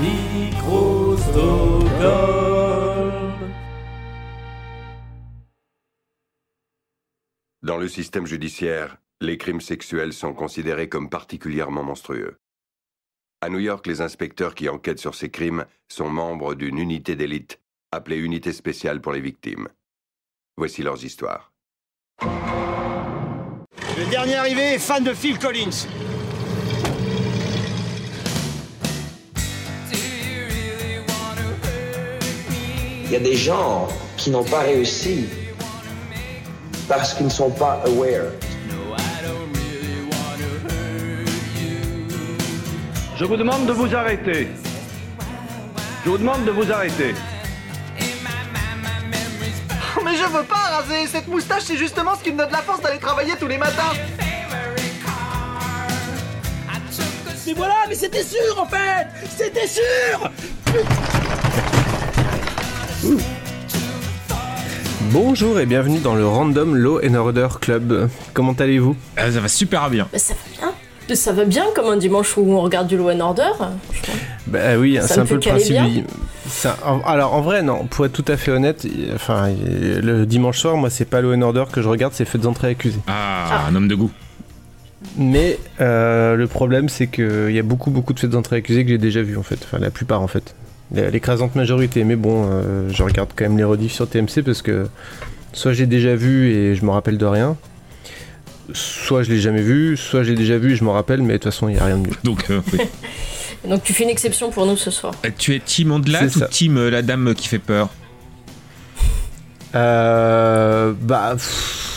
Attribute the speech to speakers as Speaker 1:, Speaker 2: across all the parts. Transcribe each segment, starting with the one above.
Speaker 1: Micro Stockholm.
Speaker 2: Dans le système judiciaire, les crimes sexuels sont considérés comme particulièrement monstrueux. À New York, les inspecteurs qui enquêtent sur ces crimes sont membres d'une unité d'élite appelée Unité spéciale pour les victimes. Voici leurs histoires.
Speaker 3: Le dernier arrivé est fan de Phil Collins.
Speaker 4: Il y a des gens qui n'ont pas réussi parce qu'ils ne sont pas aware.
Speaker 5: Je vous demande de vous arrêter. Je vous demande de vous arrêter.
Speaker 6: Oh, Mais je veux pas raser Cette moustache, c'est justement ce qui me donne la force d'aller travailler tous les matins
Speaker 7: Mais voilà, mais c'était sûr en fait C'était sûr
Speaker 8: Bonjour et bienvenue dans le Random Law and Order Club. Comment allez-vous
Speaker 9: Ah, ça va super bien.
Speaker 10: Bah, ça va bien. Mais Ça va bien comme un dimanche où on regarde du Law and Order.
Speaker 8: Bah oui,
Speaker 10: Ça
Speaker 8: c'est
Speaker 10: me
Speaker 8: un peu
Speaker 10: fait
Speaker 8: le
Speaker 10: caler
Speaker 8: principe.
Speaker 10: bien.
Speaker 8: du- ça- en- alors en vrai, non, pour être tout à fait honnête, y- enfin, y- le dimanche soir, moi, c'est pas Law and Order que je regarde, c'est Faites Entrer Accusés.
Speaker 9: Ah, un homme de goût.
Speaker 8: Mais euh, le problème, c'est qu'il y a beaucoup, beaucoup de Faites Entrer Accusés que j'ai déjà vu en fait, enfin la plupart en fait, L- l'écrasante majorité. Mais bon, euh, je regarde quand même les rediffs sur TMC parce que soit j'ai déjà vu et je me rappelle de rien. Soit je l'ai jamais vu, soit j'ai déjà vu et je m'en rappelle, mais de toute façon il n'y a rien de mieux.
Speaker 9: Donc, euh, oui.
Speaker 10: Et Donc tu fais une exception pour nous ce soir.
Speaker 9: Euh, tu es team Ondelat
Speaker 8: C'est
Speaker 9: ou
Speaker 8: ça.
Speaker 9: team euh, la dame qui fait peur
Speaker 8: Euh, bah, pff,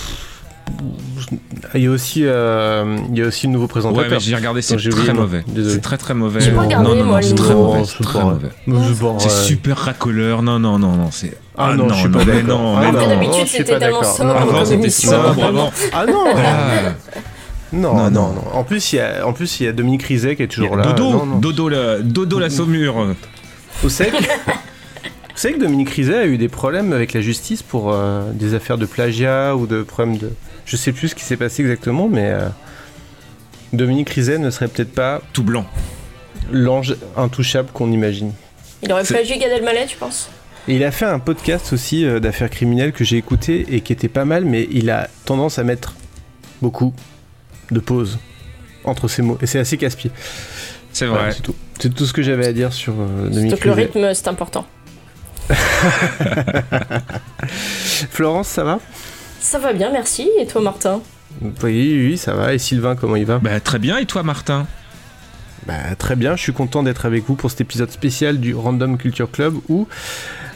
Speaker 8: il y a aussi, euh, il y a aussi le nouveau
Speaker 9: Ouais,
Speaker 8: présentateur.
Speaker 9: mais j'ai regardé, c'est
Speaker 8: j'ai
Speaker 9: très
Speaker 8: oublié le nom. Oh,
Speaker 9: mauvais.
Speaker 8: Désolé.
Speaker 9: C'est très très mauvais.
Speaker 10: J'ai pas
Speaker 9: Non,
Speaker 10: regardé,
Speaker 9: non, non,
Speaker 10: moi,
Speaker 9: c'est
Speaker 10: le
Speaker 9: très
Speaker 10: nouveau.
Speaker 9: mauvais. C'est très mauvais.
Speaker 8: Mais c'est pas
Speaker 9: C'est
Speaker 8: vrai.
Speaker 9: super racoleur. Non, non, non, non, c'est.
Speaker 8: Ah, non, je suis
Speaker 9: non,
Speaker 8: pas
Speaker 9: mais
Speaker 8: d'accord.
Speaker 9: non,
Speaker 8: Ah
Speaker 9: mais
Speaker 8: non,
Speaker 10: Parce que
Speaker 9: non. Ah,
Speaker 10: d'habitude,
Speaker 8: je suis
Speaker 10: c'était
Speaker 8: pas
Speaker 10: tellement
Speaker 8: d'accord.
Speaker 10: sobre
Speaker 8: Non,
Speaker 9: Avant,
Speaker 10: comme
Speaker 9: c'était
Speaker 10: émission.
Speaker 9: sobre. Avant.
Speaker 8: Ah non,
Speaker 9: Ah.
Speaker 8: non,
Speaker 9: Non,
Speaker 8: non,
Speaker 9: non.
Speaker 8: non. En plus, il y a, en plus, il y a Dominique Rizet qui est toujours là.
Speaker 9: Dodo,
Speaker 8: Non, non.
Speaker 9: Dodo, la, Dodo la saumure.
Speaker 8: Vous savez que, vous savez que Dominique Rizet a eu des problèmes avec la justice pour euh, des affaires de plagiat ou de problèmes de. Je sais plus ce qui s'est passé exactement, mais euh, Dominique Rizet ne serait peut-être pas
Speaker 9: Tout blanc.
Speaker 8: l'ange intouchable qu'on imagine.
Speaker 10: Il aurait
Speaker 9: C'est-
Speaker 10: plagié Gad Elmaleh, tu penses
Speaker 8: Et il a fait un podcast aussi euh, d'affaires criminelles que j'ai écouté et qui était pas mal, mais il a tendance à mettre beaucoup de pauses entre ses mots. Et c'est assez casse-pied.
Speaker 9: C'est
Speaker 8: Voilà,
Speaker 9: vrai.
Speaker 8: c'est tout. C'est tout ce que j'avais à dire sur euh, Dominique
Speaker 10: Donc le
Speaker 8: Rizet.
Speaker 10: rythme, c'est important.
Speaker 8: Florence, ça va
Speaker 10: Ça va bien, merci. Et toi, Martin
Speaker 8: Oui, oui, oui, ça va. Et Sylvain, comment il va
Speaker 9: Bah, très bien. Et toi, Martin
Speaker 8: Bah, Très bien, je suis content d'être avec vous pour cet épisode spécial du Random Culture Club où,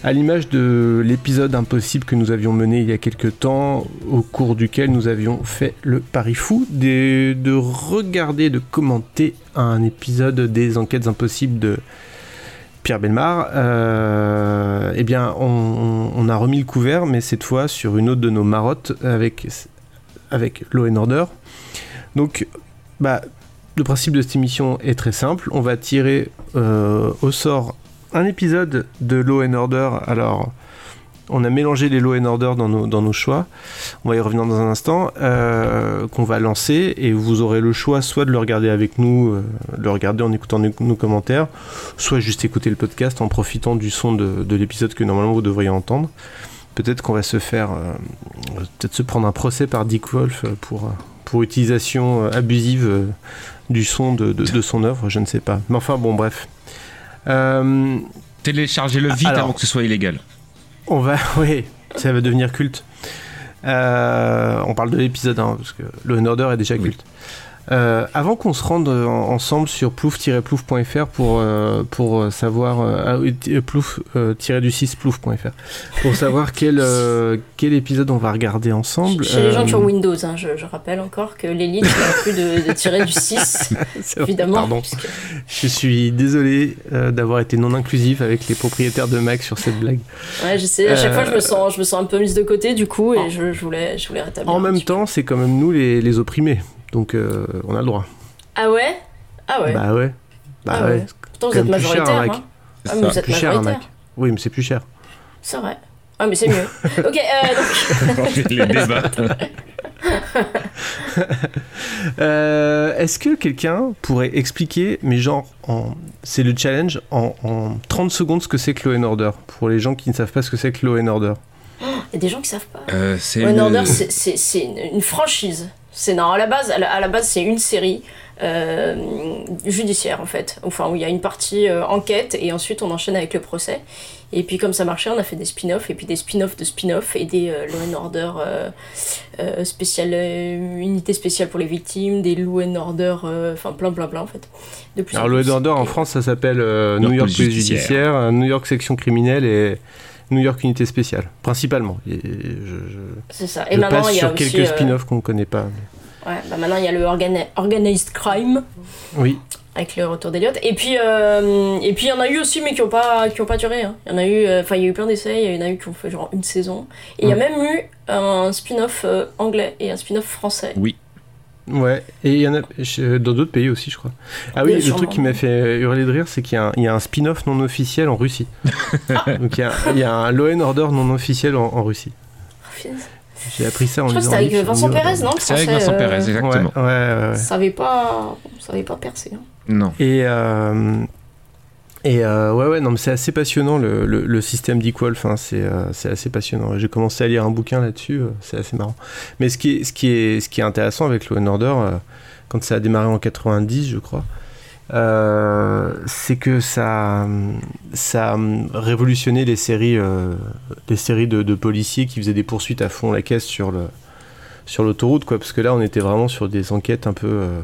Speaker 8: à l'image de l'épisode impossible que nous avions mené il y a quelques temps, au cours duquel nous avions fait le pari fou des- de regarder, de commenter un épisode des Enquêtes Impossibles de Pierre Belmar, euh, eh bien, on, on- on a remis le couvert, mais cette fois sur une autre de nos marottes avec, avec Law and Order. Donc, bah, le principe de cette émission est très simple. On va tirer euh, au sort un épisode de Law and Order. Alors, on a mélangé les Law and Order dans nos, dans nos choix. On va y revenir dans un instant. euh, qu'on va lancer et vous aurez le choix soit de le regarder avec nous, euh, le regarder en écoutant nos, nos commentaires, soit juste écouter le podcast en profitant du son de, de l'épisode que normalement vous devriez entendre. Peut-être qu'on va se faire, euh, on va peut-être se prendre un procès par Dick Wolf euh, pour, euh, pour utilisation euh, abusive euh, du son de, de- de son œuvre, je ne sais pas. Mais enfin bon, bref. Euh,
Speaker 9: Téléchargez-le vite
Speaker 8: Alors.
Speaker 9: avant que ce soit illégal.
Speaker 8: on va, oui, ça va devenir culte. Euh, on parle de l'épisode 1, parce que le and Order est déjà
Speaker 9: Oui.
Speaker 8: culte. Euh, avant qu'on se rende euh, en- ensemble sur plouf-plouf.fr pour, euh, pour euh, savoir. euh, ah oui, t- euh, plouf, euh, tiré du 6 plouf.fr pour savoir quel, euh, quel épisode on va regarder ensemble.
Speaker 10: Chez les gens qui
Speaker 8: euh,
Speaker 10: ont Windows, hein, je, je rappelle encore que l'élite n'a plus de, de tirer du 6,
Speaker 8: c'est vrai,
Speaker 10: évidemment.
Speaker 8: Pardon.
Speaker 10: puisque-
Speaker 8: Je suis désolé euh, d'avoir été non inclusif avec les propriétaires de Mac sur cette blague.
Speaker 10: Ouais, je sais, à chaque
Speaker 8: Euh,
Speaker 10: fois, je me, sens, je me sens un peu mise de côté, du coup,
Speaker 8: en-
Speaker 10: et je, je voulais, je voulais rétablir.
Speaker 8: En
Speaker 10: un
Speaker 8: même
Speaker 10: petit peu.
Speaker 8: temps, c'est quand même nous les, les opprimés. Donc euh, on a le droit.
Speaker 10: Ah ouais Ah ouais.
Speaker 8: Bah ouais. Bah
Speaker 10: Ah
Speaker 8: ouais.
Speaker 10: ouais. Pourtant, vous
Speaker 8: quand
Speaker 10: êtes
Speaker 8: même plus cher,
Speaker 10: majoritaire.
Speaker 8: un Mac.
Speaker 10: hein. Ah, mais
Speaker 9: Ça.
Speaker 10: vous êtes
Speaker 8: Plus cher un Mac.
Speaker 10: majoritaire.
Speaker 8: Oui, mais c'est plus cher.
Speaker 10: Ah, C'est vrai. Ah, mais c'est mieux. ok, euh, donc,
Speaker 9: Les débats.
Speaker 8: Euh, Est-ce que quelqu'un pourrait expliquer, mais genre, en... c'est le challenge, en, en 30 secondes ce que c'est que Law and Order, pour les gens qui ne savent pas ce que c'est que Law and Order
Speaker 10: Il y a des gens qui savent pas.
Speaker 9: Euh, c'est
Speaker 10: Law and
Speaker 9: une-
Speaker 10: Order, c'est- c'est c'est une une franchise. C'est non, à la base, à la, à la base, c'est une série euh, judiciaire en fait. Enfin, où il y a une partie euh, enquête et ensuite on enchaîne avec le procès. Et puis comme ça marchait, on a fait des spin-offs et puis des spin-offs de spin-offs et des euh, Law and Order euh, euh, spécial, euh, unité spéciale pour les victimes, des Law and Order, euh, enfin plein plein plein en fait. De plus en
Speaker 8: Alors, Law and
Speaker 10: plus.
Speaker 8: Order en France, ça s'appelle euh, New
Speaker 9: York
Speaker 8: York
Speaker 9: Police
Speaker 8: Police
Speaker 9: Judiciaire.
Speaker 8: Judiciaire, euh, New York Section Criminelle et New York Unité Spéciale, principalement. Et je je-
Speaker 10: C'est ça. Et
Speaker 8: je
Speaker 10: maintenant
Speaker 8: passe
Speaker 10: il y a
Speaker 8: sur
Speaker 10: aussi,
Speaker 8: quelques
Speaker 10: euh,
Speaker 8: spin-offs qu'on ne connaît pas.
Speaker 10: ouais, bah, maintenant il y a le organi- organized crime.
Speaker 8: Oui.
Speaker 10: avec le retour d'Eliott. Et puis, euh, et puis il y en a eu aussi, mais qui ont pas, qui ont pas duré. hein. Il y en a eu, euh, enfin il y a eu plein d'essais. Il y en a eu qui ont fait genre une saison. Et il y a
Speaker 8: Mm.
Speaker 10: même eu un spin-off euh, anglais et un spin-off français.
Speaker 8: Ouais, et il y en a je- dans d'autres pays aussi, je crois. Ah oui,
Speaker 10: Oui,
Speaker 8: le
Speaker 10: sûrement.
Speaker 8: truc qui m'a fait hurler de rire, c'est qu'il y a un, il y a un spin-off non officiel en Russie.
Speaker 10: Ah.
Speaker 8: Donc il y a, il y a un Law and Order non officiel en, en Russie. J'ai appris ça en
Speaker 10: Ah, Je crois que
Speaker 8: lisant
Speaker 10: c'était
Speaker 8: un
Speaker 10: avec
Speaker 8: livre,
Speaker 10: Vincent
Speaker 8: je me dis,
Speaker 10: Pérez, non le
Speaker 9: C'est avec
Speaker 10: français,
Speaker 9: Vincent
Speaker 10: euh,
Speaker 9: Pérez,
Speaker 8: Ouais, ouais,
Speaker 9: exactement.
Speaker 8: ouais, ouais.
Speaker 10: Ça avait pas, ça avait pas percé. hein.
Speaker 9: Non.
Speaker 8: Et, euh, et euh, ouais, ouais, non, mais c'est assez passionnant le, le, le système d'Equal. Enfin, c'est euh, c'est assez passionnant. J'ai commencé à lire un bouquin là-dessus, euh, c'est assez marrant. Mais ce qui est, ce qui est, ce qui est intéressant avec Law and Order, euh, quand ça a démarré en 90, je crois, euh, c'est que ça, ça a révolutionné les séries, euh, les séries de, de policiers qui faisaient des poursuites à fond la caisse sur le sur l'autoroute quoi parce que là on était vraiment sur des enquêtes un peu euh,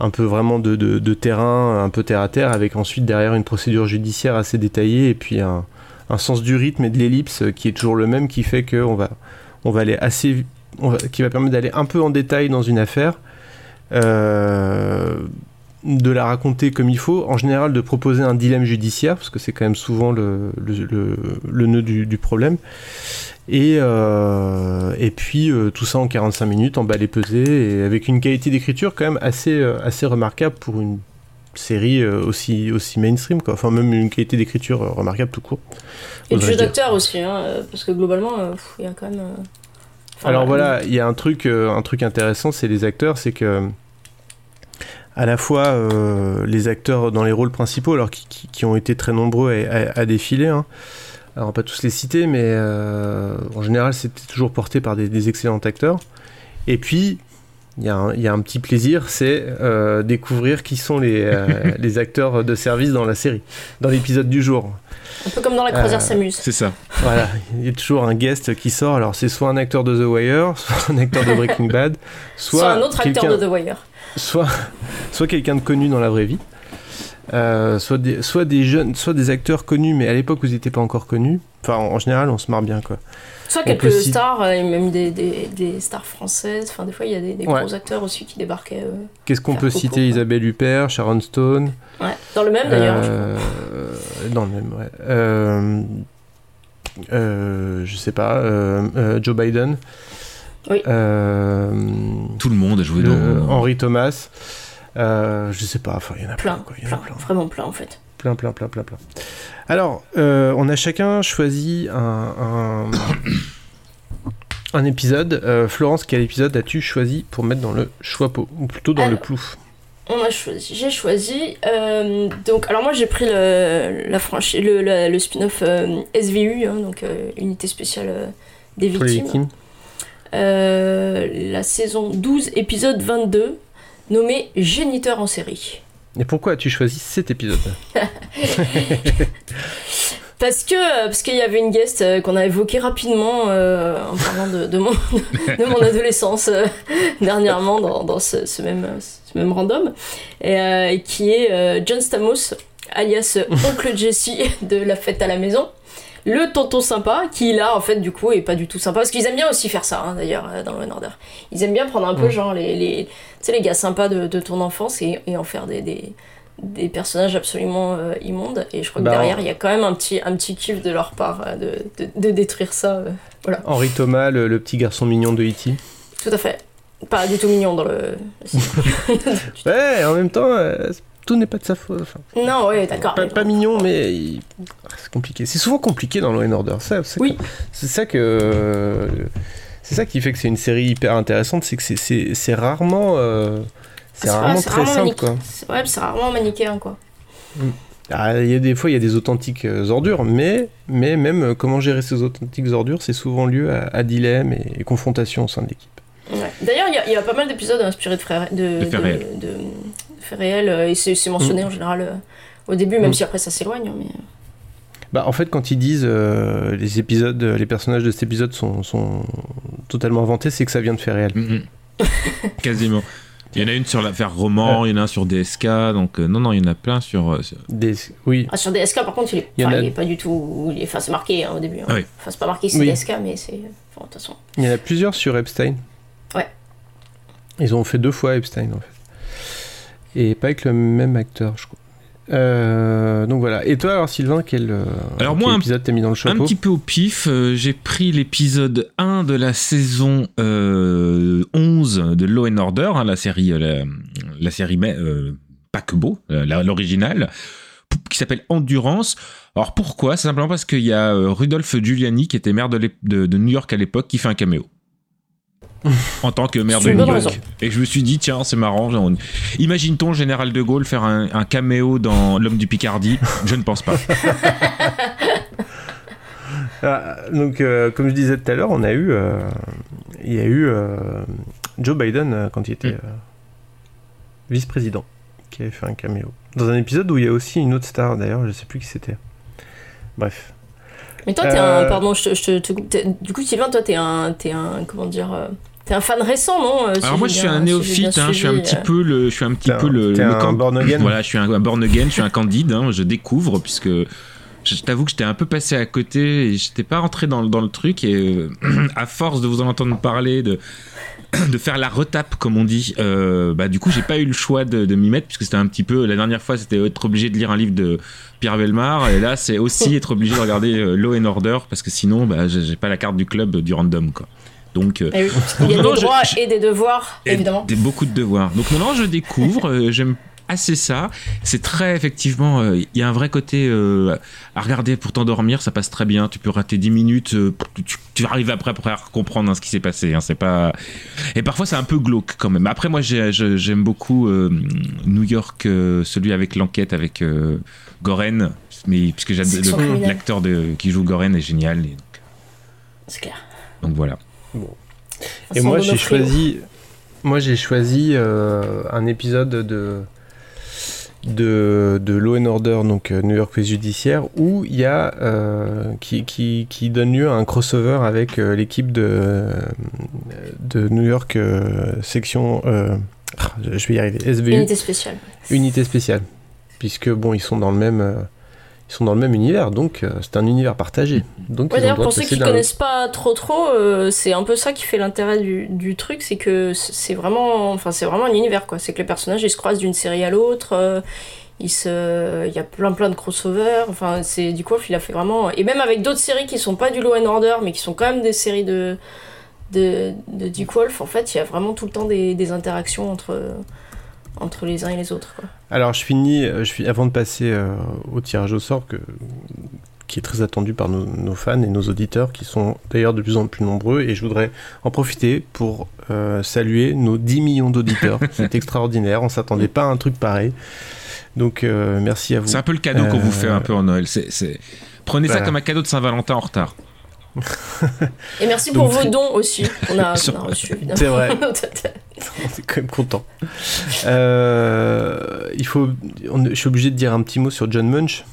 Speaker 8: un peu vraiment de, de- de terrain, un peu terre à terre, avec ensuite derrière une procédure judiciaire assez détaillée et puis un, un sens du rythme et de l'ellipse euh, qui est toujours le même, qui fait qu'on va, on va aller assez, vi- on va- qui va permettre d'aller un peu en détail dans une affaire, euh, de la raconter comme il faut, en général de proposer un dilemme judiciaire parce que c'est quand même souvent le, le, le- le nœud du, du problème. Et, euh, et puis euh, tout ça en 45 minutes, en balai pesé, et avec une qualité d'écriture quand même assez, euh, assez remarquable pour une série euh, aussi, aussi mainstream, quoi. enfin même une qualité d'écriture euh, remarquable tout court.
Speaker 10: Et le
Speaker 8: Oserais-je
Speaker 10: jeu
Speaker 8: dire.
Speaker 10: d'acteur aussi, hein, euh, parce que globalement, euh, pff, il y a quand même. euh, enfin,
Speaker 8: Alors voilà, il y a un truc, euh, un truc intéressant, c'est les acteurs, c'est que à la fois euh, les acteurs dans les rôles principaux, alors qui, qui- qui ont été très nombreux à, à- à défiler, hein. alors on va pas tous les citer, mais euh, en général c'était toujours porté par des, des excellents acteurs. Et puis il y, a un- il y a un petit plaisir, c'est euh, découvrir qui sont les, euh, les acteurs de service dans la série, dans l'épisode du jour.
Speaker 10: Un peu comme dans la croisière
Speaker 8: Euh,
Speaker 10: s'amuse.
Speaker 9: C'est ça.
Speaker 8: Voilà, il y a toujours un guest qui sort. Alors, c'est soit un acteur de The Wire, soit un acteur de Breaking Bad, soit,
Speaker 10: Soit un autre acteur
Speaker 8: quelqu'un-
Speaker 10: de The Wire.
Speaker 8: soit, soit quelqu'un de connu dans la vraie vie, euh, soit, des, soit des jeunes, soit des acteurs connus, mais à l'époque vous n'étiez pas encore connus. Enfin, en, en général, on se marre bien, quoi.
Speaker 10: Soit
Speaker 8: On peut
Speaker 10: quelques
Speaker 8: citer-
Speaker 10: stars, euh, et même des, des, des stars françaises. Enfin, des fois, il y a des, des
Speaker 8: Ouais.
Speaker 10: gros acteurs aussi qui débarquaient. euh,
Speaker 8: Qu'est-ce qu'on
Speaker 10: Faire
Speaker 8: peut
Speaker 10: coco,
Speaker 8: citer
Speaker 10: quoi.
Speaker 8: Isabelle Huppert, Sharon Stone.
Speaker 10: Ouais. Dans le même d'ailleurs. je crois.
Speaker 8: euh, dans le même, ouais. Euh, euh, je sais pas, euh, euh, Joe Biden.
Speaker 10: Oui.
Speaker 8: Euh,
Speaker 9: Tout le monde a joué
Speaker 8: le-
Speaker 9: dans.
Speaker 8: Henri Thomas. Euh, je sais pas, enfin il y en a plein,
Speaker 10: plein,
Speaker 8: quoi, il y en
Speaker 10: plein,
Speaker 8: a plein,
Speaker 10: vraiment plein en fait.
Speaker 8: plein, plein, plein, plein, plein. Alors, euh, on a chacun choisi un, un, un épisode. Euh, Florence, quel épisode as-tu choisi pour mettre dans le choixpeau ou plutôt dans le
Speaker 10: Alors.
Speaker 8: plouf
Speaker 10: On a choisi, j'ai choisi. euh, donc, alors moi j'ai pris le, la franchi- le, la- le spin-off euh, SVU, hein, donc euh, unité spéciale euh, des
Speaker 8: pour les
Speaker 10: victimes.
Speaker 8: victimes
Speaker 10: Euh, la saison 12, épisode 22, nommé Géniteur en série.
Speaker 8: Et pourquoi as-tu choisi cet épisode
Speaker 10: Parce que euh, parce qu'il y avait une guest euh, qu'on a évoquée rapidement euh, en parlant de, de mon, de mon adolescence euh, dernièrement dans, dans ce, ce même, euh, ce même random, et, euh, qui est euh, John Stamos, alias euh, Oncle Jesse de La Fête à la Maison. Le tonton sympa, qui là en fait du coup est pas du tout sympa, parce qu'ils aiment bien aussi faire ça hein, d'ailleurs euh, dans le One Order. Ils aiment bien prendre un peu
Speaker 8: Mm.
Speaker 10: genre les, les, tu sais, les gars sympas de, de ton enfance et, et en faire des, des, des personnages absolument euh, immondes. Et je crois que
Speaker 8: Bah,
Speaker 10: derrière il y a quand même un petit, un petit kiff de leur part euh, de, de, de détruire ça. euh.
Speaker 8: Henri Thomas, le, le petit garçon mignon de E E.T.
Speaker 10: Tout à fait. Pas du tout mignon dans le.
Speaker 8: Ouais, en même temps, euh, tout n'est pas de sa faute. Enfin,
Speaker 10: non, ouais, d'accord.
Speaker 8: pas,
Speaker 10: mais bon.
Speaker 8: pas mignon, mais il- c'est compliqué. C'est souvent compliqué dans Law and Order. Ça, ça-
Speaker 10: Oui.
Speaker 8: C'est ça que. euh, C'est ça qui fait que c'est une série hyper intéressante, c'est que c'est- c'est c'est rarement, euh, c'est
Speaker 10: Ah,
Speaker 8: rarement
Speaker 10: c'est
Speaker 8: très simple. quoi.
Speaker 10: manic- Ouais, c'est rarement manichéen, quoi.
Speaker 8: Ah, il y a des fois, il y a des authentiques euh, ordures, mais, mais même euh, comment gérer ces authentiques ordures, c'est souvent lieu à, à dilemme et, et confrontation au sein de l'équipe.
Speaker 10: Ouais. D'ailleurs, il y a- il y, a pas mal d'épisodes inspirés de faits ré- de,
Speaker 9: De faits réels.
Speaker 10: de- de faits réels, euh, et c'est c'est mentionné en général euh, au début, même
Speaker 8: Mm.
Speaker 10: si après ça s'éloigne. hein, Mais...
Speaker 8: Bah, en fait, quand ils disent euh, les épisodes, euh, les personnages de cet épisode sont, sont totalement inventés, c'est que ça vient de faits réels.
Speaker 9: Mm, mm. Quasiment. Il y en a une sur l'affaire
Speaker 8: Euh.
Speaker 9: Roman, il y en a un sur DSK, donc euh, non, non, il y en a plein sur. euh, sur-
Speaker 8: Des... Oui,
Speaker 10: Ah, sur DSK, par contre, il est,
Speaker 8: Il y en
Speaker 10: enfin,
Speaker 8: a-
Speaker 10: il est pas du tout. il est- Enfin, c'est marqué hein, au début. hein.
Speaker 9: Ah oui.
Speaker 10: Enfin, c'est pas marqué, c'est
Speaker 8: Oui.
Speaker 10: DSK, mais c'est. euh, Enfin, de toute façon.
Speaker 8: il y en a plusieurs sur Epstein.
Speaker 10: Ouais.
Speaker 8: Ils ont fait deux fois Epstein, en fait. Et pas avec le même acteur, je crois. Euh, donc voilà. Et toi, alors Sylvain, quel, euh,
Speaker 9: Alors,
Speaker 8: quel
Speaker 9: moi, un-
Speaker 8: épisode t'as mis dans le
Speaker 9: Un
Speaker 8: chapeau
Speaker 9: petit peu au pif, euh, j'ai pris l'épisode 1 de la saison euh, 11 de Law and Order, hein, la série, euh, la, la série mais, euh, Paquebot, euh, la- l'originale, p- qui s'appelle Endurance. Alors pourquoi C'est simplement parce qu'il y a euh, Rudolph Giuliani, qui était maire de, l'ép- de- de New York à l'époque, qui fait un caméo. en tant que maire
Speaker 10: C'est
Speaker 9: de
Speaker 10: une
Speaker 9: New
Speaker 10: bonne
Speaker 9: York.
Speaker 10: raison.
Speaker 9: Et je me suis dit, tiens, c'est marrant. on- Imagine-t-on le général de Gaulle faire un, un caméo dans L'homme du Picardie Je ne pense pas.
Speaker 8: Ah, donc, euh, comme je disais tout à l'heure, on a eu, euh, il y a eu euh, Joe Biden euh, quand il était
Speaker 9: Mm.
Speaker 8: euh, vice-président, qui avait fait un caméo dans un épisode où il y a aussi une autre star. D'ailleurs, je sais plus qui c'était. Bref,
Speaker 10: Mais toi, t'es
Speaker 8: Euh,
Speaker 10: un. Pardon, je te, je te- te coupe. T'es- Du coup, Sylvain, toi, t'es un. T'es un. Comment dire euh, T'es un fan récent, non euh, si
Speaker 9: Alors moi je
Speaker 10: j'ai
Speaker 9: suis
Speaker 10: bien-
Speaker 9: un
Speaker 10: si j'ai bien
Speaker 9: néophyte, hein, je suis un
Speaker 10: suivi,
Speaker 9: petit
Speaker 10: euh.
Speaker 9: peu le, je suis un petit
Speaker 8: T'es
Speaker 9: peu
Speaker 8: un-
Speaker 9: le,
Speaker 8: t'es
Speaker 9: le
Speaker 8: un born again.
Speaker 9: Voilà, je suis un, un born again, je suis un candide, hein, je découvre puisque je t'avoue que j'étais un peu passé à côté, et j'étais pas rentré dans, le- dans le truc et euh, à force de vous en entendre parler, de de faire la retape comme on dit, euh, bah du coup j'ai pas eu le choix de, de m'y mettre puisque c'était un petit peu la dernière fois c'était être obligé de lire un livre de Pierre Velmar et là c'est aussi être obligé de regarder euh, Law and Order parce que sinon bah j'ai j'ai pas la carte du club euh, du random quoi. Donc euh,
Speaker 10: Eh oui. Il y a
Speaker 9: Non,
Speaker 10: des
Speaker 9: je-
Speaker 10: droits
Speaker 9: je-
Speaker 10: et des devoirs,
Speaker 9: et
Speaker 10: évidemment.
Speaker 9: des- beaucoup de devoirs. Donc maintenant, je découvre, euh, j'aime assez ça. C'est très, effectivement, euh, il y a un vrai côté euh, à regarder pour t'endormir, ça passe très bien. Tu peux rater 10 minutes, euh, tu, tu arrives après, après à comprendre hein, ce qui s'est passé. hein, c'est pas... Et parfois, c'est un peu glauque quand même. Après, moi, j'ai- je- j'aime beaucoup euh, New York, euh, celui avec l'enquête avec euh, Goren, mais, puisque j'adore
Speaker 10: Section
Speaker 9: le-
Speaker 10: criminelle.
Speaker 9: l'acteur de- qui joue Goren est génial. et donc,
Speaker 10: C'est clair.
Speaker 9: donc voilà.
Speaker 8: Et
Speaker 10: Vincent
Speaker 8: moi j'ai
Speaker 10: Donofrio.
Speaker 8: choisi, moi j'ai choisi euh, un épisode de de, de Law and Order, donc euh, New York Police Judiciaire, où il y a euh, qui, qui, qui donne lieu à un crossover avec euh, l'équipe de de New York euh, section. euh, ah, je vais y arriver. SVU
Speaker 10: Unité spéciale.
Speaker 8: unité spéciale, puisque bon ils sont dans le même euh, ils sont dans le même univers, donc euh, c'est un univers partagé. Donc hein. ils ont
Speaker 10: Ouais,
Speaker 8: le
Speaker 10: d'ailleurs,
Speaker 8: droit
Speaker 10: pour
Speaker 8: de
Speaker 10: ceux
Speaker 8: passer
Speaker 10: qui
Speaker 8: d'un-
Speaker 10: connaissent pas trop trop, euh, c'est un peu ça qui fait l'intérêt du, du truc, c'est que c- c'est vraiment, enfin, c'est vraiment un univers quoi. C'est que les personnages ils se croisent d'une série à l'autre, euh, ils se, il y a plein plein de crossovers. Enfin, c'est du coup, il a fait vraiment, et même avec d'autres séries qui sont pas du Law and Order, mais qui sont quand même des séries de de, de Dick Wolf, en fait, il y a vraiment tout le temps des, des interactions entre entre les uns et les autres. Quoi.
Speaker 8: Alors je finis, euh, je suis avant de passer euh, au tirage au sort que, qui est très attendu par nos, nos fans et nos auditeurs qui sont d'ailleurs de plus en plus nombreux et je voudrais en profiter pour euh, saluer nos 10 millions d'auditeurs. C'est extraordinaire, on s'attendait pas à un truc pareil. Donc euh, merci à vous.
Speaker 9: C'est un peu le cadeau qu'on
Speaker 8: Euh,
Speaker 9: vous fait un peu en Noël. C'est- c'est- Prenez ça
Speaker 8: voilà.
Speaker 9: comme un cadeau de Saint-Valentin en retard.
Speaker 10: Et merci
Speaker 8: Donc,
Speaker 10: pour
Speaker 8: c'est-
Speaker 10: vos dons aussi qu'on a,
Speaker 9: Sur-
Speaker 10: qu'on a reçus. évidemment.
Speaker 8: C'est vrai. on est quand même content. Euh, il faut, on- je suis obligé de dire un petit mot sur John Munch.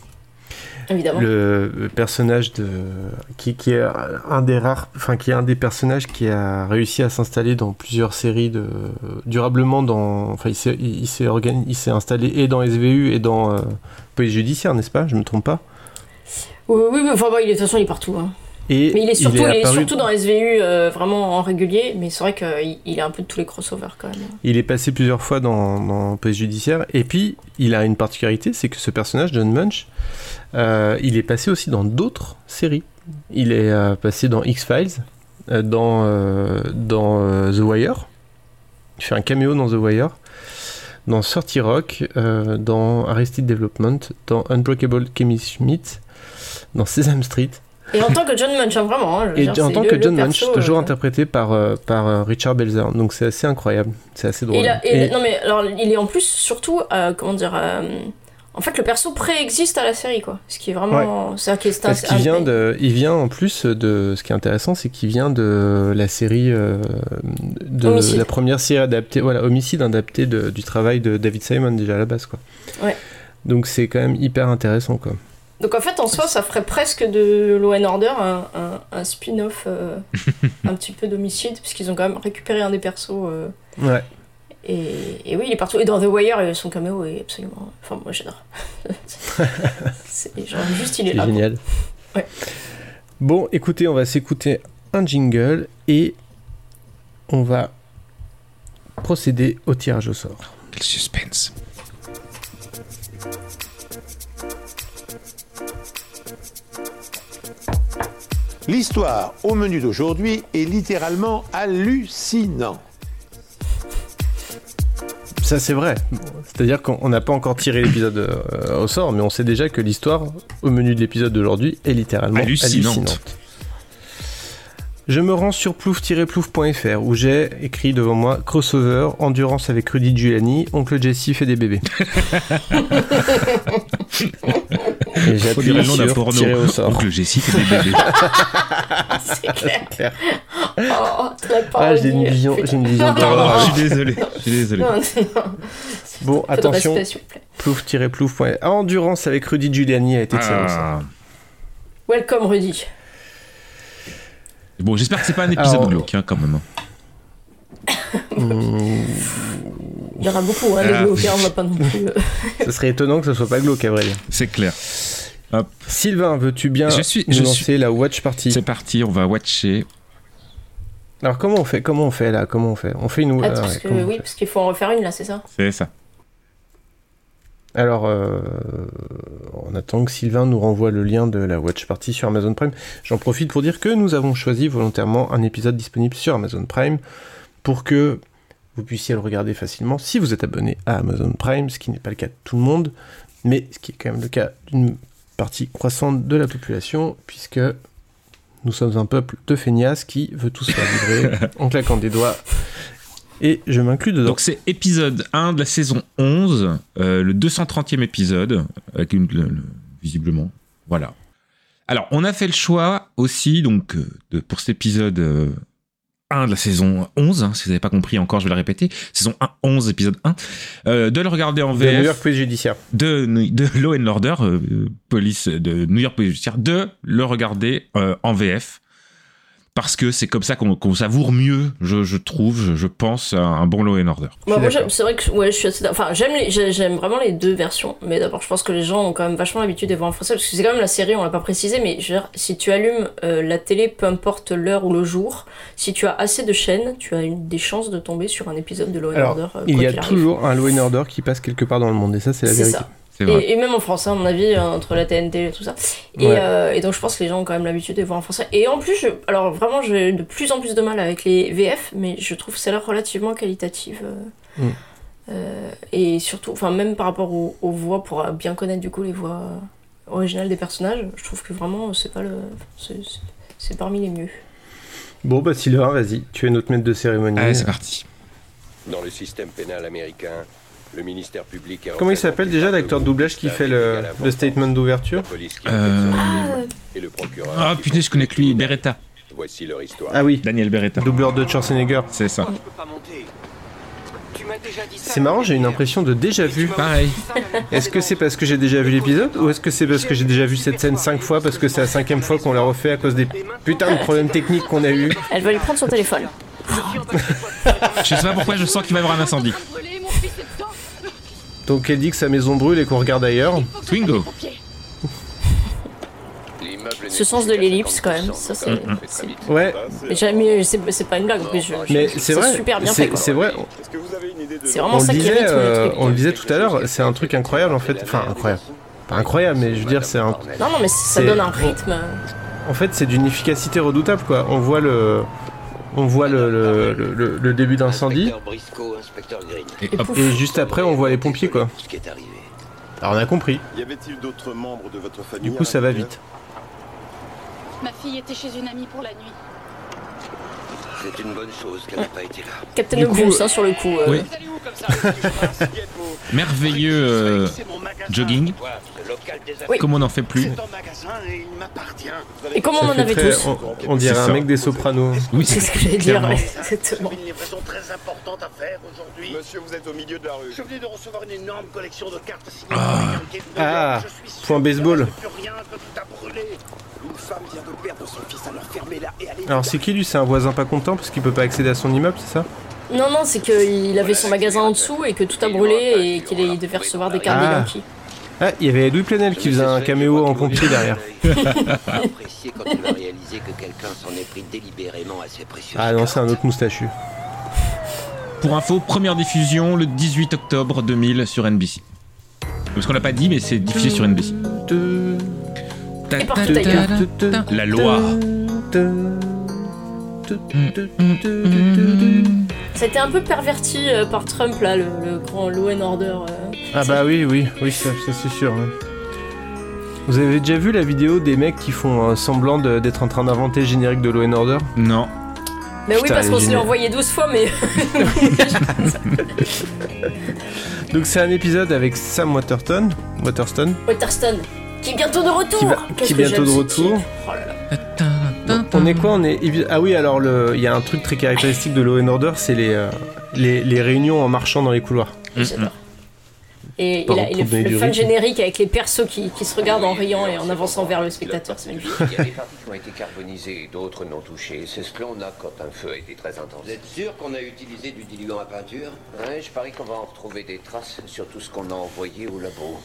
Speaker 10: évidemment.
Speaker 8: le personnage de qui, qui est un des rares enfin qui est un des personnages qui a réussi à s'installer dans plusieurs séries de durablement dans enfin il s'est il, il s'est organi- il s'est installé et dans SVU et dans euh, police judiciaire n'est-ce pas je me trompe pas
Speaker 10: Oui, oui, mais enfin, bon, il est, de toute façon, il est partout. hein.
Speaker 8: et
Speaker 10: Mais il est surtout, il est
Speaker 8: apparu-
Speaker 10: surtout dans SVU euh, vraiment en régulier, mais c'est vrai qu'il il est un peu de tous les crossovers quand même.
Speaker 8: il est passé plusieurs fois dans, dans police judiciaire et puis il a une particularité c'est que ce personnage John Munch euh, il est passé aussi dans d'autres séries il est euh, passé dans X Files dans, euh, dans euh, The Wire. Il fait un caméo dans The Wire, dans 30 Rock, euh, dans Arrested Development, dans Unbreakable Kimmy Schmidt, dans Sesame Street.
Speaker 10: Et en tant que John Munch, hein, vraiment. hein, je veux
Speaker 8: Et
Speaker 10: dire,
Speaker 8: en
Speaker 10: c'est
Speaker 8: tant
Speaker 10: le-
Speaker 8: que
Speaker 10: le
Speaker 8: John Munch,
Speaker 10: perso, euh,
Speaker 8: toujours interprété par, euh, par euh, Richard Belzer. Donc c'est assez incroyable, c'est assez drôle.
Speaker 10: Et euh, il a- et-
Speaker 8: Et-
Speaker 10: Non mais alors il est en plus surtout euh, comment dire euh, en fait le perso préexiste à la série quoi ce qui est vraiment ça qui est
Speaker 8: parce qu'il vient de, il vient en plus de, ce qui est intéressant, c'est qu'il vient de la série, euh, de
Speaker 10: Homicide.
Speaker 8: la première série adaptée, voilà, homicide adaptée de- du travail de David Simon déjà à la base quoi.
Speaker 10: Ouais.
Speaker 8: Donc c'est quand même hyper intéressant quoi.
Speaker 10: donc en fait en soi ça ferait presque de Law and Order un, un- un spin-off euh, un petit peu d'homicide puisqu'ils ont quand même récupéré un des persos euh,
Speaker 8: Ouais.
Speaker 10: et, et oui il est partout et dans The Wire euh, son caméo est absolument enfin moi j'adore c'est genre juste il est,
Speaker 8: C'est
Speaker 10: là quoi.
Speaker 8: génial.
Speaker 10: Ouais.
Speaker 8: Bon, écoutez, on va s'écouter un jingle et on va procéder au tirage au sort.
Speaker 9: Quel suspense.
Speaker 1: L'histoire au menu d'aujourd'hui est littéralement hallucinante.
Speaker 8: Ça, c'est vrai. C'est-à-dire qu'on on n'a pas encore tiré l'épisode euh, au sort, mais on sait déjà que l'histoire au menu de l'épisode d'aujourd'hui est littéralement hallucinante.
Speaker 9: Hallucinante.
Speaker 8: Je me rends sur plouf-plouf.fr où j'ai écrit devant moi crossover, endurance avec Rudy Giuliani, oncle Jesse fait des bébés. Et
Speaker 9: Faut dire
Speaker 8: j'appuie
Speaker 9: le nom d'un
Speaker 8: sur
Speaker 9: porno.
Speaker 8: tirer au sort.
Speaker 9: Donc le Jessie fait des bébés.
Speaker 10: c'est clair, oh la
Speaker 8: Ah, j'ai une
Speaker 10: parodie.
Speaker 8: vision, j'ai une vision.
Speaker 9: Pardon, je suis désolé. Je suis désolé.
Speaker 10: Non, non, non.
Speaker 8: Bon,
Speaker 10: Peu de
Speaker 8: attention.
Speaker 10: respect, s'il vous plaît.
Speaker 8: Plouf-plouf. Endurance avec Rudy Giuliani a été tiré au sort.
Speaker 9: Ah.
Speaker 10: Welcome Rudy.
Speaker 9: Bon, j'espère que c'est pas un épisode
Speaker 8: Alors-
Speaker 9: glauque hein, quand même.
Speaker 10: Il y en a beaucoup, hein,
Speaker 9: Ah.
Speaker 10: les Joker, on va pas non plus. euh,
Speaker 8: Ce serait étonnant que ce soit pas glauque, à vrai dire.
Speaker 9: C'est clair.
Speaker 8: Sylvain, veux-tu bien
Speaker 9: Je suis-
Speaker 8: nous
Speaker 9: je
Speaker 8: lancer la watch party
Speaker 9: C'est parti, on va watcher.
Speaker 8: Alors comment on fait Comment on fait là Comment on fait On fait une
Speaker 10: ah,
Speaker 8: watch.
Speaker 10: parce que, oui, parce qu'il faut en refaire une là, c'est ça
Speaker 9: C'est ça.
Speaker 8: Alors, euh, on attend que Sylvain nous renvoie le lien de la watch party sur Amazon Prime. J'en profite pour dire que nous avons choisi volontairement un épisode disponible sur Amazon Prime pour que vous puissiez le regarder facilement si vous êtes abonné à Amazon Prime, ce qui n'est pas le cas de tout le monde, mais ce qui est quand même le cas d'une partie croissante de la population, puisque nous sommes un peuple de feignasses qui veut tout se faire livrer en claquant des doigts. Et je m'inclus dedans.
Speaker 9: Donc c'est épisode 1 de la saison 11, euh, le 230e épisode, avec une- le- le- visiblement. Voilà. Alors, on a fait le choix aussi, donc, euh, de, pour cet épisode euh, 1 de la saison 11, hein, si vous n'avez pas compris encore, je vais le répéter, saison 1, 11, épisode 1, euh, de le regarder en
Speaker 8: de New
Speaker 9: VF,
Speaker 8: York Police Judiciaire.
Speaker 9: de, de Law and Order, euh, police de New York Police Judiciaire, de le regarder euh, en VF. Parce que c'est comme ça qu'on qu'on savoure mieux, je, je trouve, je, je pense, à un bon Law and Order.
Speaker 10: Bah,
Speaker 8: suis
Speaker 10: moi,
Speaker 8: d'accord.
Speaker 10: j'aime- c'est vrai que ouais, je suis assez. Enfin, j'aime les- j'ai- j'aime vraiment les deux versions, mais d'abord, je pense que les gens ont quand même vachement l'habitude de voir en français, parce que c'est quand même la série, on l'a pas précisé, mais je veux dire, si tu allumes euh, la télé, peu importe l'heure ou le jour, si tu as assez de chaînes, tu as une, des chances de tomber sur un épisode de Law and
Speaker 8: Alors,
Speaker 10: Order. euh,
Speaker 8: il
Speaker 10: quoi
Speaker 8: y a
Speaker 10: qu'il arrive.
Speaker 8: toujours un Law and Order qui passe quelque part dans le monde, et ça, c'est la
Speaker 10: C'est
Speaker 8: vérité.
Speaker 10: ça.
Speaker 9: C'est vrai.
Speaker 10: Et, et même en français, à mon avis, hein, entre la TNT et tout ça. Et,
Speaker 8: Ouais.
Speaker 10: euh, et donc, je pense que les gens ont quand même l'habitude de voir en français. Et en plus, je- alors vraiment, j'ai de plus en plus de mal avec les VF, mais je trouve celle-là relativement qualitative. euh,
Speaker 8: Mm.
Speaker 10: euh, et surtout, enfin, même par rapport aux, aux voix, pour euh, bien connaître du coup les voix euh, originales des personnages, je trouve que vraiment, c'est pas le. c'est- c'est- C'est parmi les mieux.
Speaker 8: Bon, bah, Sylvain, vas-y, tu es notre maître de cérémonie.
Speaker 9: Allez, c'est parti.
Speaker 2: Dans le système pénal américain, le ministère public est
Speaker 8: Comment il s'appelle déjà l'acteur de doublage qui fait le, le statement d'ouverture
Speaker 9: Euh,
Speaker 2: et le procureur.
Speaker 9: Ah
Speaker 2: qui
Speaker 9: putain, je connais que lui, Beretta.
Speaker 2: Voici leur histoire.
Speaker 8: Ah oui,
Speaker 9: Daniel Beretta.
Speaker 8: doubleur de Schwarzenegger.
Speaker 9: C'est ça.
Speaker 8: C'est marrant, j'ai une impression de déjà vu.
Speaker 9: Pareil.
Speaker 8: Est-ce que c'est parce que j'ai déjà vu l'épisode ou est-ce que c'est parce que j'ai déjà vu cette scène 5 fois parce que c'est la cinquième fois qu'on la refait à cause des putains de problèmes techniques qu'on a eu
Speaker 10: Elle va lui prendre son téléphone.
Speaker 9: Je sais pas pourquoi je sens qu'il va y avoir un incendie.
Speaker 8: Donc elle dit que sa maison brûle et qu'on regarde ailleurs.
Speaker 9: Twingo.
Speaker 10: Ce sens de l'ellipse, quand même, ça, c'est-
Speaker 8: Ouais,
Speaker 10: Jamais, c'est c'est pas une blague, mais je. je-
Speaker 8: mais c'est vrai.
Speaker 10: super bien
Speaker 8: c'est-
Speaker 10: fait, quoi.
Speaker 8: C'est vrai,
Speaker 10: C'est vraiment
Speaker 8: on le
Speaker 10: ça qui est
Speaker 8: disait,
Speaker 10: Oh, rythme le
Speaker 8: euh,
Speaker 10: truc.
Speaker 8: on le disait tout à l'heure, c'est un truc incroyable en fait. Enfin, incroyable. Pas incroyable, mais je veux dire, c'est un,
Speaker 10: Non, non, mais ça
Speaker 8: C'est-
Speaker 10: donne un rythme.
Speaker 8: En fait, c'est d'une efficacité redoutable, quoi. On voit le, on voit le, le, le- le- le début d'incendie,
Speaker 9: Et hop.
Speaker 8: et juste après, on voit les pompiers, quoi. Alors, on a compris.
Speaker 11: Y avait-il d'autres membres de votre famille
Speaker 8: Du coup, ça va vite.
Speaker 11: Ma fille était chez une amie pour la nuit.
Speaker 4: C'est une bonne chose qu'elle n'a pas été là.
Speaker 10: Captain Obvious, hein, sur le coup. euh.
Speaker 9: Oui. Merveilleux euh, jogging.
Speaker 10: Oui.
Speaker 9: Comme on n'en fait plus.
Speaker 10: Et comment
Speaker 8: Ça
Speaker 10: on en
Speaker 8: fait
Speaker 10: avait
Speaker 8: très-
Speaker 10: tous
Speaker 8: on, on dirait
Speaker 9: C'est
Speaker 8: un
Speaker 9: ça.
Speaker 8: mec des Sopranos.
Speaker 9: Oui,
Speaker 10: C'est ce que j'allais dire,
Speaker 9: clairement.
Speaker 10: ouais, exactement.
Speaker 3: Une livraison très importante à faire aujourd'hui. Monsieur, vous êtes au milieu de la rue. Je venais de recevoir une énorme collection de cartes signées par les Yankees de New
Speaker 8: Ah,
Speaker 3: York. Je suis sûr
Speaker 8: point
Speaker 3: qu'il
Speaker 8: baseball.
Speaker 3: ne reste plus rien que tout a brûlé. Une femme vient de perdre son fils, alors fermez-la et allez.
Speaker 8: Alors c'est qui lui C'est un voisin pas content parce qu'il peut pas accéder à son immeuble, c'est ça
Speaker 10: Non, non, c'est qu'il avait son magasin en dessous et que tout a brûlé et qu'il il devait recevoir des cartes des
Speaker 8: Ah.
Speaker 10: Yankees.
Speaker 8: Ah, il y avait Louis Plenel qui faisait un caméo en pompier derrière. euh,
Speaker 4: apprécié quand il va réaliser que quelqu'un s'en est pris délibérément à ses précieuses
Speaker 8: Ah non, c'est un
Speaker 4: cartes.
Speaker 8: autre moustachu.
Speaker 9: Pour info, première diffusion le 18 octobre 2000 sur NBC. Parce qu'on l'a pas dit, mais c'est diffusé sur NBC. Ta-
Speaker 10: Et hein. par
Speaker 9: ta-
Speaker 10: contre, d'ailleurs.
Speaker 9: La Loire.
Speaker 10: Ça a été un peu perverti euh, par Trump, là, le, le grand Law and Order. euh.
Speaker 8: Ah bah oui, oui, oui, ça, ça, c'est sûr. hein. Vous avez déjà vu la vidéo des mecs qui font euh, semblant de- d'être en train d'inventer le générique de Law and Order
Speaker 9: Non.
Speaker 10: Bah oui,
Speaker 8: Putain,
Speaker 10: parce
Speaker 8: elle est
Speaker 10: qu'on se l'a
Speaker 8: géniale.
Speaker 10: envoyé 12 fois, mais.
Speaker 8: Donc c'est un épisode avec Sam Waterton, Waterston,
Speaker 10: Waterston, qui est bientôt de retour
Speaker 8: qui,
Speaker 10: hein.
Speaker 8: va, qui
Speaker 10: Qu'est-ce
Speaker 8: est
Speaker 10: que
Speaker 8: bientôt
Speaker 10: j'aime
Speaker 8: de
Speaker 10: ce
Speaker 8: retour.
Speaker 10: titre. Oh là là.
Speaker 8: Donc, on est quoi On est évi- ah oui alors le il y a un truc très caractéristique de Law and Order, c'est les, euh, les les réunions en marchant dans les couloirs.
Speaker 10: J'adore. Et il
Speaker 8: Pardon
Speaker 10: a,
Speaker 8: pour
Speaker 10: et le,
Speaker 8: donner
Speaker 10: le
Speaker 8: du
Speaker 10: fan
Speaker 8: rythme.
Speaker 10: générique avec les persos qui, qui se regardent en riant et en avançant vers le spectateur, c'est magnifique.
Speaker 4: Il y a des parties qui ont été carbonisées, d'autres non touchées. C'est ce que l'on a quand un feu a été très intense. Vous êtes sûr qu'on a utilisé du diluant à peinture Ouais, je parie qu'on va en retrouver des traces sur tout ce qu'on a envoyé au labo.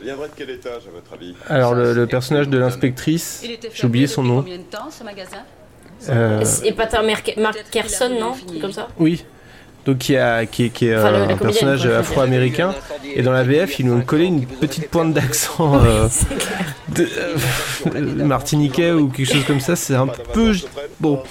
Speaker 12: Elle viendrait de quel étage, à votre avis
Speaker 9: Euh,
Speaker 8: Alors le, le personnage de l'inspectrice,
Speaker 11: Il était
Speaker 8: j'ai oublié
Speaker 11: fermé
Speaker 8: son
Speaker 11: depuis
Speaker 8: nom.
Speaker 11: Combien de temps ce magasin
Speaker 8: Euh,
Speaker 10: Et pas ta mère, Mark Kerson, non Un truc comme ça
Speaker 8: oui. Donc qui, a, qui, est- qui est
Speaker 10: Enfin, le- la
Speaker 8: un
Speaker 10: comédienne,
Speaker 8: personnage
Speaker 10: quoi, je veux dire.
Speaker 8: afro-américain et dans la VF ils nous ont collé une petite pointe d'accent euh, de- euh, martiniquais ou quelque chose comme ça c'est un peu bon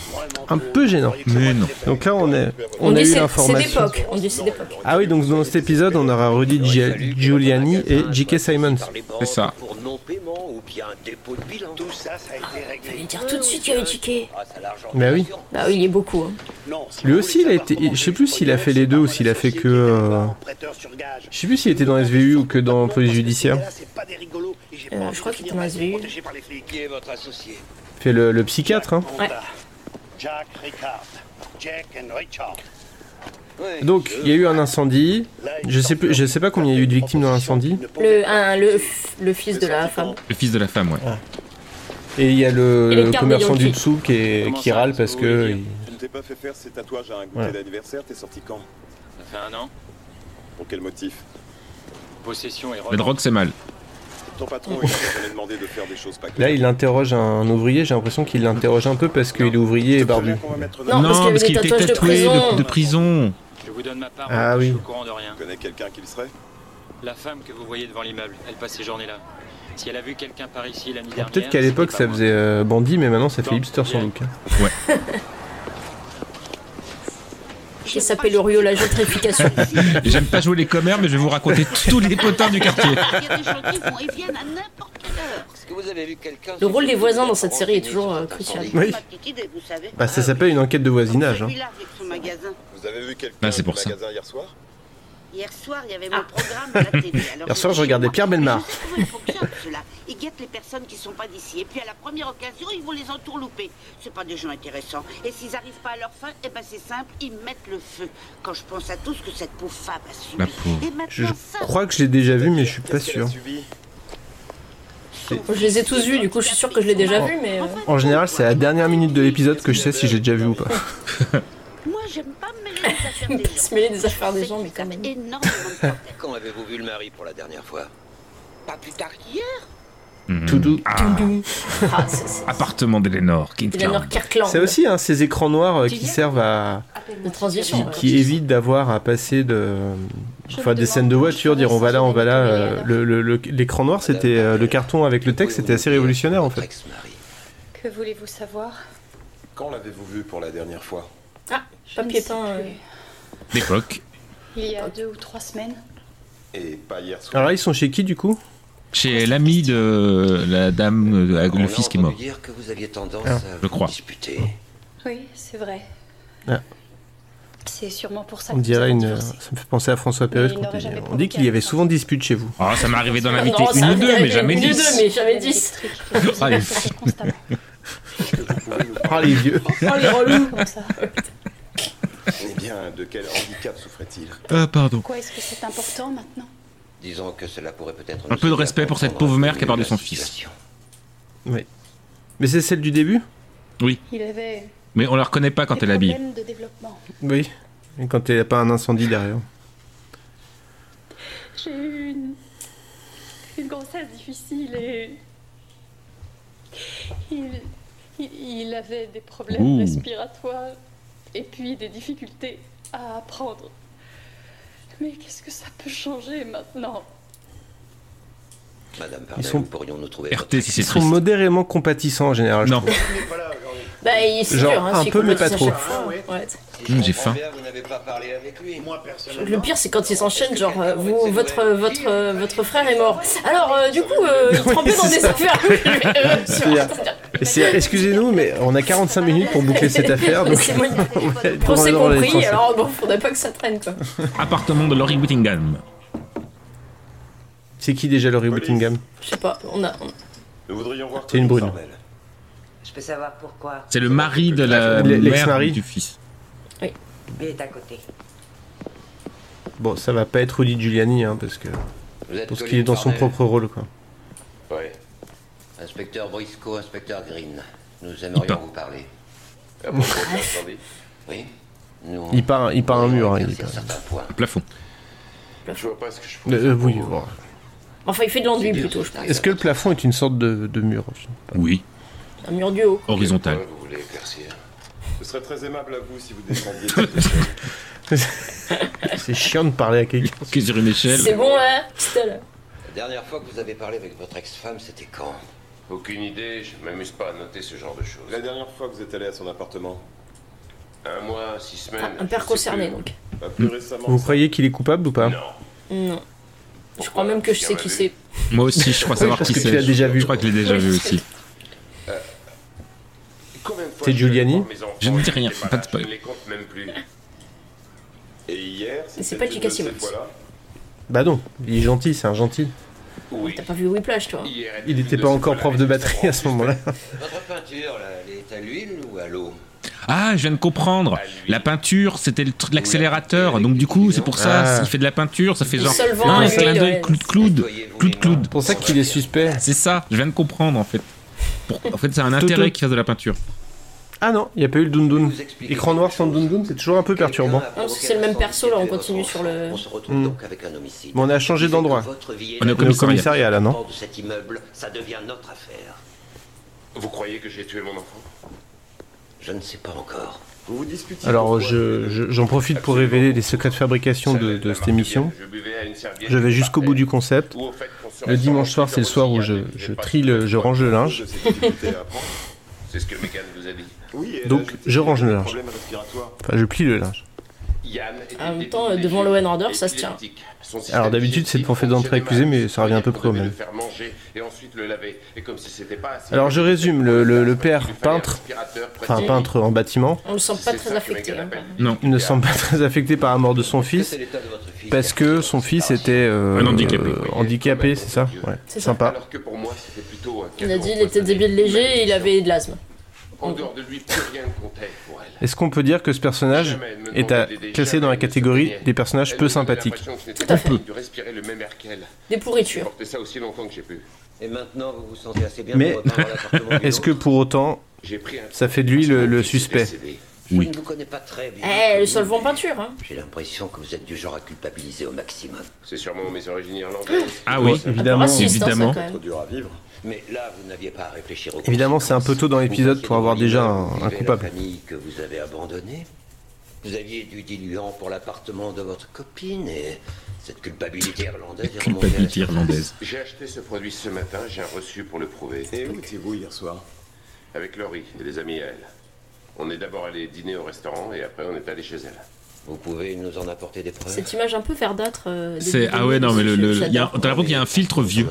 Speaker 8: un peu gênant
Speaker 9: Mais non.
Speaker 8: donc là on est
Speaker 10: On,
Speaker 8: on, a
Speaker 10: dit
Speaker 8: eu
Speaker 10: c'est- c'est
Speaker 8: l'information
Speaker 10: d'époque. On dit c'est d'époque.
Speaker 8: ah oui donc dans cet épisode on aura Rudy Gi- Giuliani et J.K. Simons
Speaker 9: C'est ça.
Speaker 4: Pour non-paiement ou bien dépôt de bilan.
Speaker 3: Tout ça, ça a été réglé.
Speaker 10: Fallait dire tout de suite qu'il y avait Chiquet.
Speaker 4: Grâce à l'argent.
Speaker 8: bah oui
Speaker 10: Bah oui, il est beaucoup. hein.
Speaker 3: Non, si
Speaker 8: lui
Speaker 3: vous
Speaker 8: aussi
Speaker 3: voulez
Speaker 8: il a été
Speaker 3: savoir
Speaker 8: je sais plus s'il a fait les deux ou s'il a fait que euh,
Speaker 3: comment- prêteur sur gage.
Speaker 8: je sais plus s'il était dans SVU ou que dans police judiciaire
Speaker 3: Là, c'est pas des rigolos. Et j'ai pas
Speaker 10: Euh,
Speaker 3: envie
Speaker 10: je crois
Speaker 3: de
Speaker 10: qu'il
Speaker 3: finir
Speaker 10: était dans
Speaker 3: ma vie
Speaker 10: SVU.
Speaker 3: protégée par les flics.
Speaker 4: Qui est votre associé
Speaker 8: fait le, le psychiatre
Speaker 9: Oh.
Speaker 8: hein.
Speaker 10: Ouais.
Speaker 3: Jack Ricard. Jack and Richard.
Speaker 8: donc il y a eu un incendie je sais plus je sais pas combien il y a eu de victimes dans l'incendie
Speaker 10: Le, un- le, f- le fils de la femme.
Speaker 9: Le fils de la femme, ouais.
Speaker 8: Ah. Et il y a le,
Speaker 10: Et les
Speaker 8: le
Speaker 10: cartes
Speaker 8: commerçant
Speaker 10: de
Speaker 8: du
Speaker 10: Yankee.
Speaker 8: dessous qui, est- qui râle parce que. il-
Speaker 12: Je ne t'ai pas fait faire ces tatouages à un goûter
Speaker 8: Voilà.
Speaker 12: d'anniversaire, t'es sorti quand
Speaker 13: Ça fait un an.
Speaker 12: Pour quel motif
Speaker 13: Possession et
Speaker 9: La drogue, c'est mal.
Speaker 12: Ton patron, il t'a jamais demandé de faire des choses pas claires.
Speaker 8: Là, il interroge un ouvrier, j'ai l'impression qu'il l'interroge un peu parce qu'il est ouvrier et barbu.
Speaker 12: On va mettre
Speaker 10: Non, parce qu'il y avait des tatouages de prison.
Speaker 9: de, de prison.
Speaker 13: Je vous donne ma parole.
Speaker 8: Ah
Speaker 13: je
Speaker 8: oui.
Speaker 13: suis au courant de rien.
Speaker 12: Tu connais quelqu'un qui le serait
Speaker 13: La femme que vous voyez devant l'immeuble, elle passe ses journées là. Si elle a vu quelqu'un par ici la nuit dernière.
Speaker 8: Peut-être qu'à l'époque
Speaker 13: c'était
Speaker 8: ça
Speaker 13: pas
Speaker 8: faisait euh, bandit, mais maintenant ça fait hipster sans look. hein.
Speaker 10: Qui s'appelle Oriol, la gentrification.
Speaker 9: Et J'aime pas jouer les commères, mais je vais vous raconter tous les potins du quartier.
Speaker 11: Il y a des gens qui vont et viennent à n'importe quelle heure.
Speaker 4: Est-ce que vous avez vu quelqu'un
Speaker 10: Le rôle des voisins dans
Speaker 4: Vous
Speaker 10: cette
Speaker 4: êtes
Speaker 10: série est
Speaker 4: renseigné
Speaker 10: toujours
Speaker 4: sur
Speaker 10: euh,
Speaker 4: cet
Speaker 10: crucial.
Speaker 4: incendie
Speaker 8: Oui,
Speaker 11: vous savez.
Speaker 8: bah ça s'appelle une enquête de voisinage. hein.
Speaker 11: Celui-là avec son magasin.
Speaker 12: Vous avez vu quelqu'un
Speaker 9: Ah, c'est pour
Speaker 12: au
Speaker 9: ça.
Speaker 12: magasin hier soir
Speaker 11: Hier soir, il y avait mon programme à la télé.
Speaker 8: Ah.
Speaker 11: Alors,
Speaker 8: Hier soir, je regardais Pierre Belmar.
Speaker 11: Il faut bien que cela. Ils guettent les personnes qui sont pas d'ici. Et puis, à la première occasion, ils vont les entourlouper. C'est pas des gens intéressants. Et s'ils arrivent pas à leur fin, eh ben, c'est simple, ils mettent le feu. Quand je pense à tout ce que cette pauvre femme a subi.
Speaker 9: La pauvre.
Speaker 11: Et maintenant,
Speaker 8: Je
Speaker 11: ça,
Speaker 8: crois que je l'ai déjà vu, mais je suis pas
Speaker 12: Qu'est-ce qu'elle
Speaker 8: sûr.
Speaker 12: a subi
Speaker 10: Je les ai tous vus, du coup, je suis sûr que je l'ai déjà vu, mais. euh,
Speaker 8: En général, c'est à la dernière minute de l'épisode que je sais si j'ai déjà vu ou pas.
Speaker 11: moi, j'aime pas me mêler des affaires des
Speaker 10: Pas
Speaker 11: gens.
Speaker 10: se mêler des affaires des
Speaker 11: Je sais
Speaker 10: gens,
Speaker 11: qu'ils
Speaker 10: mais quand même.
Speaker 11: savent énormément de problèmes.
Speaker 4: Quand avez-vous vu le mari pour la dernière fois
Speaker 11: Pas plus tard qu'hier.
Speaker 8: Tout doux.
Speaker 9: Ah,
Speaker 10: Ah, c'est- c'est-
Speaker 9: appartement d'Elénore,
Speaker 10: c'est Eleanor
Speaker 9: Kingsland.
Speaker 10: Kirkland
Speaker 8: C'est aussi hein, ces écrans noirs euh, qui
Speaker 11: viens
Speaker 8: servent à.
Speaker 10: de transition. ouais.
Speaker 8: qui évite d'avoir à passer de, enfin, des scènes de voiture, dire on va là, on va là. euh, le- le- le- L'écran noir, c'était euh, le carton avec le texte, c'était assez révolutionnaire en
Speaker 4: Votre
Speaker 8: fait.
Speaker 4: ex-mari.
Speaker 11: Que voulez-vous savoir
Speaker 12: Quand l'avez-vous vu pour la dernière fois
Speaker 10: Papier peint. euh,
Speaker 9: D'époque.
Speaker 11: Il y a deux ou trois semaines.
Speaker 12: Et pas hier soir.
Speaker 8: Alors là, ils sont chez qui du coup
Speaker 9: Chez l'ami de la dame, euh, le fils qui est mort.
Speaker 4: dire que vous aviez tendance
Speaker 9: Ah.
Speaker 4: à
Speaker 9: Je
Speaker 4: vous
Speaker 9: crois.
Speaker 4: disputer.
Speaker 14: Oui, c'est vrai.
Speaker 8: Ah.
Speaker 14: C'est sûrement pour ça
Speaker 8: On
Speaker 14: que nous
Speaker 8: dirait
Speaker 14: avons
Speaker 8: une. euh,
Speaker 14: divorcé.
Speaker 8: Ça me fait penser à François Pérez.
Speaker 14: il
Speaker 8: quand
Speaker 14: n'aurait
Speaker 8: il-
Speaker 14: jamais
Speaker 8: On dit qu'il y avait souvent dispute chez vous.
Speaker 9: Ah, ça m'est arrivé d'en inviter
Speaker 10: Non, ça
Speaker 9: une ou
Speaker 10: m'est
Speaker 9: deux, mais
Speaker 10: arrivé
Speaker 9: jamais
Speaker 10: une ou
Speaker 9: dix.
Speaker 10: deux, mais jamais dix.
Speaker 9: Ah, les-
Speaker 8: Ah, les vieux.
Speaker 10: Oh,
Speaker 14: Comme ça.
Speaker 12: Eh bien, de quel handicap souffrait-il
Speaker 9: Ah, pardon.
Speaker 14: Pourquoi est-ce que c'est important maintenant
Speaker 4: Disons que cela pourrait peut-être.
Speaker 9: Un
Speaker 4: nous
Speaker 9: peu de
Speaker 4: aider à
Speaker 9: respect pour cette
Speaker 4: comprendre
Speaker 9: pauvre mère qui a
Speaker 4: mieux
Speaker 9: perdu
Speaker 4: la
Speaker 9: son fils.
Speaker 4: situation.
Speaker 8: Oui. Mais c'est celle du début
Speaker 9: Oui.
Speaker 14: Il avait
Speaker 9: Mais on la reconnaît pas quand
Speaker 14: des
Speaker 9: elle habille.
Speaker 14: problèmes de développement.
Speaker 8: Oui. Et quand il n'y a pas un incendie derrière.
Speaker 14: J'ai eu une... une grossesse difficile et il... il- il avait des problèmes
Speaker 9: Ouh.
Speaker 14: respiratoires et puis des difficultés à apprendre. Mais qu'est-ce que ça peut changer maintenant
Speaker 4: Madame
Speaker 8: Ils
Speaker 4: Pardel,
Speaker 8: sont-
Speaker 4: pourrions-nous trouver.
Speaker 9: RT si c'est
Speaker 8: Ils sont
Speaker 9: triste.
Speaker 8: modérément compatissants en général. Non.
Speaker 10: Bah, il c'est
Speaker 8: Genre,
Speaker 10: dur, hein,
Speaker 8: un
Speaker 10: celui
Speaker 8: peu,
Speaker 10: qu'on
Speaker 8: mais
Speaker 10: baptise
Speaker 8: pas
Speaker 10: à
Speaker 8: trop.
Speaker 10: chaque fois. Ouais.
Speaker 9: Hmm,
Speaker 8: Hum, j'ai faim.
Speaker 4: Vous n'avez pas parlé avec lui. Moi, personnellement.
Speaker 10: Le pire, c'est quand ils s'enchaînent, genre, euh, vous, votre, votre, euh, votre frère est mort. Alors, euh, du coup, euh, il
Speaker 8: Oui,
Speaker 10: trempait dans
Speaker 8: c'est
Speaker 10: des
Speaker 8: ça.
Speaker 10: affaires. Euh,
Speaker 8: C'est-à-dire- c'est-à-dire, Excusez-nous, mais on a 45 minutes pour boucler cette affaire. Donc
Speaker 10: C'est moi.
Speaker 8: on va être
Speaker 10: On
Speaker 8: dans
Speaker 10: s'est
Speaker 8: les
Speaker 10: compris,
Speaker 8: sens.
Speaker 10: alors bon, faudrait pas que ça traîne, quoi.
Speaker 9: Appartement de Laurie Whittingham.
Speaker 8: C'est qui déjà Laurie Whittingham
Speaker 10: Je sais pas, on a. on-
Speaker 12: Nous voudrions voir.
Speaker 8: C'est une brune.
Speaker 15: Je peux savoir pourquoi.
Speaker 9: C'est le mari de la
Speaker 8: L-
Speaker 9: mère
Speaker 8: l'ex-mari
Speaker 9: du fils.
Speaker 10: Oui.
Speaker 15: Il est à côté.
Speaker 8: Bon, ça va pas être Rudy Giuliani, hein, parce que.
Speaker 4: êtes
Speaker 8: Parce qu'il
Speaker 4: Colin
Speaker 8: est dans son
Speaker 4: Farrell.
Speaker 8: propre rôle, quoi.
Speaker 4: Oui. Inspecteur Briscoe, inspecteur Green, nous aimerions vous parler.
Speaker 12: Ah
Speaker 4: Oui. Nous.
Speaker 8: Il part, il part un mur, hein, il part-
Speaker 9: Plafond.
Speaker 12: Je vois pas ce que je.
Speaker 8: Euh, euh, oui, bon.
Speaker 10: Enfin, il fait de l'enduit plutôt, je pense.
Speaker 8: Est-ce que le plafond est une sorte de, de mur
Speaker 9: Oui.
Speaker 10: Un mur du haut.
Speaker 9: Horizontal.
Speaker 12: Vous voulez éclaircir Ce serait très aimable à vous si vous descendiez. cette échelle.
Speaker 8: C'est chiant de parler à quelqu'un.
Speaker 9: Que sur une échelle.
Speaker 10: C'est bon, là C'est là.
Speaker 4: La dernière fois que vous avez parlé avec votre ex-femme, c'était quand
Speaker 12: Aucune idée, je m'amuse pas à noter ce genre de choses. La dernière fois que vous êtes allé à son appartement Un mois, six semaines.
Speaker 10: Ah, Un père concerné, donc.
Speaker 12: Pas plus récemment.
Speaker 8: Vous croyez qu'il est coupable ou pas
Speaker 10: Non. Je crois même que je sais qui c'est.
Speaker 9: Moi aussi, je crois
Speaker 8: Oui,
Speaker 9: savoir
Speaker 8: parce
Speaker 9: qui
Speaker 8: que tu
Speaker 9: c'est.
Speaker 8: l'as déjà vu.
Speaker 9: Je crois que je l'ai déjà
Speaker 8: Oui.
Speaker 9: vu aussi.
Speaker 8: C'est Giuliani
Speaker 9: Je ne dis rien.
Speaker 12: Je
Speaker 9: Pas de
Speaker 12: ne
Speaker 9: spoil.
Speaker 12: les compte même plus. Et hier,
Speaker 10: Mais c'est
Speaker 12: c'était
Speaker 10: pas
Speaker 12: une
Speaker 10: J.K.
Speaker 12: de ces
Speaker 10: Simmons.
Speaker 12: fois-là
Speaker 8: Bah non, il est gentil, c'est un gentil.
Speaker 10: T'as pas vu Whiplash, toi
Speaker 8: Il n'était pas encore prof de batterie à ce moment-là.
Speaker 4: Votre peinture, là, elle est à l'huile ou à l'eau
Speaker 9: Ah, je viens de comprendre. La peinture, c'était le tr- l'accélérateur. Donc, du coup, c'est pour ça,
Speaker 8: Ah.
Speaker 9: il fait de la peinture, ça fait
Speaker 8: Du
Speaker 9: genre.
Speaker 8: solvant
Speaker 9: Ah,
Speaker 8: et
Speaker 9: c'est clin
Speaker 8: l'huile,
Speaker 9: d'œil,
Speaker 8: ouais.
Speaker 9: Claude Claude. Claude Claude.
Speaker 8: pour ça qu'il est suspect.
Speaker 9: C'est ça, je viens de comprendre en fait. Pour- En fait, c'est un intérêt qui fasse de la peinture.
Speaker 8: Ah non, il n'y a pas eu le Dundun. Écran noir sans Dundun, c'est toujours un peu perturbant.
Speaker 10: Non, parce que c'est le même perso, là, on continue sur le.
Speaker 8: Hmm.
Speaker 4: avec un homicide
Speaker 8: Mais on a changé d'endroit.
Speaker 4: Votre vie est
Speaker 8: On est au
Speaker 4: la-
Speaker 8: commissariat là, non
Speaker 4: Hors de cet immeuble, ça devient notre affaire.
Speaker 12: Vous croyez que j'ai tué mon enfant
Speaker 4: Je ne sais pas encore.
Speaker 12: Vous vous disputiez
Speaker 8: Alors
Speaker 12: pourquoi
Speaker 8: je- je- j'en profite pour révéler les secrets de fabrication de, de cette émission. Je vais jusqu'au bout du concept. Le dimanche soir, c'est le soir où je, je trie le- je range le linge.
Speaker 12: C'est ce que Megan vous a dit. Oui, elle a
Speaker 8: Donc
Speaker 12: ajouté
Speaker 8: je range
Speaker 12: qu'il
Speaker 8: le
Speaker 12: y a des
Speaker 8: linge.
Speaker 12: problèmes respiratoires.
Speaker 8: Enfin, je plie le linge.
Speaker 12: Yann était
Speaker 10: En même temps, euh, devant Law and Order, ça se tient.
Speaker 12: Son système
Speaker 8: Alors d'habitude, c'est le forfait d'entrée accusé, mais ça revient un peu près au
Speaker 12: devait le
Speaker 8: même.
Speaker 12: faire manger et ensuite le laver. Et comme si c'était pas assez.
Speaker 8: Alors je résume, le, le- le père peintre, enfin peintre en bâtiment,
Speaker 10: On le sent pas très affecté. hein.
Speaker 9: Non.
Speaker 8: il ne semble pas très affecté par la mort de son fils, parce que son fils était euh,
Speaker 9: Un handicapé.
Speaker 8: euh, handicapé, c'est ça Ouais,
Speaker 10: C'est ça.
Speaker 8: sympa.
Speaker 12: Alors que pour moi, c'était plutôt un
Speaker 10: Il a
Speaker 12: cadeau.
Speaker 10: dit il était débile léger et il avait de l'asthme.
Speaker 12: En dehors de lui, plus rien ne comptait pour elle.
Speaker 8: Est-ce qu'on peut dire que ce personnage est à classer dans la catégorie des personnages peu sympathiques
Speaker 12: Tout à fait. De respirer le même air qu'elle.
Speaker 10: Des pourritures.
Speaker 12: J'ai porté ça aussi longtemps que j'ai pu.
Speaker 4: Et maintenant, vous vous sentez assez bien
Speaker 8: Mais
Speaker 4: pour reprendre l'appartement du
Speaker 8: est-ce que pour autant,
Speaker 4: J'ai pris un-
Speaker 8: ça fait de lui le, le suspect
Speaker 4: Je ne vous connais pas très bien.
Speaker 10: Eh, le solvant peinture, hein.
Speaker 4: J'ai l'impression que vous êtes du genre à culpabiliser au maximum.
Speaker 12: C'est sûrement mes origines irlandaises.
Speaker 9: Ah oui, évidemment, évidemment.
Speaker 4: Trop dur à vivre. Mais là, vous n'aviez pas à réfléchir au
Speaker 8: Évidemment, c'est un peu tôt dans l'épisode pour avoir déjà un, un coupable.
Speaker 4: La famille que vous avez abandonnée. Vous aviez du diluant pour l'appartement de votre copine et cette culpabilité irlandaise est remontée. à la
Speaker 9: Culpabilité irlandaise.
Speaker 12: J'ai acheté ce produit ce matin, j'ai un reçu pour le prouver. Et où étiez-vous hier soir Avec Laurie et des amis à elle. On est d'abord allé dîner au restaurant et après on est allé chez elle.
Speaker 4: Vous pouvez nous en apporter des preuves
Speaker 10: Cette image un peu verdâtre. euh, début
Speaker 9: C'est ah
Speaker 10: 2000,
Speaker 9: ouais non mais le, le-
Speaker 10: j'adore.
Speaker 9: il y a- t'as l'impression qu'il y a un filtre vieux.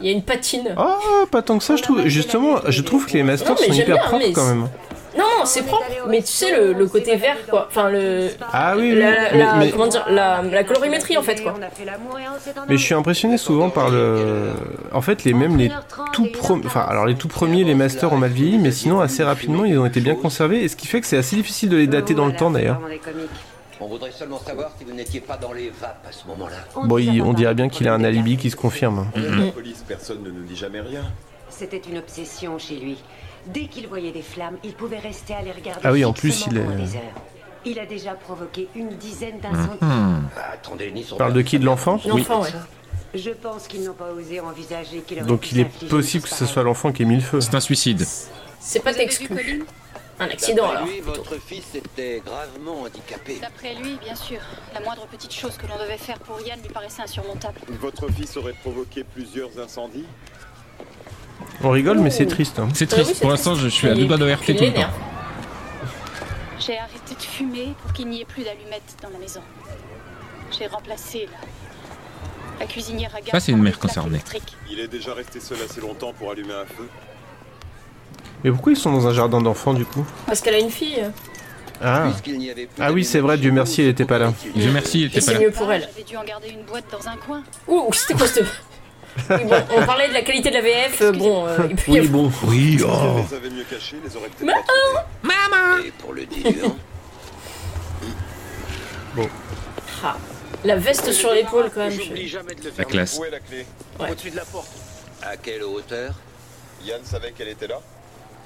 Speaker 10: Il y a une patine.
Speaker 8: Ah, pas tant que ça, je trouve. Justement, je trouve que les masters
Speaker 10: Non, mais
Speaker 8: sont
Speaker 10: j'aime
Speaker 8: hyper
Speaker 10: bien,
Speaker 8: propres
Speaker 10: mais
Speaker 8: quand
Speaker 10: c'est-
Speaker 8: même.
Speaker 10: Non, non, c'est propre, mais tu sais, le, le côté vert, quoi. Enfin, le.
Speaker 8: Ah oui, oui.
Speaker 10: La,
Speaker 8: Mais,
Speaker 10: la-
Speaker 8: mais-
Speaker 10: Comment dire la, la colorimétrie, en fait, quoi.
Speaker 8: mais je suis impressionné souvent par le. En fait, les mêmes les tout premiers. Enfin, alors les tout premiers, les masters ont mal vieilli, mais sinon assez rapidement, ils ont été bien conservés. Et ce qui fait que c'est assez difficile de
Speaker 10: Oh,
Speaker 8: les dater dans le temps d'ailleurs.
Speaker 4: On voudrait seulement savoir si vous n'étiez pas dans les vapes à ce moment-là.
Speaker 8: Bon, il- on dirait bien qu'il a un alibi qui se confirme.
Speaker 9: Mm-hmm.
Speaker 10: Mm.
Speaker 12: La police, personne ne nous dit jamais rien.
Speaker 15: C'était une obsession chez lui. Dès qu'il voyait des flammes, il pouvait rester à les regarder.
Speaker 8: Ah oui, en plus,
Speaker 15: fixement
Speaker 8: il est-
Speaker 15: pendant des heures. Il a déjà provoqué une dizaine d'incendies.
Speaker 9: Mm-hmm.
Speaker 8: Mhm.
Speaker 4: Attendez, ni son
Speaker 8: Parle de qui De l'enfant Oui.
Speaker 15: Je pense qu'ils n'ont pas osé envisager qu'il aurait
Speaker 8: Donc
Speaker 15: pu
Speaker 8: il est
Speaker 15: s'infliger
Speaker 8: possible que ce soit l'enfant qui ait mis le feu.
Speaker 9: C'est un suicide.
Speaker 10: C'est pas exclu. Un accident,
Speaker 4: D'après
Speaker 10: alors.
Speaker 4: lui, votre fils était gravement handicapé.
Speaker 14: D'après lui, bien sûr, la moindre petite chose que l'on devait faire pour Yann lui paraissait insurmontable.
Speaker 12: Votre fils aurait provoqué plusieurs incendies
Speaker 8: On rigole, mais c'est triste. hein.
Speaker 9: C'est
Speaker 16: Bah
Speaker 9: triste. Pour l'instant, je suis à deux doigts de RT tout le temps.
Speaker 14: J'ai arrêté de fumer pour qu'il n'y ait plus d'allumettes dans la maison. J'ai remplacé la, la cuisinière à gaz.
Speaker 9: Ça c'est une
Speaker 14: par
Speaker 9: mère
Speaker 14: des plaques
Speaker 9: concernée.
Speaker 12: Il est déjà resté seul assez longtemps pour allumer un feu.
Speaker 8: Mais pourquoi ils sont dans un jardin d'enfants du coup
Speaker 10: Parce qu'elle a une fille.
Speaker 8: Ah. Ah oui, c'est vrai, Dieu merci, il était pas là.
Speaker 9: Dieu merci, il
Speaker 10: Et c'est mieux pour elle.
Speaker 14: J'avais dû en garder une boîte dans un coin.
Speaker 10: Ouh, c'était quoi cette. Oui, bon, on parlait de la qualité de la VF, euh, bon, euh, il peut y avoir-
Speaker 8: bon.
Speaker 9: Oui,
Speaker 12: Vous
Speaker 9: oh.
Speaker 12: les avez mieux cachés, les aurait peut-être
Speaker 10: Maman Maman
Speaker 4: Et pour le diluant,
Speaker 10: Ah, La veste sur l'épaule, quand même. je-
Speaker 4: jamais de le
Speaker 9: La classe.
Speaker 12: Où est la clé
Speaker 4: Au-dessus de la porte. À quelle hauteur
Speaker 12: Yann savait qu'elle était là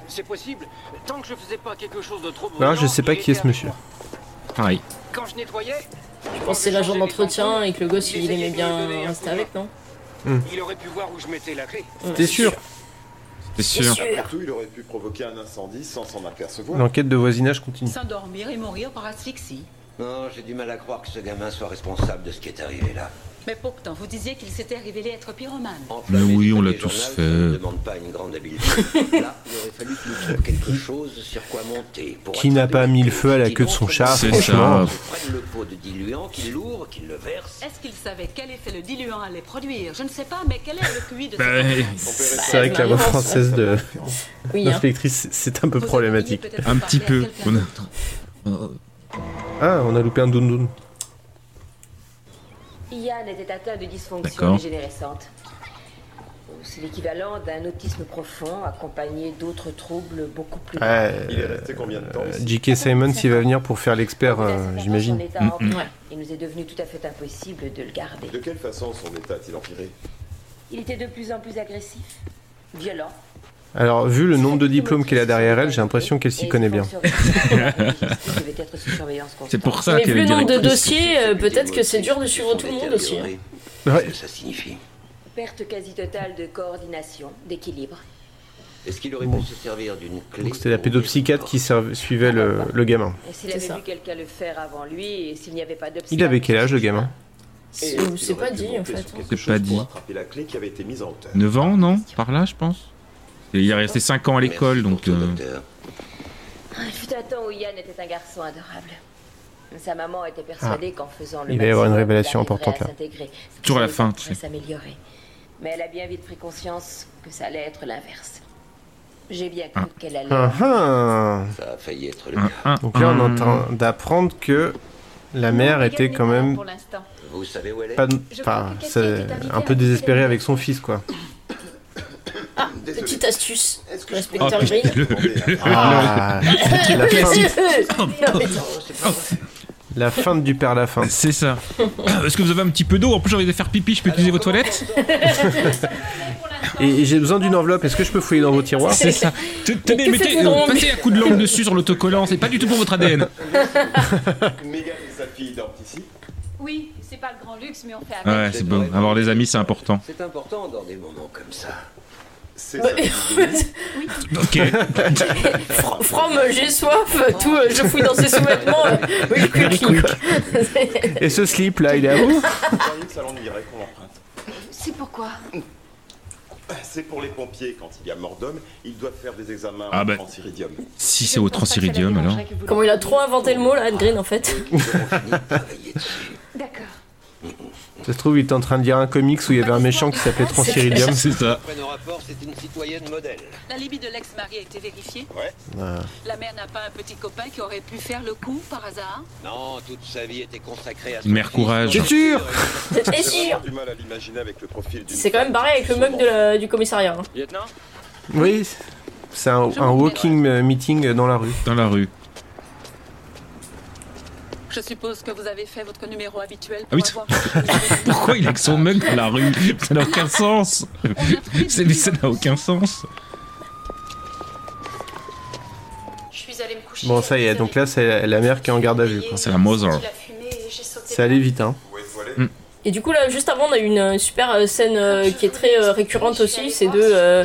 Speaker 4: C'est possible. Tant que je faisais pas quelque chose de trop
Speaker 8: Non, Ah, je sais pas qui est ce monsieur.
Speaker 9: Pareil.
Speaker 4: Quand je nettoyais,
Speaker 10: Je pense que c'est l'agent d'entretien et que le gosse, il aimait bien rester avec, non
Speaker 4: il aurait pu voir où je mettais la clé.
Speaker 8: Hmm. T'es sûr T'es
Speaker 12: Surtout, il aurait pu provoquer un incendie sans s'en apercevoir.
Speaker 8: L'enquête de voisinage continue.
Speaker 15: S'endormir et mourir par asphyxie.
Speaker 4: Non, j'ai du mal à croire que ce gamin soit responsable de ce qui est arrivé là.
Speaker 15: Mais pourtant, vous disiez qu'il s'était révélé être pyromane.
Speaker 9: Mais oui, on l'a tous
Speaker 4: Ça ne
Speaker 9: fait.
Speaker 4: demande pas une grande habileté. là, il aurait fallu qu'il trouve quelque chose sur quoi monter pour
Speaker 8: Qui n'a pas mis le feu à la queue de son chat,
Speaker 9: C'est
Speaker 8: franchement
Speaker 9: ça.
Speaker 4: prendre le pot de diluant, qu'il l'ouvre, qu'il le verse.
Speaker 15: Est-ce qu'il savait quel effet le diluant allait produire Je ne sais pas, mais quel est le QI de
Speaker 8: Bah,
Speaker 15: ce
Speaker 8: C'est vrai que la voix française de
Speaker 15: Oui, hein.
Speaker 8: l'inspectrice, c'est un peu problématique.
Speaker 9: Un petit peu. On a-
Speaker 8: Ah, on a loupé un doundoun.
Speaker 17: Yann était atteint de dysfonction
Speaker 8: D'accord.
Speaker 17: dégénérescente. C'est l'équivalent d'un autisme profond accompagné d'autres troubles beaucoup plus graves.
Speaker 8: Ouais,
Speaker 12: Il est resté combien de temps
Speaker 8: euh,
Speaker 12: ici
Speaker 8: J.K.
Speaker 15: Ah,
Speaker 8: Simon, s'il va venir pour faire l'expert, euh,
Speaker 17: Son
Speaker 8: j'imagine.
Speaker 17: état
Speaker 8: Mm,
Speaker 17: empire. Il nous est devenu tout à fait impossible de le garder.
Speaker 12: De quelle façon son état a-t-il empiré
Speaker 17: Il était de plus en plus agressif, violent.
Speaker 8: mm. Alors, vu le nombre de diplômes qu'elle a derrière elle, j'ai l'impression qu'elle s'y connaît bien.
Speaker 17: Il devait être sous surveillance constante.
Speaker 8: C'est pour ça
Speaker 10: Mais
Speaker 8: qu'elle
Speaker 10: vu
Speaker 8: est
Speaker 10: le nombre de
Speaker 8: directrice.
Speaker 10: dossiers, euh, peut-être que c'est dur de suivre tout le monde aussi. hein.
Speaker 8: Ouais.
Speaker 4: Ça signifie.
Speaker 17: Perte quasi totale de coordination, d'équilibre.
Speaker 4: Est-ce qu'il aurait pu se servir d'une clé
Speaker 8: Donc, c'était la pédopsychiatre qui serv- suivait le, le gamin.
Speaker 17: Et s'il avait vu quelqu'un le faire avant lui et s'il n'y avait pas d'obstacle.
Speaker 8: Il avait quel âge, le gamin
Speaker 17: C'est-
Speaker 12: Et
Speaker 17: c'est
Speaker 12: il
Speaker 17: pas
Speaker 12: aurait pu
Speaker 17: dit, en
Speaker 12: monter
Speaker 17: fait.
Speaker 12: sur quelque
Speaker 9: C'est
Speaker 12: chose
Speaker 9: pas
Speaker 12: pour
Speaker 9: dit.
Speaker 12: attraper la clé qui avait été mise en hauteur.
Speaker 9: 9 ans, non Par là, je pense. Et il est resté 5 ans à l'école, donc. euh,
Speaker 17: Ah, Il fut un temps où Yann était un garçon adorable. Sa maman était persuadée qu'en faisant le
Speaker 8: Ah. Il va y avoir une
Speaker 17: maximum,
Speaker 8: révélation
Speaker 17: il arriverait
Speaker 8: importante,
Speaker 17: à
Speaker 8: là.
Speaker 17: s'intégrer.
Speaker 9: Toujours à la
Speaker 17: Il
Speaker 9: fin, tu
Speaker 17: pourrait
Speaker 9: sais.
Speaker 17: s'améliorer. Mais elle a bien vite pris conscience que ça allait être l'inverse. J'ai bien cru qu'elle allait.
Speaker 8: Ah, ah.
Speaker 4: Ça a failli être le
Speaker 8: Ah,
Speaker 4: cas.
Speaker 8: Donc là, on est en train
Speaker 9: Hum.
Speaker 8: d'apprendre que la mère était quand même
Speaker 4: Vous savez où elle est
Speaker 8: pas, enfin, c'est un peu désespérée avec son fils, quoi.
Speaker 10: Ah, petite astuce.
Speaker 9: Oh,
Speaker 4: Ah,
Speaker 10: L'inspecteur
Speaker 9: putain,
Speaker 10: Green.
Speaker 9: le, le- le-
Speaker 8: Ah,
Speaker 9: le-
Speaker 8: la
Speaker 10: fin.
Speaker 8: La fin du père la fin.
Speaker 9: C'est ça. Est-ce que vous avez un petit peu d'eau En plus, j'ai envie de faire pipi, je peux utiliser vos toilettes
Speaker 8: Et, et j'ai besoin d'une enveloppe. Est-ce que je peux fouiller dans vos tiroirs
Speaker 9: C'est ça. Te- Tenez, mettez,
Speaker 8: faites-vous
Speaker 9: euh,
Speaker 8: donc
Speaker 9: passez un coup de langue dessus sur l'autocollant, c'est pas du tout pour votre ADN.
Speaker 12: Megan et sa fille dorment ici.
Speaker 14: Oui, c'est pas le grand luxe, mais on fait
Speaker 9: Ah Ouais, c'est bon. Avoir des amis, c'est important.
Speaker 4: C'est important dans des moments comme ça.
Speaker 12: C'est
Speaker 9: Ok.
Speaker 10: Fr- Bah, From, euh, j'ai soif, euh, tout, euh, je fouille dans ses sous-vêtements. euh, oui,
Speaker 8: Very
Speaker 10: quick,
Speaker 8: quick.
Speaker 10: quick.
Speaker 8: Et ce slip là, il est à vous
Speaker 12: Vous croyez que ça l'ennuierait qu'on l'emprunte
Speaker 14: C'est pourquoi
Speaker 12: C'est pour les pompiers, quand il y a mort d'homme, ils doivent faire des examens
Speaker 9: Ah
Speaker 12: au
Speaker 9: bah.
Speaker 12: transiridium.
Speaker 9: Si c'est au transiridium, alors.
Speaker 10: Comment il a trop inventé le mot, là, Ed Green, en fait.
Speaker 14: D'accord.
Speaker 8: Ça se trouve, il était en train de lire un comics où il y avait un méchant qui s'appelait Transiridium.
Speaker 9: C'est ça.
Speaker 4: Après nos rapports, c'est une citoyenne modèle.
Speaker 16: La libye de l'ex-mari a été vérifiée
Speaker 4: Ouais.
Speaker 8: Ah.
Speaker 16: La mère n'a pas un petit copain qui aurait pu faire le coup par hasard
Speaker 4: Non, toute sa vie était consacrée à.
Speaker 9: Mère courage.
Speaker 10: C'est sûr C'est
Speaker 12: J'ai
Speaker 10: sûr
Speaker 12: du mal à l'imaginer avec le profil d'une
Speaker 10: C'est quand même barré avec le mug de la- du commissariat. hein.
Speaker 13: Lieutenant
Speaker 8: Oui, c'est un, un walking euh, meeting euh, dans la rue.
Speaker 9: Dans la rue.
Speaker 16: Je suppose que vous avez fait votre numéro habituel
Speaker 9: Ah oui,
Speaker 16: pour
Speaker 9: Pourquoi il a que son mug dans la rue Ça n'a aucun sens C'est- Mais ça n'a aucun sens
Speaker 14: Je suis allée me coucher.
Speaker 8: Bon, ça y est, donc là, c'est la mère qui est en garde à vue.
Speaker 9: C'est la Mm. Mother.
Speaker 8: Ça allait vite, hein.
Speaker 10: Et du coup, là, juste avant, on a eu une euh, super euh, scène euh, qui est très euh, récurrente aussi, c'est de, euh,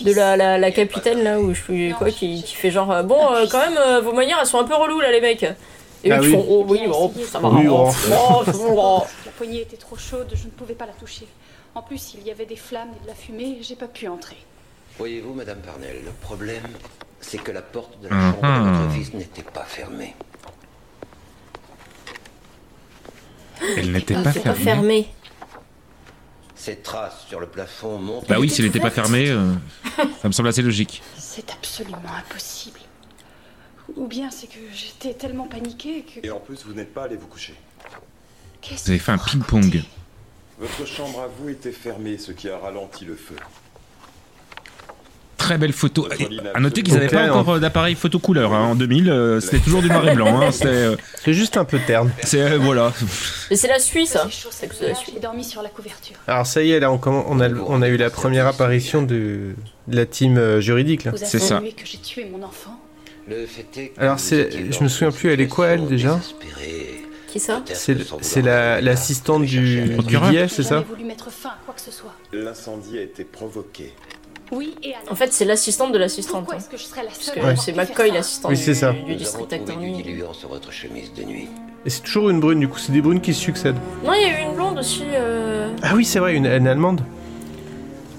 Speaker 10: de la, la, la capitaine, là, où je suis quoi, qui, qui fait genre, euh, bon, euh, quand même, euh, vos manières, elles sont un peu reloues, là, les mecs. Et eux
Speaker 8: Ah
Speaker 10: qui
Speaker 8: oui.
Speaker 10: font, oh oui, bon, ça va.
Speaker 8: Oui, bon.
Speaker 10: oh, c'est bon, oh.
Speaker 14: La poignée était trop chaude, je ne pouvais pas la toucher. En plus, il y avait des flammes et de la fumée, j'ai pas pu entrer.
Speaker 4: Voyez-vous, Madame Parnell, le problème, c'est que la porte de la
Speaker 9: Mhm.
Speaker 4: chambre de votre fils n'était pas fermée.
Speaker 9: Elle n'était pas
Speaker 10: Ah, c'est pas
Speaker 9: fermée.
Speaker 10: fermé.
Speaker 4: Ces traces sur le plafond montrent.
Speaker 9: Bah oui, s'il n'était pas fermé, euh, ça me semble assez logique.
Speaker 14: C'est absolument impossible. Ou bien c'est que j'étais tellement paniquée que.
Speaker 12: Et en plus, vous n'êtes pas allé vous coucher.
Speaker 9: Vous avez fait un ping-pong.
Speaker 12: Votre chambre à vous était fermée, ce qui a ralenti le feu.
Speaker 9: Très belle photo.
Speaker 12: Votre lit n'a
Speaker 9: À noter qu'ils
Speaker 12: absolument
Speaker 9: n'avaient pas
Speaker 12: aucun-
Speaker 9: encore euh, d'appareil photo couleur hein, en 2000. euh, C'était toujours du noir et blanc. hein, C'était euh,
Speaker 8: C'est juste un peu terne.
Speaker 9: C'est euh, voilà.
Speaker 10: Mais c'est la Suisse, hein.
Speaker 14: C'est que la J'ai dormi sur la couverture.
Speaker 8: Alors ça y est, là, on, commen- on, a, on a eu la première apparition de, de la team euh, juridique, là.
Speaker 14: Vous insinuez que j'ai tué mon enfant
Speaker 4: Le fait est que
Speaker 8: Alors
Speaker 4: vous
Speaker 8: c'est,
Speaker 4: étiez
Speaker 8: je me souviens plus, elle est quoi elle déjà
Speaker 10: Qui ça
Speaker 8: C'est, c'est la, l'assistante du, du DF, c'est
Speaker 14: J'ai jamais
Speaker 8: ça
Speaker 14: voulu mettre fin à quoi que ce soit.
Speaker 12: L'incendie a été provoqué.
Speaker 14: Oui, et alors
Speaker 10: En fait, c'est l'assistante de l'assistante.
Speaker 14: Pourquoi est-ce que je serais la seule
Speaker 10: que
Speaker 14: à avoir
Speaker 10: c'est
Speaker 14: pu faire
Speaker 10: McCoy,
Speaker 14: ça
Speaker 10: l'assistante
Speaker 8: Oui, c'est ça.
Speaker 10: du, du
Speaker 4: Nous avons
Speaker 10: district
Speaker 4: trouvé du
Speaker 10: attorney.
Speaker 4: diluant sur votre chemise de nuit.
Speaker 8: Et c'est toujours une brune, du coup, c'est des brunes qui se succèdent.
Speaker 10: Non, il y a eu une blonde aussi, euh,
Speaker 8: Ah oui, c'est vrai, une, une allemande.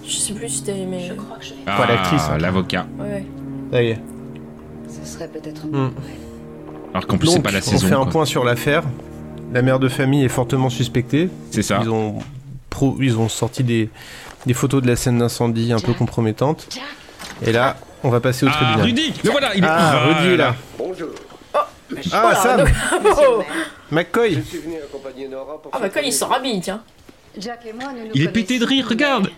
Speaker 10: je sais plus si c'était, mais. Je
Speaker 14: crois que je
Speaker 8: Pas l'actrice, hein.
Speaker 9: l'avocat.
Speaker 10: Ouais.
Speaker 8: Ça y est.
Speaker 17: Ce serait peut-être
Speaker 8: Hmm.
Speaker 9: Alors qu'en plus, c'est
Speaker 8: Donc,
Speaker 9: pas la
Speaker 8: on
Speaker 9: saison.
Speaker 8: fait un
Speaker 9: quoi.
Speaker 8: point sur l'affaire. La mère de famille est fortement suspectée.
Speaker 9: C'est ça.
Speaker 8: Ils ont, pro- ils ont sorti des, des photos de la scène d'incendie un peu compromettantes. Et là, on va passer au
Speaker 9: Ah,
Speaker 8: tribunal.
Speaker 9: Rudy Le voilà il est...
Speaker 8: Ah, Rudy est là.
Speaker 4: Bonjour.
Speaker 8: Ah, Sam McCoy
Speaker 4: Je suis venu accompagner Nora pour.
Speaker 10: Ah, bah, quand il s'en rhabille, tiens.
Speaker 18: Jack et moi, nous nous
Speaker 9: Il est pété de rire, regarde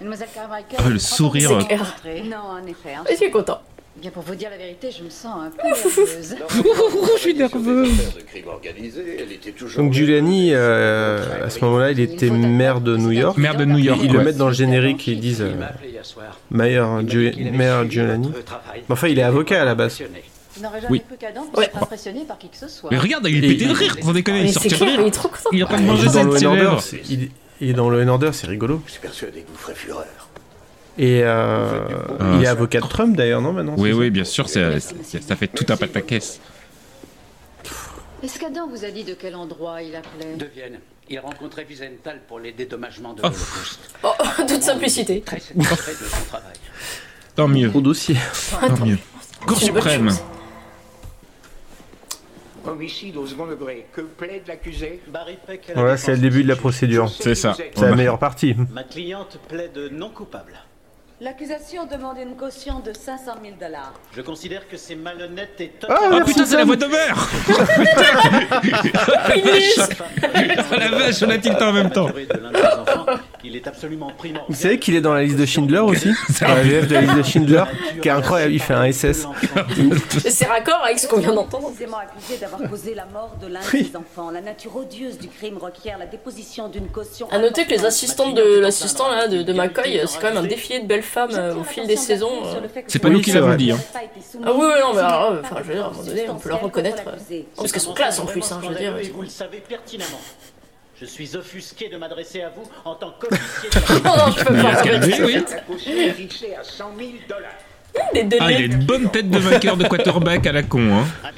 Speaker 18: Mademoiselle Carmichael.
Speaker 9: Ah, le sourire.
Speaker 18: C'est clair. Non, en effet. hein.
Speaker 10: Je suis content.
Speaker 18: Bien, pour vous dire la vérité, je me sens un peu nerveuse.
Speaker 9: je suis nerveux.
Speaker 4: de crime organisé, elle était toujours.
Speaker 8: Donc Giuliani, euh, à ce moment-là, il était maire de New York.
Speaker 9: Maire de New York,
Speaker 8: Ils le
Speaker 9: ouais.
Speaker 8: mettent dans le générique et ils disent euh, Maire Giul- maire Giuliani. Mais enfin, il est avocat à la base.
Speaker 18: Je n'aurais jamais
Speaker 8: Oui.
Speaker 18: cru qu'Adam puisse être impressionné par qui que ce soit.
Speaker 9: Mais regarde, il est pété de rire, sans déconner, il sortit de rire. Il est en train de
Speaker 8: Il
Speaker 9: manger
Speaker 8: est dans
Speaker 9: sa
Speaker 8: le
Speaker 9: petite
Speaker 8: Order,
Speaker 9: lèvre.
Speaker 8: c'est- il, il est dans le Order, c'est rigolo.
Speaker 4: Je suis persuadé que vous ferez fureur.
Speaker 8: Et euh,
Speaker 9: Ah,
Speaker 8: il est
Speaker 9: c'est-
Speaker 8: avocat de Trump d'ailleurs, non maintenant
Speaker 9: Oui,
Speaker 8: c'est
Speaker 9: oui,
Speaker 8: ça
Speaker 9: bien sûr, c'est- euh, c'est- ça fait tout un pataquès.
Speaker 18: Est-ce qu'Adam vous a dit de quel endroit il appelait
Speaker 19: de Vienne. Il rencontrait Wiesenthal pour les dédommagements de
Speaker 9: Oh.
Speaker 19: l'Holocauste.
Speaker 10: Oh, toute simplicité.
Speaker 19: Très de son travail.
Speaker 9: Tant mieux.
Speaker 8: Gros dossier.
Speaker 9: Tant mieux. Cour suprême.
Speaker 19: Homicide au second degré. Que plaide l'accusé Barry Peck à la
Speaker 8: Voilà, c'est le
Speaker 19: défense.
Speaker 8: début de la procédure.
Speaker 19: Je sais qui vous êtes.
Speaker 8: C'est la meilleure partie.
Speaker 19: Ma cliente plaide non coupable.
Speaker 18: L'accusation demande une caution de 500 000 dollars.
Speaker 19: Je considère que c'est malhonnête et
Speaker 9: Ah,
Speaker 19: totalement-
Speaker 9: putain, c'est la voix de mère Oh la vache, on a tilté en même temps.
Speaker 19: de l'un de ses enfants. Il est absolument primordial.
Speaker 8: Vous savez qu'il est dans la liste de Schindler aussi Dans la VF de la liste de Schindler, qui est incroyable, il fait un SS.
Speaker 10: C'est raccord avec ce qu'on vient d'entendre.
Speaker 18: Précisément accusé d'avoir causé la mort de l'un des enfants. La nature odieuse du crime requiert la déposition d'une caution.
Speaker 10: À noter que les assistantes de l'assistant là de, de McCoy, euh, c'est quand même un défilé de belles femmes euh, au fil des saisons. euh.
Speaker 9: C'est pas nous qui l'avons dit. Hein.
Speaker 10: Ah oui, oui, non, mais alors, euh, enfin, je veux dire, à un moment donné, on peut leur reconnaître. euh, non, parce qu'elles sont classe en plus, hein, je veux dire.
Speaker 19: Et
Speaker 10: elles
Speaker 19: vous
Speaker 10: sont-
Speaker 19: le savez pertinemment. Je suis offusqué de m'adresser à vous en tant qu'officier de
Speaker 10: Oh non, je peux
Speaker 9: Mais
Speaker 10: pas.
Speaker 9: il a
Speaker 10: arrêter.
Speaker 9: scandé, oui.
Speaker 19: La caution est fixée à 100 000 dollars.
Speaker 10: Des
Speaker 9: Ah, il a
Speaker 10: délais.
Speaker 9: une bonne tête de vainqueur de quarterback à la con. Hein.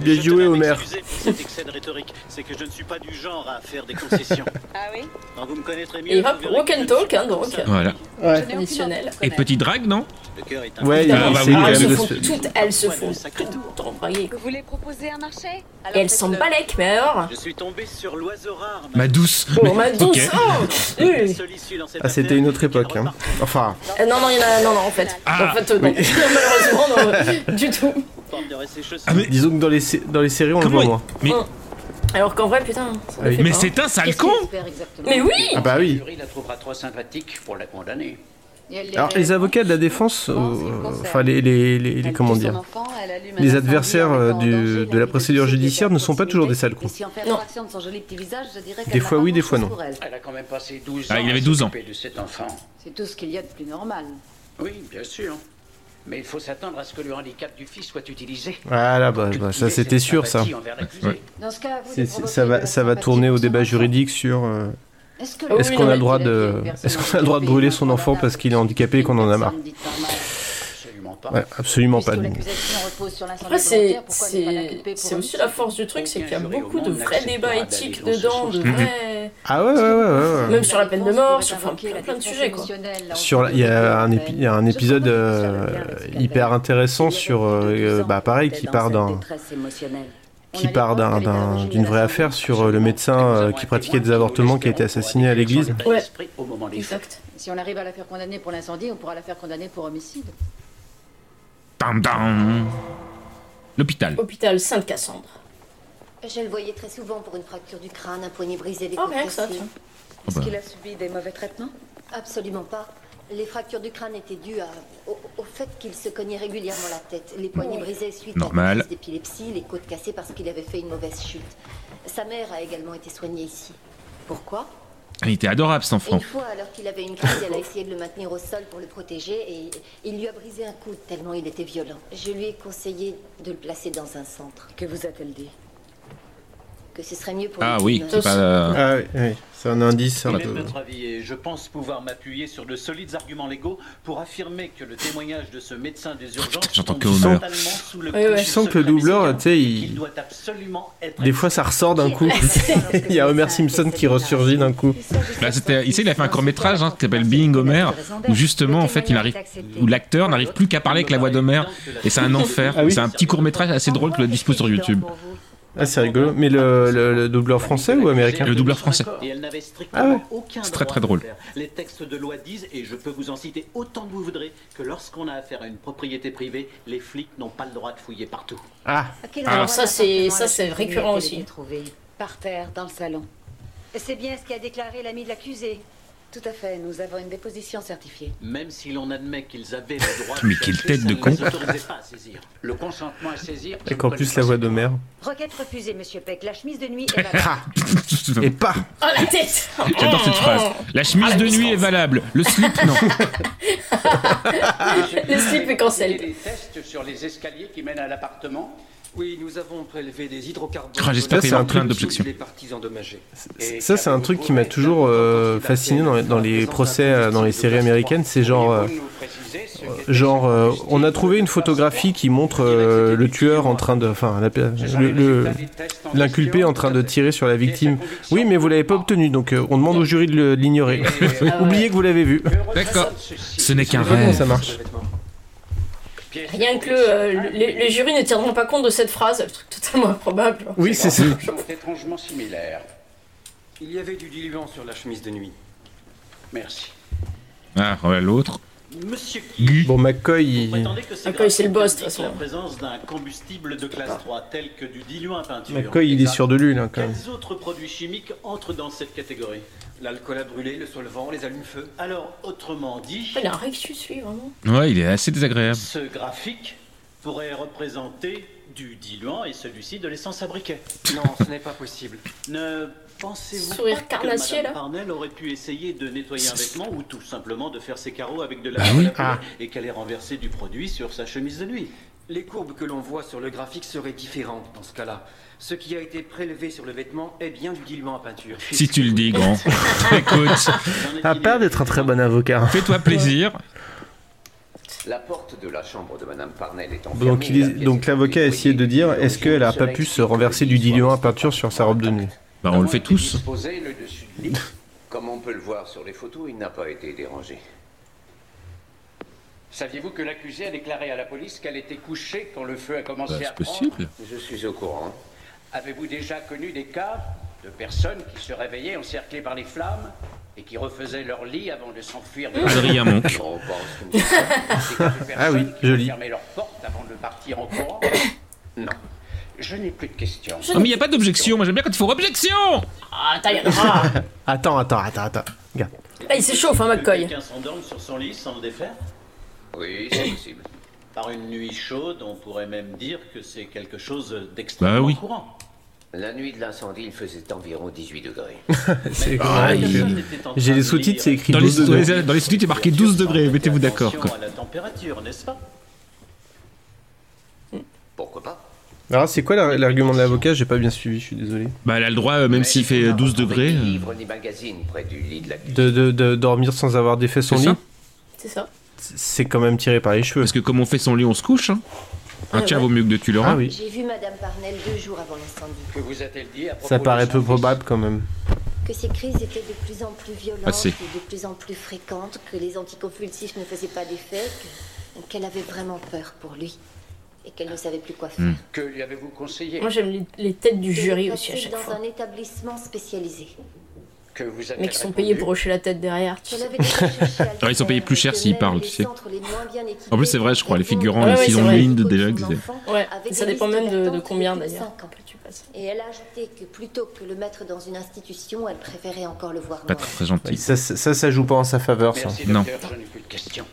Speaker 8: Bien
Speaker 19: Je
Speaker 8: joué,
Speaker 19: tenais à
Speaker 8: Homer.
Speaker 19: m'excuser pour cet excès de rhétorique, c'est que je ne suis pas du genre à faire des concessions.
Speaker 17: Ah oui
Speaker 19: Quand vous me connaîtrez mieux,
Speaker 10: Et hop,
Speaker 19: vous verrez
Speaker 10: walk
Speaker 19: que je
Speaker 10: and
Speaker 19: ne
Speaker 10: talk,
Speaker 19: suis
Speaker 10: hein,
Speaker 19: pas
Speaker 10: donc.
Speaker 19: comme ça.
Speaker 9: Voilà.
Speaker 10: Ouais. Traditionnel.
Speaker 9: Et petit drag, non
Speaker 19: Le cœur est un
Speaker 8: Ouais,
Speaker 19: peu-
Speaker 8: il a essayé quand même
Speaker 10: elles, Ah, se
Speaker 8: de
Speaker 10: font
Speaker 8: se-
Speaker 10: toutes, elles se font toutes envoyer.
Speaker 14: Vous voulez proposer un marché Alors
Speaker 10: Et elles s'en
Speaker 14: faites-le.
Speaker 10: balèquent, mais alors
Speaker 19: Je suis tombé sur l'oiseau rare.
Speaker 9: Ma douce.
Speaker 10: Oh,
Speaker 9: Mais-
Speaker 10: ma douce
Speaker 9: ok.
Speaker 10: oh, oui.
Speaker 8: Ah, c'était une autre époque. hein. Enfin,
Speaker 10: Euh, Non, non, il y en a... Non, non, en fait.
Speaker 8: Ah,
Speaker 10: en fait, euh, non.
Speaker 8: oui.
Speaker 10: Malheureusement, non, euh, du tout.
Speaker 8: Ah, disons que dans les, sé- dans les séries, on le voit moins.
Speaker 10: Hum. Alors qu'en vrai, putain... ça me fait peur.
Speaker 9: sale
Speaker 10: con Mais oui
Speaker 8: Ah bah oui.
Speaker 13: Le jury la trouvera trop sympathique pour la condamner.
Speaker 8: Alors, les avocats de la
Speaker 10: Oh,
Speaker 8: défense, euh, enfin, les, les, les- les- comment dire, les adversaires euh, du- de la procédure judiciaire ne sont pas toujours des sales
Speaker 18: Et
Speaker 8: cons.
Speaker 18: si en fait fraction de son joli petit visage, je dirais qu'elle
Speaker 8: Des
Speaker 18: n'a
Speaker 8: fois
Speaker 18: pas
Speaker 8: oui, des fois
Speaker 18: grand-chose
Speaker 8: non.
Speaker 18: pour elle.
Speaker 13: Elle a quand même passé 12 ans.
Speaker 8: Ah, il
Speaker 13: à
Speaker 8: avait 12 ans.
Speaker 13: s'occuper de cet enfant.
Speaker 18: C'est tout ce qu'il y a de plus normal.
Speaker 13: Oui, bien sûr. Mais il faut s'attendre à ce que le handicap du fils soit utilisé.
Speaker 8: Ah là, bah, bah, ça c'était sûr, ça.
Speaker 13: Ouais.
Speaker 18: Dans ce cas, vous
Speaker 8: C'est-
Speaker 18: les
Speaker 8: c'est-
Speaker 18: provoquez
Speaker 8: ça
Speaker 18: de
Speaker 8: va,
Speaker 18: la
Speaker 8: ça va
Speaker 18: sympathie
Speaker 8: tourner
Speaker 18: pour
Speaker 8: au
Speaker 18: son
Speaker 8: débat
Speaker 18: enfant.
Speaker 8: juridique sur euh,
Speaker 18: Est-ce que-
Speaker 8: est-ce
Speaker 18: Oui,
Speaker 8: qu'on
Speaker 18: non,
Speaker 8: a
Speaker 18: mais
Speaker 8: le droit
Speaker 18: il a dit
Speaker 8: de,
Speaker 18: à une personne
Speaker 8: est-ce qu'on a le droit de brûler son enfant parce qu'il est handicapé et qu'on en a marre
Speaker 13: Absolument pas.
Speaker 8: Ouais, Absolument pas.
Speaker 18: Puisque
Speaker 8: donc.
Speaker 18: l'accusation repose sur l'incendie
Speaker 10: Après, c'est
Speaker 18: volontaire, pourquoi elle n'est pas
Speaker 10: c'est-
Speaker 18: inculpée pour
Speaker 10: c'est aussi
Speaker 18: homicide
Speaker 10: la force du truc, c'est qu'il y a beaucoup de vrais débats éthiques dedans, de
Speaker 8: Mhm.
Speaker 10: vrais...
Speaker 8: Ah ouais, ouais,
Speaker 9: Euh.
Speaker 8: ouais, ouais, ouais.
Speaker 10: Même sur la peine de mort, sur enfin, plein, plein de sujets, quoi.
Speaker 8: Sur, la- il y
Speaker 18: euh,
Speaker 8: a un, épi- il y a un épisode euh, hyper intéressant sur, euh, bah, pareil, qui part d'un,
Speaker 18: Détresse émotionnelle.
Speaker 8: qui part d'un- d'un- d'une vraie affaire sur euh, le médecin euh, qui pratiquait des avortements qui a été assassiné à l'église.
Speaker 13: Au moment des faits.
Speaker 18: Si on arrive à la faire condamner pour l'incendie, on pourra la faire condamner pour homicide.
Speaker 9: Tam, tam. L'hôpital.
Speaker 10: Hôpital Sainte-Cassandre.
Speaker 20: Je le voyais très souvent pour une fracture du crâne, un poignet brisé, des
Speaker 10: Oh, rien que ça,
Speaker 20: compressions.
Speaker 9: Oh bah.
Speaker 20: a subi des mauvais traitements Absolument pas. Les fractures du crâne étaient dues à- au, au fait qu'il se cognait régulièrement la tête. Les poignets brisés suite
Speaker 9: Normal.
Speaker 20: à des d'épilepsie, les côtes cassées parce qu'il avait fait une mauvaise chute. Sa mère a également été soignée ici. Pourquoi
Speaker 9: Il était adorable cet enfant.
Speaker 20: Une fois, alors qu'il avait une crise, elle a essayé de le maintenir au sol pour le protéger et il lui a brisé un coude tellement il était violent. Je lui ai conseillé de le placer dans un centre. Que vous a-t-elle dit Que ce serait mieux pour
Speaker 9: Ah
Speaker 20: lui
Speaker 9: oui,
Speaker 20: qu'il
Speaker 9: c'est pas, euh,
Speaker 8: Ah oui, oui, c'est un indice. hein, ça
Speaker 19: Il
Speaker 8: va
Speaker 19: est de
Speaker 8: te-
Speaker 19: votre avis et je pense pouvoir m'appuyer sur de solides arguments légaux pour affirmer que le témoignage de ce médecin des urgences
Speaker 8: j'entends
Speaker 19: tombe
Speaker 8: que Homer.
Speaker 19: totalement sous le
Speaker 8: Ouais, ouais.
Speaker 19: coup du
Speaker 8: Je sens que
Speaker 19: secret
Speaker 8: le doubleur,
Speaker 19: médical,
Speaker 8: tu sais, il-
Speaker 19: qu'il doit absolument être
Speaker 8: Des fois, ça ressort d'un coup. Il y a Homer Simpson qui ressurgit d'un coup.
Speaker 9: Là, c'était, il sait, il a fait un court métrage hein, qui s'appelle Being Homer, où justement, en fait, il arrive, où l'acteur n'arrive plus qu'à parler avec la voix d'Homer, et c'est un enfer.
Speaker 8: Ah oui
Speaker 9: C'est un petit court métrage assez drôle que le dispose sur YouTube.
Speaker 8: Ah, c'est rigolo. Mais le, le- le doubleur français ou américain
Speaker 9: Le doubleur français.
Speaker 19: Et elle
Speaker 8: Ah ouais.
Speaker 19: n'avait strictement aucun
Speaker 9: C'est très,
Speaker 19: droit
Speaker 9: très
Speaker 19: de
Speaker 9: drôle.
Speaker 19: faire. Les textes de loi disent, et je peux vous en citer autant que vous voudrez, que lorsqu'on a affaire à une propriété privée, les flics n'ont pas le droit de fouiller partout.
Speaker 8: Ah.
Speaker 10: Alors ça, c'est ça, c'est récurrent aussi.
Speaker 18: Par terre, dans le salon. C'est bien ce qu'a déclaré l'ami de l'accusé. Tout à fait, nous avons une déposition certifiée.
Speaker 19: Même si l'on admet qu'ils avaient le droit
Speaker 9: Mais quelle
Speaker 19: chercher,
Speaker 9: tête de
Speaker 19: ça ne
Speaker 9: con.
Speaker 19: les autorisait pas à saisir. Le consentement à saisir.
Speaker 8: Avec en plus la voix d'Homer.
Speaker 18: Requête refusée, monsieur Peck. La chemise de nuit est
Speaker 8: Ah. Et pas
Speaker 10: Oh la tête
Speaker 9: J'adore cette phrase. La chemise de nuit est valable, le slip non.
Speaker 10: Le slip est cancel.
Speaker 13: Les tests sur les escaliers qui mènent à l'appartement.
Speaker 21: Oui, nous avons prélevé des hydrocarbures.
Speaker 9: Ah, j'espère
Speaker 8: Ça,
Speaker 9: qu'il
Speaker 8: c'est
Speaker 9: y a
Speaker 8: un
Speaker 9: plein
Speaker 8: truc-
Speaker 9: d'objections.
Speaker 21: Les parties endommagées.
Speaker 8: Ça, c'est un truc qui m'a toujours euh, fasciné dans les, dans les procès, euh, dans les séries américaines. C'est genre. euh, euh, genre, euh, on a trouvé une photographie qui montre euh, le tueur en train de. Enfin, la- le- le- l'inculpé en train de tirer sur la victime. Oui, mais vous l'avez pas obtenu, donc euh, on demande au jury de le- de l'ignorer. Oubliez que vous l'avez vu.
Speaker 9: D'accord. Ce n'est qu'un
Speaker 8: Je sais pas comment
Speaker 9: rêve.
Speaker 8: ça marche.
Speaker 10: Rien que le, euh, le- les, les jurys ne tiendront pas compte de cette phrase, le truc totalement improbable.
Speaker 8: Oui, c'est ça.
Speaker 13: C'est étrangement similaire.
Speaker 21: Il y avait du diluant sur la chemise de nuit.
Speaker 13: Merci.
Speaker 9: Ah, voilà l'autre.
Speaker 19: Monsieur
Speaker 8: Bon, McCoy, il-
Speaker 19: Attendez que c'est
Speaker 10: Encore,
Speaker 19: grave.
Speaker 10: c'est le boss, de toute
Speaker 19: Indique
Speaker 10: façon.
Speaker 19: La présence d'un combustible de classe 3 tel que du diluant à peinture.
Speaker 8: McCoy, il est sûr de lui, là, quand même.
Speaker 19: Quels autres produits chimiques entrent dans cette catégorie
Speaker 21: L'alcool à brûler, le solvant, les allumes-feu.
Speaker 19: Alors, autrement dit,
Speaker 10: Il a un rectus, lui, vraiment.
Speaker 9: Ouais, il est assez désagréable.
Speaker 19: ce graphique pourrait représenter du diluant et celui-ci de l'essence à briquet.
Speaker 21: Non, ce n'est pas possible.
Speaker 19: Ne pensez-vous
Speaker 10: Sourire
Speaker 19: pas
Speaker 10: carnassier,
Speaker 19: que Madame
Speaker 10: là
Speaker 19: Parnell aurait pu essayer de nettoyer un vêtement ou tout simplement de faire ses carreaux avec de la
Speaker 21: oui.
Speaker 19: colle à brûler et qu'elle ait renversé du produit sur sa chemise de nuit
Speaker 21: Les courbes que l'on voit sur le graphique seraient différentes dans ce cas-là. Ce qui a été prélevé sur le vêtement est bien du diluant à peinture.
Speaker 9: Si tu le dis, grand. Écoute,
Speaker 8: À part d'être un très bon avocat.
Speaker 9: fais-toi plaisir.
Speaker 4: La porte de la chambre de Madame Parnell est enfermée.
Speaker 8: Donc, il est-
Speaker 4: La pièce
Speaker 8: donc
Speaker 4: est
Speaker 8: l'avocat a essayé de dire est-ce qu'elle a pas
Speaker 4: Cela
Speaker 8: pu se renverser du diluant à peinture sur sa robe de nuit
Speaker 9: Bah, on le fait tous.
Speaker 4: disposée le dessus de lit. Comme on peut le voir sur les photos, il n'a pas été dérangé.
Speaker 5: Saviez-vous que l'accusée a déclaré à la police qu'elle était couchée quand le feu a commencé
Speaker 4: Bah, c'est
Speaker 5: à prendre
Speaker 4: possible. Je suis au courant.
Speaker 5: Avez-vous déjà connu des cas de personnes qui se réveillaient encerclées par les flammes et qui refaisaient leur lit avant de s'enfuir de
Speaker 9: Adrien Monk.
Speaker 5: On pense que vous savez, c'est que ces
Speaker 9: Ah oui,
Speaker 5: personnes qui
Speaker 9: joli.
Speaker 5: fermaient leur porte avant de partir en courant. Non, je n'ai plus de questions.
Speaker 9: Ah, mais il a pas d'objection, moi j'aime bien quand il faut objection
Speaker 10: Ah, t'as les rats.
Speaker 8: Attends, attends, attends, attends. Regarde.
Speaker 10: Ah, il s'échauffe, hein,
Speaker 19: Que
Speaker 10: McCoy.
Speaker 19: Quelqu'un s'endorme sur son lit sans le défaire
Speaker 4: Oui, c'est possible.
Speaker 19: Par une nuit chaude, on pourrait même dire que c'est quelque chose d'extrêmement
Speaker 4: Bah oui.
Speaker 19: courant.
Speaker 4: La nuit de l'incendie, il faisait environ 18 degrés.
Speaker 8: C'est écrit- J'ai les sous-titres, c'est écrit
Speaker 9: Ah, Dans les,
Speaker 8: 12
Speaker 9: dans
Speaker 8: degrés.
Speaker 9: les- dans les sous-titres, il est marqué 12 degrés, mettez-vous d'accord. quoi.
Speaker 19: Attention à la température, n'est-ce pas
Speaker 4: Pourquoi pas
Speaker 8: Alors, Ah, c'est quoi l'ar- l'argument de l'avocat J'ai pas bien suivi, je suis désolé.
Speaker 9: Bah, elle a le droit, euh, même s'il fait 12 degrés. euh.
Speaker 4: Ni livres ni magazines près du lit de la
Speaker 8: De, de- de dormir sans avoir défait son
Speaker 9: C'est
Speaker 8: lit
Speaker 9: ça
Speaker 10: C'est ça.
Speaker 8: C'est quand même tiré par les cheveux.
Speaker 9: Parce que comme on fait son lit, on se couche. hein. Un
Speaker 20: Ah
Speaker 9: tiers
Speaker 20: ouais.
Speaker 9: vaut mieux que deux, hein. tu l'auras.
Speaker 20: J'ai vu Madame Parnell deux jours avant l'incendie.
Speaker 5: Que vous a-t-elle dit à propos
Speaker 8: Ça paraît
Speaker 5: de
Speaker 8: peu
Speaker 5: son fils
Speaker 8: probable quand même.
Speaker 20: Que ces crises étaient de plus en plus violentes
Speaker 9: Ah,
Speaker 8: Assez.
Speaker 20: et de plus en plus fréquentes, que les anticonvulsifs ne faisaient pas d'effet, que- qu'elle avait vraiment peur pour lui et qu'elle ne savait plus quoi faire.
Speaker 9: Hmm.
Speaker 5: Que lui avez-vous conseillé
Speaker 10: Moi, j'aime les, les têtes du
Speaker 20: Elle
Speaker 10: jury
Speaker 20: est
Speaker 10: aussi à
Speaker 20: placée
Speaker 10: chaque
Speaker 20: dans
Speaker 10: fois.
Speaker 20: un établissement spécialisé.
Speaker 5: que vous
Speaker 10: Mais
Speaker 5: a-t-elle
Speaker 10: qui sont payés pour hocher la tête derrière. tu
Speaker 20: Elle
Speaker 10: sais.
Speaker 20: avait déjà cherché à
Speaker 9: Ah, ils sont payés plus cher s'ils parlent, tu sais. En plus, c'est vrai, je crois, les figurants,
Speaker 10: Ouais, ouais,
Speaker 9: s'ils
Speaker 10: c'est
Speaker 9: ont
Speaker 10: vrai.
Speaker 9: le wind déjà. que c'est-
Speaker 10: Ouais,
Speaker 20: Avec
Speaker 10: et ça
Speaker 20: des
Speaker 10: dépend
Speaker 20: listes
Speaker 10: même de, de
Speaker 20: d'attente
Speaker 10: combien
Speaker 20: depuis
Speaker 10: d'ailleurs.
Speaker 20: cinq ans. Et elle a ajouté que plutôt que le mettre dans une institution, elle préférait encore le voir
Speaker 9: Pas
Speaker 20: mort.
Speaker 9: très, très gentil.
Speaker 8: Ça, ça, ça, ça joue pas en sa faveur, ça.
Speaker 9: Merci, Non.
Speaker 5: docteur, Je n'ai plus de questions.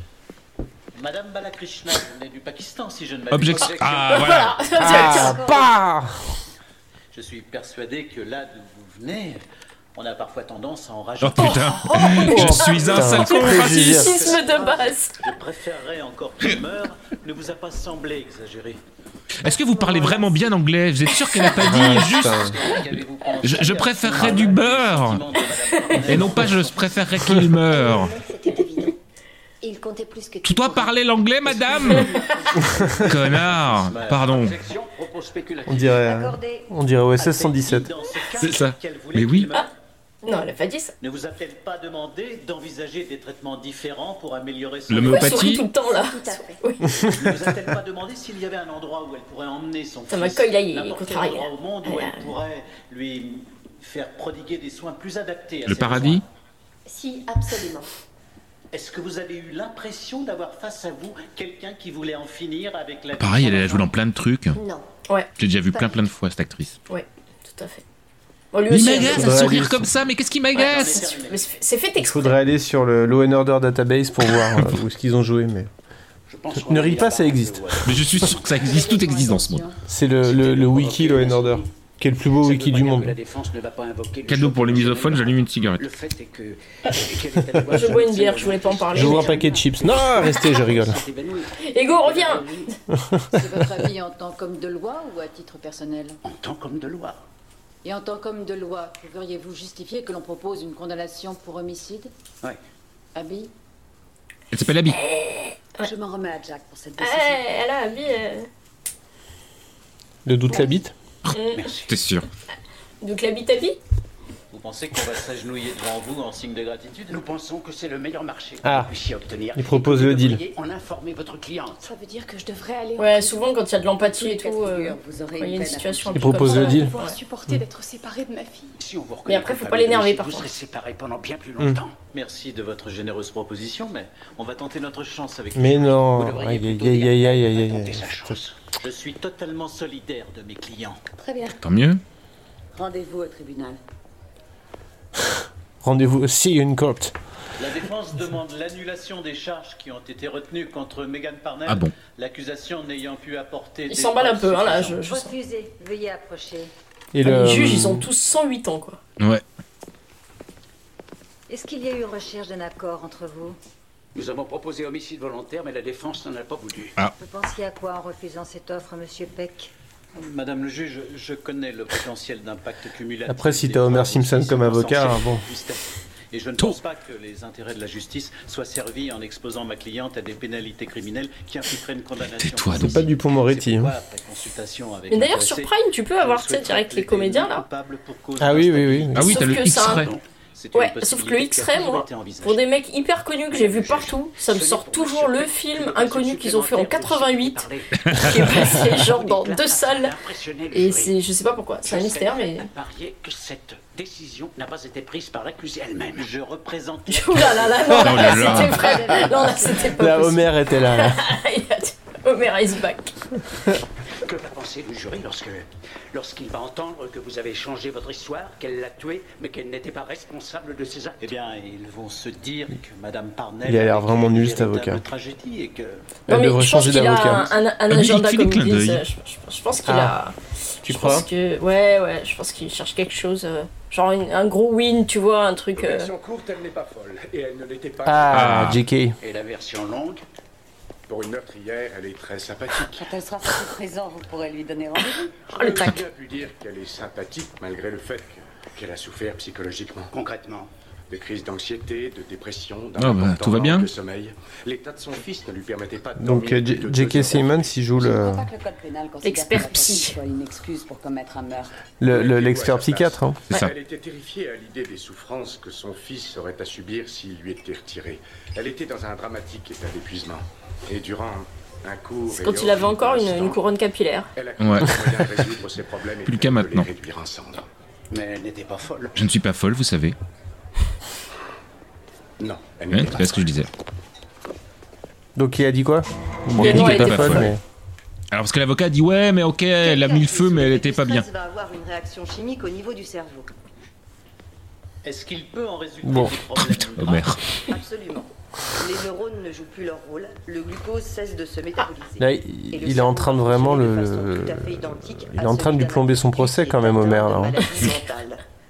Speaker 19: Madame Balakrishna, vous venez du Pakistan, si je ne m'abuse.
Speaker 9: Objection. Ah, voilà. Ah,
Speaker 8: pas
Speaker 19: Je suis persuadé que là d'où vous venez, on a parfois tendance à en
Speaker 9: Oh
Speaker 19: rajouter. oh,
Speaker 9: putain, je suis un sale con raciste.
Speaker 10: de base.
Speaker 19: Je préférerais encore qu'elle meure. Ne vous a pas semblé exagéré
Speaker 9: Est-ce que vous parlez vraiment bien anglais Vous êtes sûr qu'elle a pas
Speaker 19: Ah,
Speaker 9: dit juste je, je préférerais du beurre Et non pas je préférerais qu'il meure.
Speaker 20: Et il comptait plus que
Speaker 9: Tu dois parler l'anglais, madame Connard Pardon.
Speaker 8: On dirait, on dirait OSS 117.
Speaker 9: C'est ça. Mais oui.
Speaker 10: Ah, Non, elle a pas dit ça.
Speaker 19: Ne vous a-t-elle pas demandé d'envisager des traitements différents pour améliorer son
Speaker 9: L'homéopathie Pourquoi elle sourit tout
Speaker 10: le temps, là
Speaker 20: Tout à fait.
Speaker 19: Ne vous a-t-elle pas demandé s'il y avait un endroit où elle pourrait emmener son
Speaker 10: Ça m'a
Speaker 19: fils
Speaker 10: colle, là, il est
Speaker 19: n'importe quel
Speaker 10: contrarié,
Speaker 19: endroit
Speaker 10: là.
Speaker 19: au monde où
Speaker 10: Voilà.
Speaker 19: elle pourrait lui faire prodiguer des soins plus adaptés à
Speaker 9: Le
Speaker 19: ses
Speaker 9: paradis
Speaker 20: Si, absolument.
Speaker 19: besoins. Est-ce que vous avez eu l'impression d'avoir face à vous quelqu'un qui voulait en finir avec la vie
Speaker 9: Pareil,
Speaker 19: sans
Speaker 9: elle a
Speaker 19: enfant
Speaker 9: joué dans plein de trucs.
Speaker 20: Non.
Speaker 10: Ouais.
Speaker 9: J'ai déjà vu plein plein de fois cette actrice.
Speaker 10: Ouais, tout à fait. Bon, lui
Speaker 9: Il
Speaker 10: aussi,
Speaker 9: m'agace
Speaker 8: Bah,
Speaker 10: hein.
Speaker 9: à sourire comme ça, mais qu'est-ce qui
Speaker 10: Ouais,
Speaker 9: m'agace
Speaker 10: c'est sûr. Mais c'est c'est fait
Speaker 8: Il
Speaker 10: exprès.
Speaker 8: faudrait aller sur le Law and Order database pour voir euh, où ce qu'ils ont joué, mais. Ne ris pas, ça existe.
Speaker 9: Mais je suis sûr que ça existe, tout existe dans ce monde.
Speaker 8: C'est le, le- le wiki Law and Order, qui est le plus beau wiki du
Speaker 5: Que
Speaker 8: monde.
Speaker 5: la défense ne va pas invoquer le
Speaker 9: Cadeau pour les misophones, j'allume une
Speaker 5: Le
Speaker 9: cigarette.
Speaker 5: fait est que.
Speaker 10: Je bois une bière, je voulais pas en parler.
Speaker 8: J'ouvre un paquet de chips. Non, restez, je rigole.
Speaker 10: Ego, reviens
Speaker 22: C'est votre avis en tant qu'homme de loi ou à titre personnel
Speaker 5: En tant qu'homme de loi.
Speaker 22: Et en tant qu'homme de loi, pourriez-vous justifier que l'on propose une condamnation pour homicide
Speaker 5: Ouais.
Speaker 22: Abby
Speaker 9: Elle s'appelle Abby.
Speaker 22: Eh, Je m'en remets à Jack pour cette
Speaker 10: Ah,
Speaker 22: décision.
Speaker 10: elle a euh. habillé.
Speaker 8: Le doute la bite
Speaker 9: Oh, T'es sûr
Speaker 10: Donc la bite à vie
Speaker 19: Vous pensez qu'on va s'agenouiller devant vous en signe de gratitude
Speaker 5: Nous pensons que c'est le meilleur marché que
Speaker 8: Ah.
Speaker 5: vous puissiez obtenir.
Speaker 8: Il propose le deal.
Speaker 5: Veuillez en informer votre cliente.
Speaker 22: Ça veut dire que je devrais aller.
Speaker 10: Ouais, souvent quand il y a de l'empathie et tout, euh, quand il y a une situation. un
Speaker 8: Il
Speaker 10: peu comme
Speaker 8: propose
Speaker 10: ça,
Speaker 8: le deal.
Speaker 10: ouais.
Speaker 22: Pouvoir
Speaker 9: Mm.
Speaker 22: supporter d'être séparée de ma fille.
Speaker 5: Si on vous
Speaker 10: Mais après, faut pas l'énerver, par
Speaker 19: Vous
Speaker 10: contre.
Speaker 19: serez séparés pendant bien plus
Speaker 8: Hmm.
Speaker 19: longtemps. Merci de votre généreuse proposition, mais on va tenter notre chance avec
Speaker 8: Mais
Speaker 19: vous. Vous
Speaker 8: non.
Speaker 19: devriez
Speaker 8: Aïe, aïe,
Speaker 19: plutôt
Speaker 8: aïe,
Speaker 19: dire,
Speaker 8: aïe, aïe, aïe, aïe.
Speaker 19: Je suis totalement solidaire de mes clients.
Speaker 22: Très bien.
Speaker 9: Tant mieux.
Speaker 22: Rendez-vous au tribunal.
Speaker 8: Rendez-vous aussi une court.
Speaker 19: La défense demande l'annulation des charges qui ont été retenues contre Megan Parnell.
Speaker 8: Ah bon
Speaker 19: L'accusation n'ayant pu apporter. des
Speaker 10: s'emballe un
Speaker 19: preuves
Speaker 10: peu, hein, là,
Speaker 19: suffisantes.
Speaker 10: je- je sens.
Speaker 22: Refusez, veuillez approcher.
Speaker 8: Et
Speaker 10: Ah,
Speaker 8: le- hum,
Speaker 10: Les juges, ils ont tous 108 ans, quoi.
Speaker 9: Ouais.
Speaker 22: Est-ce qu'il y a eu recherche d'un accord entre vous
Speaker 5: Nous avons proposé homicide volontaire, mais la défense n'en a pas voulu.
Speaker 10: Ah.
Speaker 22: Vous pensiez à quoi en refusant cette offre, monsieur Peck
Speaker 19: Madame le juge, je connais le potentiel d'impact cumulatif.
Speaker 8: Après, si
Speaker 19: des
Speaker 8: t'as Homer
Speaker 19: preuves
Speaker 8: Simpson
Speaker 19: aussi
Speaker 8: comme avocat,
Speaker 19: insensées
Speaker 8: bon.
Speaker 19: puissent-elles. Et je ne pense pas que les intérêts de la justice soient servis en exposant ma cliente à des pénalités criminelles qui impliqueraient une condamnation.
Speaker 8: Tais-toi donc. C'est pas Dupond-Moretti,
Speaker 19: C'est pourquoi,
Speaker 8: hein.
Speaker 19: après consultation avec
Speaker 10: Mais d'ailleurs,
Speaker 19: l'intéressé,
Speaker 10: sur Prime, tu peux avoir, tu sais, direct les comédiens là.
Speaker 8: Ah oui, oui, oui.
Speaker 9: Ah oui,
Speaker 10: Sauf
Speaker 9: t'as le
Speaker 10: que ça-
Speaker 9: X-ray.
Speaker 10: Ouais, sauf que le X-Ray, moi, pour des mecs hyper connus que j'ai vu partout, ça me sort toujours le film inconnu qu'ils ont fait en 88, qui est passé genre dans deux salles. Et c'est, je sais pas pourquoi, c'est un mystère, mais.
Speaker 19: Parier que cette décision n'a pas été prise par l'accusée elle-même. Je représente.
Speaker 10: Ouh là là là, non,
Speaker 8: Oh
Speaker 10: là,
Speaker 8: là
Speaker 10: là,
Speaker 8: là.
Speaker 10: c'était vrai. Non, là, c'était pas
Speaker 8: La
Speaker 10: possible.
Speaker 8: Homer était là. là.
Speaker 10: Homer is back.
Speaker 5: Que va penser le jury lorsque, lorsqu'il va entendre que vous avez changé votre histoire, qu'elle l'a tué, mais qu'elle n'était pas responsable de ses actes
Speaker 19: Eh bien, ils vont se dire que Madame Parnell.
Speaker 8: Il a l'air
Speaker 19: a vécu
Speaker 8: vraiment
Speaker 19: une
Speaker 8: nul, cet
Speaker 19: véritable
Speaker 8: avocat.
Speaker 19: Tragédie et que.
Speaker 8: Elle
Speaker 10: Non, mais
Speaker 8: devrait
Speaker 10: je pense
Speaker 8: changer
Speaker 10: qu'il a
Speaker 8: d'avocat.
Speaker 10: Un, un- un
Speaker 8: Ah,
Speaker 10: agenda
Speaker 8: il clique
Speaker 10: comme
Speaker 8: clin
Speaker 10: ils disent,
Speaker 8: d'œil.
Speaker 10: euh, je, je- je pense qu'il
Speaker 8: Ah.
Speaker 10: a.
Speaker 8: Tu
Speaker 10: je
Speaker 8: crois
Speaker 10: pense que, Ouais, ouais, je pense qu'il cherche quelque chose. euh, genre une- un gros win, tu vois, un truc. euh,
Speaker 3: version courte, elle n'est pas folle. Et elle ne l'était pas.
Speaker 8: Ah, JK.
Speaker 3: Et la version longue Pour une meurtrière, elle est très sympathique.
Speaker 18: Quand elle sera sur le présent, vous pourrez lui donner rendez-vous.
Speaker 10: Oh,
Speaker 3: On a bien pu dire qu'elle est sympathique malgré le fait que- qu'elle a souffert psychologiquement. Concrètement de crises d'anxiété, de dépression, d'un
Speaker 8: Ah bah,
Speaker 3: important
Speaker 8: tout va bien.
Speaker 3: manque de sommeil. L'état de son fils ne lui permettait pas de
Speaker 8: Donc
Speaker 3: dormir
Speaker 8: euh,
Speaker 3: plus
Speaker 8: J-
Speaker 3: de deux
Speaker 8: J.K.
Speaker 3: heures.
Speaker 8: Simmons, il joue le
Speaker 18: Pas que le code pénal considère
Speaker 10: Expert
Speaker 18: que la
Speaker 10: psy.
Speaker 18: torture soit une excuse pour commettre un meurtre.
Speaker 8: le- le- l'expert psychiatre. hein.
Speaker 3: Elle était terrifiée à l'idée des souffrances que son fils aurait à subir s'il lui était retiré. Elle était dans un dramatique état d'épuisement. Et durant un cours.
Speaker 10: c'est quand il avait encore une, une couronne capillaire.
Speaker 3: Elle a cru
Speaker 9: Ouais.
Speaker 3: moyen de résoudre ses problèmes
Speaker 9: Plus le
Speaker 3: et
Speaker 9: cas
Speaker 3: de
Speaker 9: maintenant.
Speaker 3: les réduire en cendres. Mais elle n'était pas folle.
Speaker 9: Je ne suis pas folle, vous savez.
Speaker 3: Non, elle
Speaker 9: Hein,
Speaker 3: n'était
Speaker 9: c'est
Speaker 3: pas
Speaker 9: pas ce que je disais.
Speaker 8: Donc il a dit quoi Bon,
Speaker 9: Il a dit
Speaker 8: qu'il
Speaker 9: qu'elle
Speaker 8: était
Speaker 9: était pas
Speaker 8: folle,
Speaker 9: folle.
Speaker 8: mais-
Speaker 9: Alors parce que l'avocat dit ouais, mais ok, elle a mis le feu, mais elle était pas bien.
Speaker 17: va avoir une réaction chimique au niveau du cerveau.
Speaker 19: Est-ce qu'il peut en résulter
Speaker 9: Bon. Oh,
Speaker 19: des problèmes
Speaker 9: Homer.
Speaker 17: Absolument. Les neurones ne jouent plus leur rôle, le glucose cesse de se métaboliser.
Speaker 8: Là,
Speaker 17: Et
Speaker 8: il
Speaker 17: le
Speaker 8: il est
Speaker 17: cerveau
Speaker 8: en train de vraiment le. le- Il est en train de lui plomber son procès quand même, Homer. Là. hein.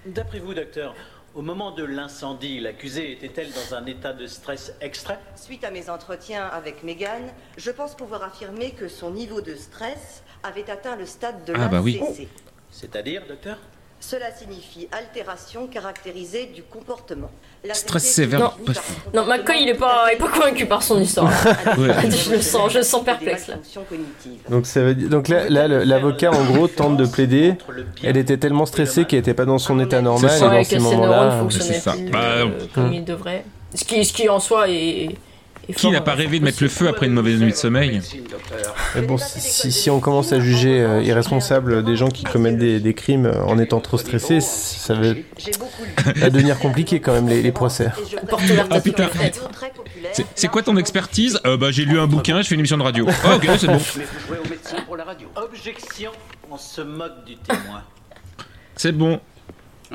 Speaker 19: D'après vous, docteur, au moment de l'incendie, l'accusée était-elle dans un état de stress extrême
Speaker 17: Suite à mes entretiens avec Megan, je pense pouvoir affirmer que son niveau de stress avait atteint le stade de
Speaker 9: Ah, bah oui.
Speaker 17: l'ACC.
Speaker 19: C'est-à-dire, docteur
Speaker 17: Cela signifie altération caractérisée du comportement. La
Speaker 9: Stress
Speaker 17: CC
Speaker 9: sévère.
Speaker 17: définit
Speaker 9: Pas-
Speaker 17: par
Speaker 10: Non, McCoy, il est pas, il est pas convaincu par son histoire.
Speaker 9: Ouais.
Speaker 10: je le sens, je le sens perplexe là.
Speaker 8: Donc, ça veut dire- Donc là, là, le- l'avocat, en gros, tente de plaider. Elle était tellement stressée qu'elle n'était pas dans son état normal. Et
Speaker 10: Ouais,
Speaker 8: dans
Speaker 10: que
Speaker 8: ces
Speaker 10: ses neurones
Speaker 8: moments-là.
Speaker 10: fonctionnaient plus,
Speaker 9: Bah,
Speaker 10: euh, comme il devrait. Ce qui, ce qui en soi est. est
Speaker 9: Qui
Speaker 10: fort,
Speaker 9: n'a pas
Speaker 10: euh,
Speaker 9: rêvé de mettre le feu après une mauvaise nuit de sommeil
Speaker 8: Mais bon, si, si- si on commence à juger euh, irresponsable euh, des gens qui commettent des, des crimes euh, en étant trop stressés, ça va va devenir compliqué quand même les, les procès.
Speaker 9: Ah putain. C'est- C'est quoi ton expertise Euh, Bah j'ai lu un bouquin, je fais une émission de radio. Ah, ok, c'est bon.
Speaker 19: Mais vous jouez au médecin pour la radio. Objection, on se moque du témoin.
Speaker 9: C'est bon.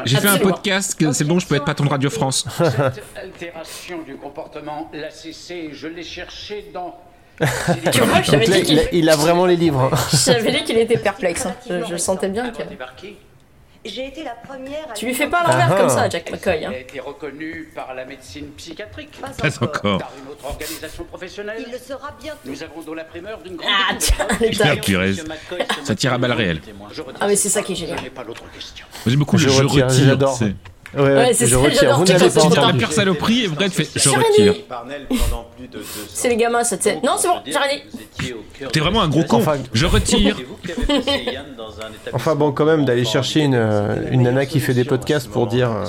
Speaker 9: J'ai fait un
Speaker 5: Absolument.
Speaker 9: podcast, que c'est bon, je peux être patron de Radio France.
Speaker 5: Cette altération du comportement, l'ACC, je l'ai cherché dans.
Speaker 10: Tu vois, je
Speaker 8: Donc
Speaker 10: t'avais
Speaker 8: là,
Speaker 10: dit
Speaker 8: il
Speaker 10: qu'il
Speaker 8: a, il a vraiment les livres. hein.
Speaker 10: je t'avais dit qu'il était perplexe. hein. Je, je sentais bien que.
Speaker 17: J'ai été la première à
Speaker 10: Tu lui fais pas l'envers
Speaker 8: Ah ah.
Speaker 10: comme ça, Jack McCoy. hein.
Speaker 5: Elle a été reconnue par la médecine psychiatrique.
Speaker 9: Pas encore.
Speaker 5: Par une autre organisation professionnelle.
Speaker 17: Il le sera bientôt.
Speaker 5: Nous avons donc la primeur d'une grande.
Speaker 10: Ah tiens, les
Speaker 9: Ah,
Speaker 10: dagues.
Speaker 9: purée. Ça tire à balles réelles.
Speaker 10: Ah mais c'est ça qui est génial.
Speaker 9: J'ai beaucoup le
Speaker 8: Je
Speaker 9: je
Speaker 8: retire,
Speaker 9: retire.
Speaker 8: j'adore.
Speaker 9: c'est-
Speaker 8: Ouais, ouais,
Speaker 10: Ouais, c'est
Speaker 8: je
Speaker 10: ça,
Speaker 8: retire.
Speaker 10: j'adore,
Speaker 8: Vous
Speaker 10: tout
Speaker 8: n'avez
Speaker 10: le temps,
Speaker 8: pas
Speaker 10: tout
Speaker 9: Tu
Speaker 10: le
Speaker 9: tires la
Speaker 10: temps.
Speaker 8: entendu.
Speaker 9: pire saloperie et vrai, elle fait je
Speaker 10: Jérémy.
Speaker 9: retire.
Speaker 12: Parnell pendant plus de 200
Speaker 10: C'est les gamins, ça, tu sais. Non, c'est bon, j'ai rien dit.
Speaker 9: T'es vraiment un gros con.
Speaker 8: Enfin,
Speaker 9: Je retire.
Speaker 19: C'est vous qui avez placé Yann dans un état
Speaker 8: Enfin bon, quand même, d'aller chercher une, euh, une nana qui fait des podcasts pour dire, euh,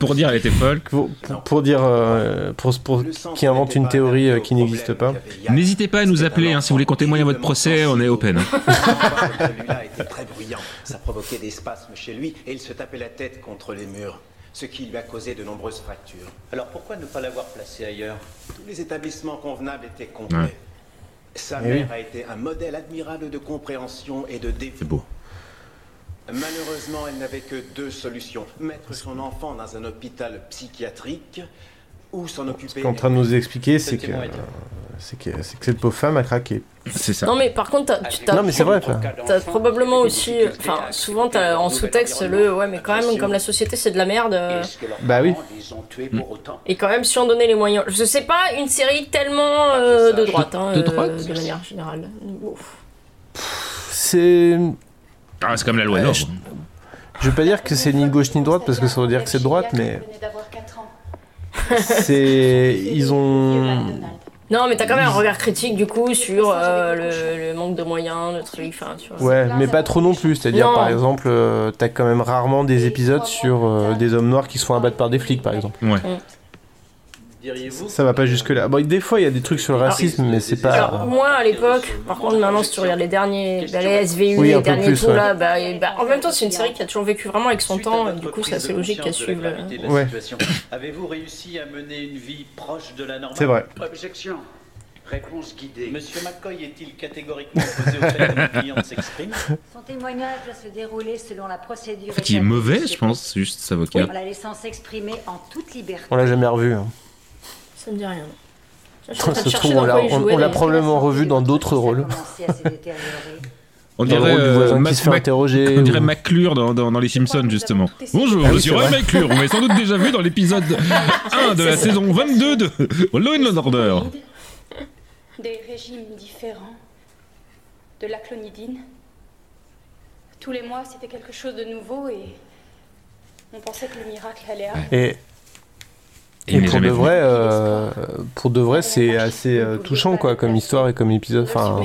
Speaker 9: Pour dire, elle était folle.
Speaker 8: pour, pour- pour dire, euh, pour, pour- qui invente une théorie euh, qui n'existe pas.
Speaker 9: N'hésitez pas à nous appeler hein, si vous voulez qu'on témoigne à votre procès, on est open. hein.
Speaker 12: Celui-là était très bruyant. Ça provoquait des spasmes chez lui et il se tapait la tête contre les murs, ce qui lui a causé de nombreuses fractures.
Speaker 19: Alors pourquoi ne pas l'avoir placé ailleurs
Speaker 12: Tous les établissements convenables étaient complets.
Speaker 9: Ouais.
Speaker 12: Sa
Speaker 8: Eh
Speaker 12: mère a été un modèle admirable de compréhension et de dévouement.
Speaker 9: C'est beau.
Speaker 12: Malheureusement, elle n'avait que deux solutions mettre son enfant dans un hôpital psychiatrique ou s'en
Speaker 8: Ce
Speaker 12: occuper.
Speaker 8: qu'est en train de nous expliquer, c'est que,
Speaker 12: témoin
Speaker 8: euh,
Speaker 12: était-
Speaker 8: c'est que, c'est que cette pauvre femme a craqué.
Speaker 9: C'est ça.
Speaker 10: Non mais par contre, t'as- tu t'as.
Speaker 8: Non, mais c'est vrai, quoi.
Speaker 10: T'as probablement aussi, enfin souvent t'as en sous-texte le ouais mais quand même comme la société c'est de la merde euh,
Speaker 5: Est-ce que leurs
Speaker 8: Bah oui.
Speaker 5: parents les ont tués
Speaker 9: Mm.
Speaker 5: pour autant
Speaker 10: et quand même si on donnait les moyens. Je sais pas une série tellement euh, de droite hein,
Speaker 9: Ah, De
Speaker 10: euh,
Speaker 9: droite
Speaker 10: de manière générale. Ouf.
Speaker 8: C'est. Euh,
Speaker 9: Ah, c'est comme la loi
Speaker 8: Ouais,
Speaker 9: Nord.
Speaker 8: je- Je veux pas dire que c'est ni gauche ni droite parce que ça veut dire que c'est de droite, mais
Speaker 14: venait d'avoir 4 ans.
Speaker 8: c'est. Ils ont.
Speaker 10: Non, mais t'as quand même un regard critique du coup sur euh, le, le manque de moyens, le truc, enfin, tu vois.
Speaker 8: Ouais, mais pas trop non plus. C'est-à-dire,
Speaker 10: Non.
Speaker 8: par exemple, euh, t'as quand même rarement des épisodes sur euh, des hommes noirs qui se font abattre par des flics, par exemple.
Speaker 9: Ouais.
Speaker 10: Mm.
Speaker 8: Ça va pas jusque-là. Bon, des fois, il y a des trucs sur le racisme, mais c'est pas.
Speaker 10: Alors, moi à l'époque, par contre, maintenant, si tu regardes les derniers, bah, les SVU,
Speaker 8: Oui, un
Speaker 10: les
Speaker 8: peu
Speaker 10: derniers
Speaker 8: plus,
Speaker 10: tout
Speaker 8: ouais.
Speaker 10: là, bah, et bah, en même temps, c'est une série qui a toujours vécu vraiment avec son temps, et du coup, c'est assez logique qu'elle suive euh. le.
Speaker 19: de la
Speaker 8: Ouais.
Speaker 19: situation. Avez-vous réussi à mener une vie proche de la normale
Speaker 8: C'est vrai.
Speaker 19: Objection. Réponse guidée. Monsieur McCoy est-il catégoriquement opposé au fait que le client s'exprime
Speaker 18: Son témoignage doit se dérouler selon la procédure.
Speaker 9: En fait, il est mauvais, je pense, c'est juste cet avocat.
Speaker 18: En la laissant s'exprimer en toute liberté.
Speaker 8: On l'a jamais revu. hein.
Speaker 10: Ça me dit rien. Je suis en
Speaker 8: Ça
Speaker 10: train de
Speaker 8: se
Speaker 10: chercher
Speaker 8: trouve,
Speaker 10: dans
Speaker 8: on l'a
Speaker 10: quoi il
Speaker 8: on-
Speaker 10: jouait,
Speaker 8: on l'a
Speaker 10: mais-
Speaker 8: probablement revu dans d'autres rôles. Dans
Speaker 9: On
Speaker 8: le
Speaker 9: dirait,
Speaker 8: rôle du voisin
Speaker 9: euh,
Speaker 8: qui
Speaker 9: Mac-
Speaker 8: se fait
Speaker 9: Mac-
Speaker 8: interroger,
Speaker 9: on dirait
Speaker 8: ou-
Speaker 9: McClure dans, dans- dans Les Simpsons, justement. Bonjour,
Speaker 8: Ah oui,
Speaker 9: je suis
Speaker 8: c'est
Speaker 9: Ray
Speaker 8: vrai.
Speaker 9: McClure. Vous m'avez sans doute déjà vu dans l'épisode 1 de la
Speaker 14: C'est ça.
Speaker 9: saison 22 de Law and Order.
Speaker 14: Des régimes différents. De la clonidine. Tous les mois, c'était quelque chose de nouveau et on pensait que le miracle allait arriver.
Speaker 8: Et,
Speaker 9: Il
Speaker 8: et
Speaker 9: n'est
Speaker 8: pour,
Speaker 9: jamais
Speaker 8: de
Speaker 9: venu.
Speaker 8: vrai, euh, pour de vrai, c'est assez euh, touchant quoi, comme histoire et comme épisode.
Speaker 19: Ah,
Speaker 8: Enfin,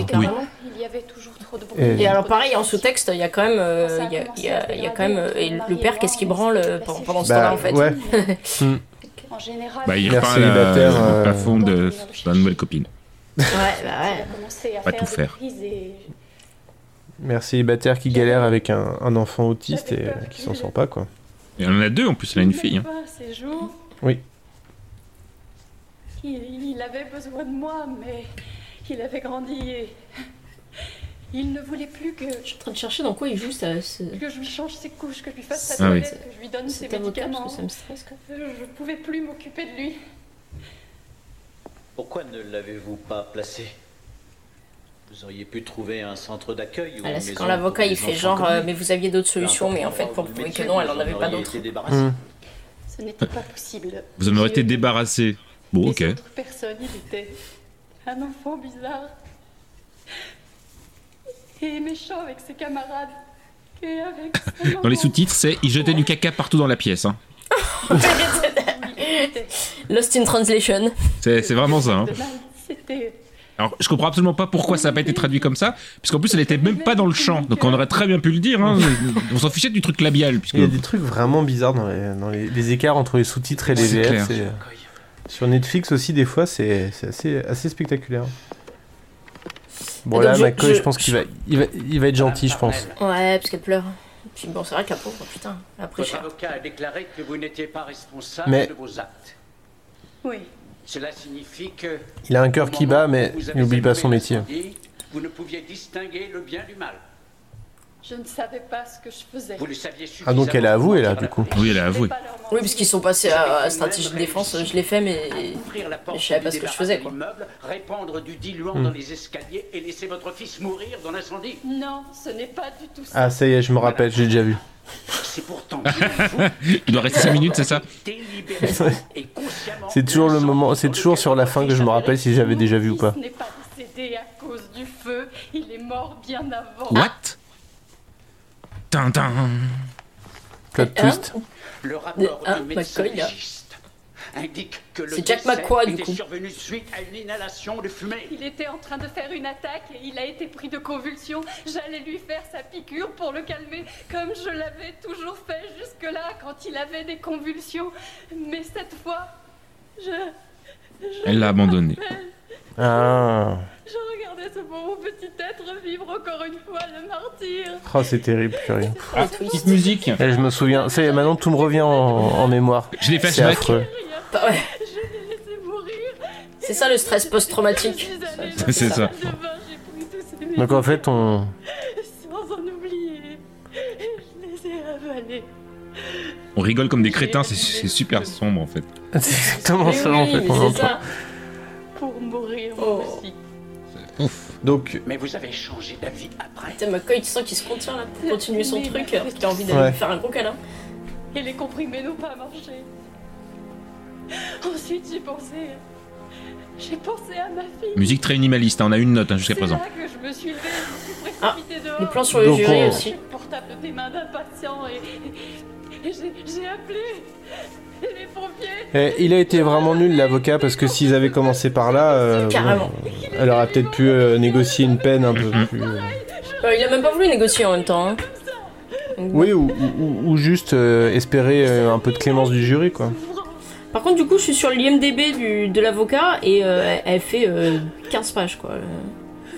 Speaker 14: Il y avait toujours trop de bruit.
Speaker 8: Et-
Speaker 10: Et alors pareil, en sous-texte, il y a quand même, euh, il y a- il y a- il y a quand même, euh, et le père qu'est-ce qu'il branle euh, pendant, pendant ce
Speaker 8: Bah,
Speaker 10: temps-là en fait.
Speaker 8: ouais.
Speaker 10: ouais,
Speaker 14: En général,
Speaker 9: Bah, il
Speaker 8: Mère
Speaker 9: repart à la,
Speaker 8: célibataire,
Speaker 9: au
Speaker 8: euh,
Speaker 9: plafond de sa nouvelle copine.
Speaker 10: bah ouais.
Speaker 14: commençait à
Speaker 9: Pas
Speaker 14: faire
Speaker 9: tout
Speaker 14: des
Speaker 9: faire.
Speaker 14: prises et
Speaker 8: mère célibataire qui galère avec un, un enfant autiste et euh, qui s'en sort pas quoi.
Speaker 9: Et on en a deux, en plus, elle a une fille. hein.
Speaker 14: pas ces jours.
Speaker 8: Oui.
Speaker 14: Il, il avait besoin de moi, mais il avait grandi et il ne voulait plus que
Speaker 10: Je suis en train de chercher dans quoi il joue ça. ce-
Speaker 14: que je lui change ses couches, que je lui fasse sa
Speaker 10: Ah oui.
Speaker 14: toilette, que je lui donne ses
Speaker 10: Cet avocat, parce que
Speaker 14: médicaments.
Speaker 10: ça me stresse, quoi.
Speaker 14: Euh, Je pouvais plus m'occuper de lui.
Speaker 19: Pourquoi ne l'avez-vous pas placé Vous auriez pu trouver un centre d'accueil ou
Speaker 10: Ah, là,
Speaker 19: une
Speaker 10: c'est
Speaker 19: maison
Speaker 10: quand l'avocat
Speaker 19: pour
Speaker 10: il
Speaker 19: les
Speaker 10: fait
Speaker 19: enfants
Speaker 10: genre,
Speaker 19: comme
Speaker 10: euh,
Speaker 19: lui.
Speaker 10: mais vous aviez d'autres solutions, mais en fait pour prouver que non, elle en avait pas
Speaker 19: Vous en auriez
Speaker 10: d'autres.
Speaker 19: été débarrassé.
Speaker 8: Hum.
Speaker 14: Ce n'était pas possible.
Speaker 9: Vous en aurez été débarrassé. Bon, ok.
Speaker 14: Personne, il était un enfant bizarre et méchant avec ses camarades et avec sa
Speaker 9: Dans les
Speaker 14: maman.
Speaker 9: sous-titres, c'est Il jetait du caca partout dans la pièce. hein.
Speaker 10: Lost in Translation.
Speaker 9: C'est c'est vraiment ça. hein.
Speaker 14: C'était
Speaker 9: Alors, je comprends absolument pas pourquoi ça n'a pas été traduit comme ça, puisqu'en plus, elle était même pas dans le champ, donc on aurait très bien pu le dire. hein. On s'en fichait du truc labial, puisque
Speaker 8: Il y a des trucs vraiment bizarres dans les, dans les- les écarts entre les sous-titres et les
Speaker 9: C'est
Speaker 8: VF.
Speaker 9: clair.
Speaker 8: c'est- euh, Sur Netflix aussi, des fois, c'est c'est assez, assez spectaculaire. Bon,
Speaker 10: Et
Speaker 8: là,
Speaker 10: donc, je-
Speaker 8: McCoy, je,
Speaker 10: je- Ah,
Speaker 8: pense qu'il va, il va, il va être gentil, je pense.
Speaker 10: Ouais, parce qu'elle pleure. Puis bon, c'est vrai que la pauvre, putain, elle a pris
Speaker 5: Votre
Speaker 10: cher.
Speaker 5: avocat a déclaré que vous n'étiez pas responsable
Speaker 8: Mais-
Speaker 5: de vos actes.
Speaker 14: Oui.
Speaker 5: Cela signifie que.
Speaker 8: Il a un cœur
Speaker 5: au
Speaker 8: qui
Speaker 5: moment
Speaker 8: bat, mais
Speaker 5: où vous
Speaker 8: il n'oublie
Speaker 5: avez
Speaker 8: pas son
Speaker 5: allumé
Speaker 8: métier.
Speaker 5: l'incendie, Vous ne pouviez distinguer le bien du mal.
Speaker 14: Je ne savais pas ce que je faisais.
Speaker 5: Vous le saviez suffisamment.
Speaker 8: Ah, donc elle a avoué, là, du coup.
Speaker 9: Oui, elle a avoué.
Speaker 10: Oui, parce qu'ils sont passés à, à stratégie de défense, je l'ai fait, mais mais je savais pas ce que je faisais quoi.
Speaker 5: Meuble, répandre du diluant
Speaker 8: Hmm.
Speaker 5: dans les escaliers et laisser votre fils mourir dans l'incendie.
Speaker 14: Non, ce n'est pas du tout ça.
Speaker 8: Ah, ça y est, je me rappelle, j'ai déjà vu.
Speaker 5: C'est pourtant.
Speaker 9: il doit rester 5 minutes, c'est ça
Speaker 8: C'est toujours le moment, c'est toujours sur la fin que je me rappelle si j'avais déjà vu ou pas.
Speaker 14: Il n'est pas décédé à cause du feu. Il est mort bien avant.
Speaker 9: What Tintin
Speaker 8: Plot
Speaker 14: Hein
Speaker 8: twist.
Speaker 5: Le rapport
Speaker 10: Ah,
Speaker 5: du médecin
Speaker 10: McCoy, là.
Speaker 5: légiste indique que le
Speaker 10: C'est Jack
Speaker 5: décès
Speaker 10: McCoy, du
Speaker 5: était
Speaker 10: coup.
Speaker 5: survenu suite à une inhalation de fumée.
Speaker 14: Il était en train de faire une attaque et il a été pris de convulsions. J'allais lui faire sa piqûre pour le calmer, comme je l'avais toujours fait jusque-là quand il avait des convulsions. Mais cette fois, je,
Speaker 9: Elle l'a abandonné.
Speaker 8: Ah,
Speaker 14: je regardais ce bon petit être vivre encore une fois le martyr.
Speaker 8: oh, c'est terrible, purée.
Speaker 9: Ah, petite musique
Speaker 8: Et je me souviens, ça y est, maintenant tout me revient en, en mémoire.
Speaker 9: J'ai des
Speaker 8: C'est
Speaker 9: flashbacks.
Speaker 8: affreux.
Speaker 10: Bah ouais. C'est ça le stress post-traumatique.
Speaker 8: C'est ça. Donc en fait, on.
Speaker 14: Sans en oublier, je les ai avalés.
Speaker 9: On rigole comme des crétins, c'est- c'est super sombre en fait.
Speaker 8: C'est exactement ça en fait. on entend.
Speaker 14: Pour mourir
Speaker 10: Oh.
Speaker 14: aussi.
Speaker 8: Donc.
Speaker 5: Mais vous avez changé d'avis après.
Speaker 10: Putain, McCoy, tu sens qu'il se contient là pour continuer son truc, alors qu'il a envie d'aller
Speaker 8: Ouais.
Speaker 10: lui faire un gros câlin.
Speaker 14: Et les comprimés n'ont pas marché. Ensuite, j'ai pensé. J'ai pensé à ma fille.
Speaker 9: Musique très minimaliste, hein, on a une note hein, jusqu'à
Speaker 14: C'est
Speaker 9: présent.
Speaker 14: là que je me suis levée, je me suis précipitée dehors.
Speaker 10: les plans sur Ah, le Donc jury
Speaker 8: hein.
Speaker 10: on- aussi.
Speaker 14: J'ai le portable des mains d'un patient et, et j'ai j'ai appelé. Les pompiers
Speaker 8: Eh, il a été vraiment nul l'avocat parce que s'ils avaient commencé par là, euh,
Speaker 10: Carrément.
Speaker 8: bon, elle aurait peut-être pu euh, négocier une peine un peu
Speaker 9: Mm-hmm.
Speaker 8: plus. euh,
Speaker 10: Euh, il a même pas voulu négocier en même temps. hein.
Speaker 8: Oui, ou, ou- ou juste euh, espérer euh, un peu de clémence du jury, quoi.
Speaker 10: Par contre, du coup, je suis sur l'IMDB du, de l'avocat et euh, elle fait euh, 15 pages quoi.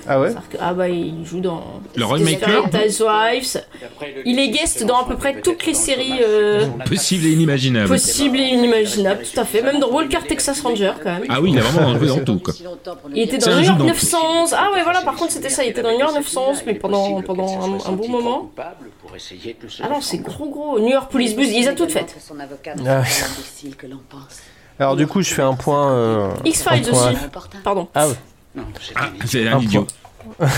Speaker 8: Ah ouais
Speaker 10: C'est-à-dire que- ah bah il joue dans
Speaker 9: Le Rainmaker
Speaker 10: Housewives. Il est guest dans à peu près toutes les séries euh,
Speaker 9: Possible et inimaginable.
Speaker 10: possibles et inimaginables, tout à fait. Même dans Walker Texas Ranger quand même.
Speaker 9: Ah oui, il a vraiment enlevé dans tout, quoi.
Speaker 10: Il était dans
Speaker 9: C'est un
Speaker 10: New
Speaker 9: jeu
Speaker 10: York
Speaker 9: d'enfant.
Speaker 10: 911. Ah ouais voilà, par contre c'était ça. Il était dans New York 911 mais pendant pendant un, un bon moment.
Speaker 5: pour essayer de se
Speaker 10: Ah non, c'est gros gros. New York Police Bus, il a tout fait.
Speaker 15: Son avocat
Speaker 8: Ah.
Speaker 15: imbécile que l'on pense.
Speaker 8: Alors du coup, je fais un point. euh,
Speaker 10: X-Files
Speaker 8: un point-
Speaker 10: aussi. Pardon.
Speaker 8: Ah ouais.
Speaker 9: Ah, c'est un idiot.
Speaker 15: Quelles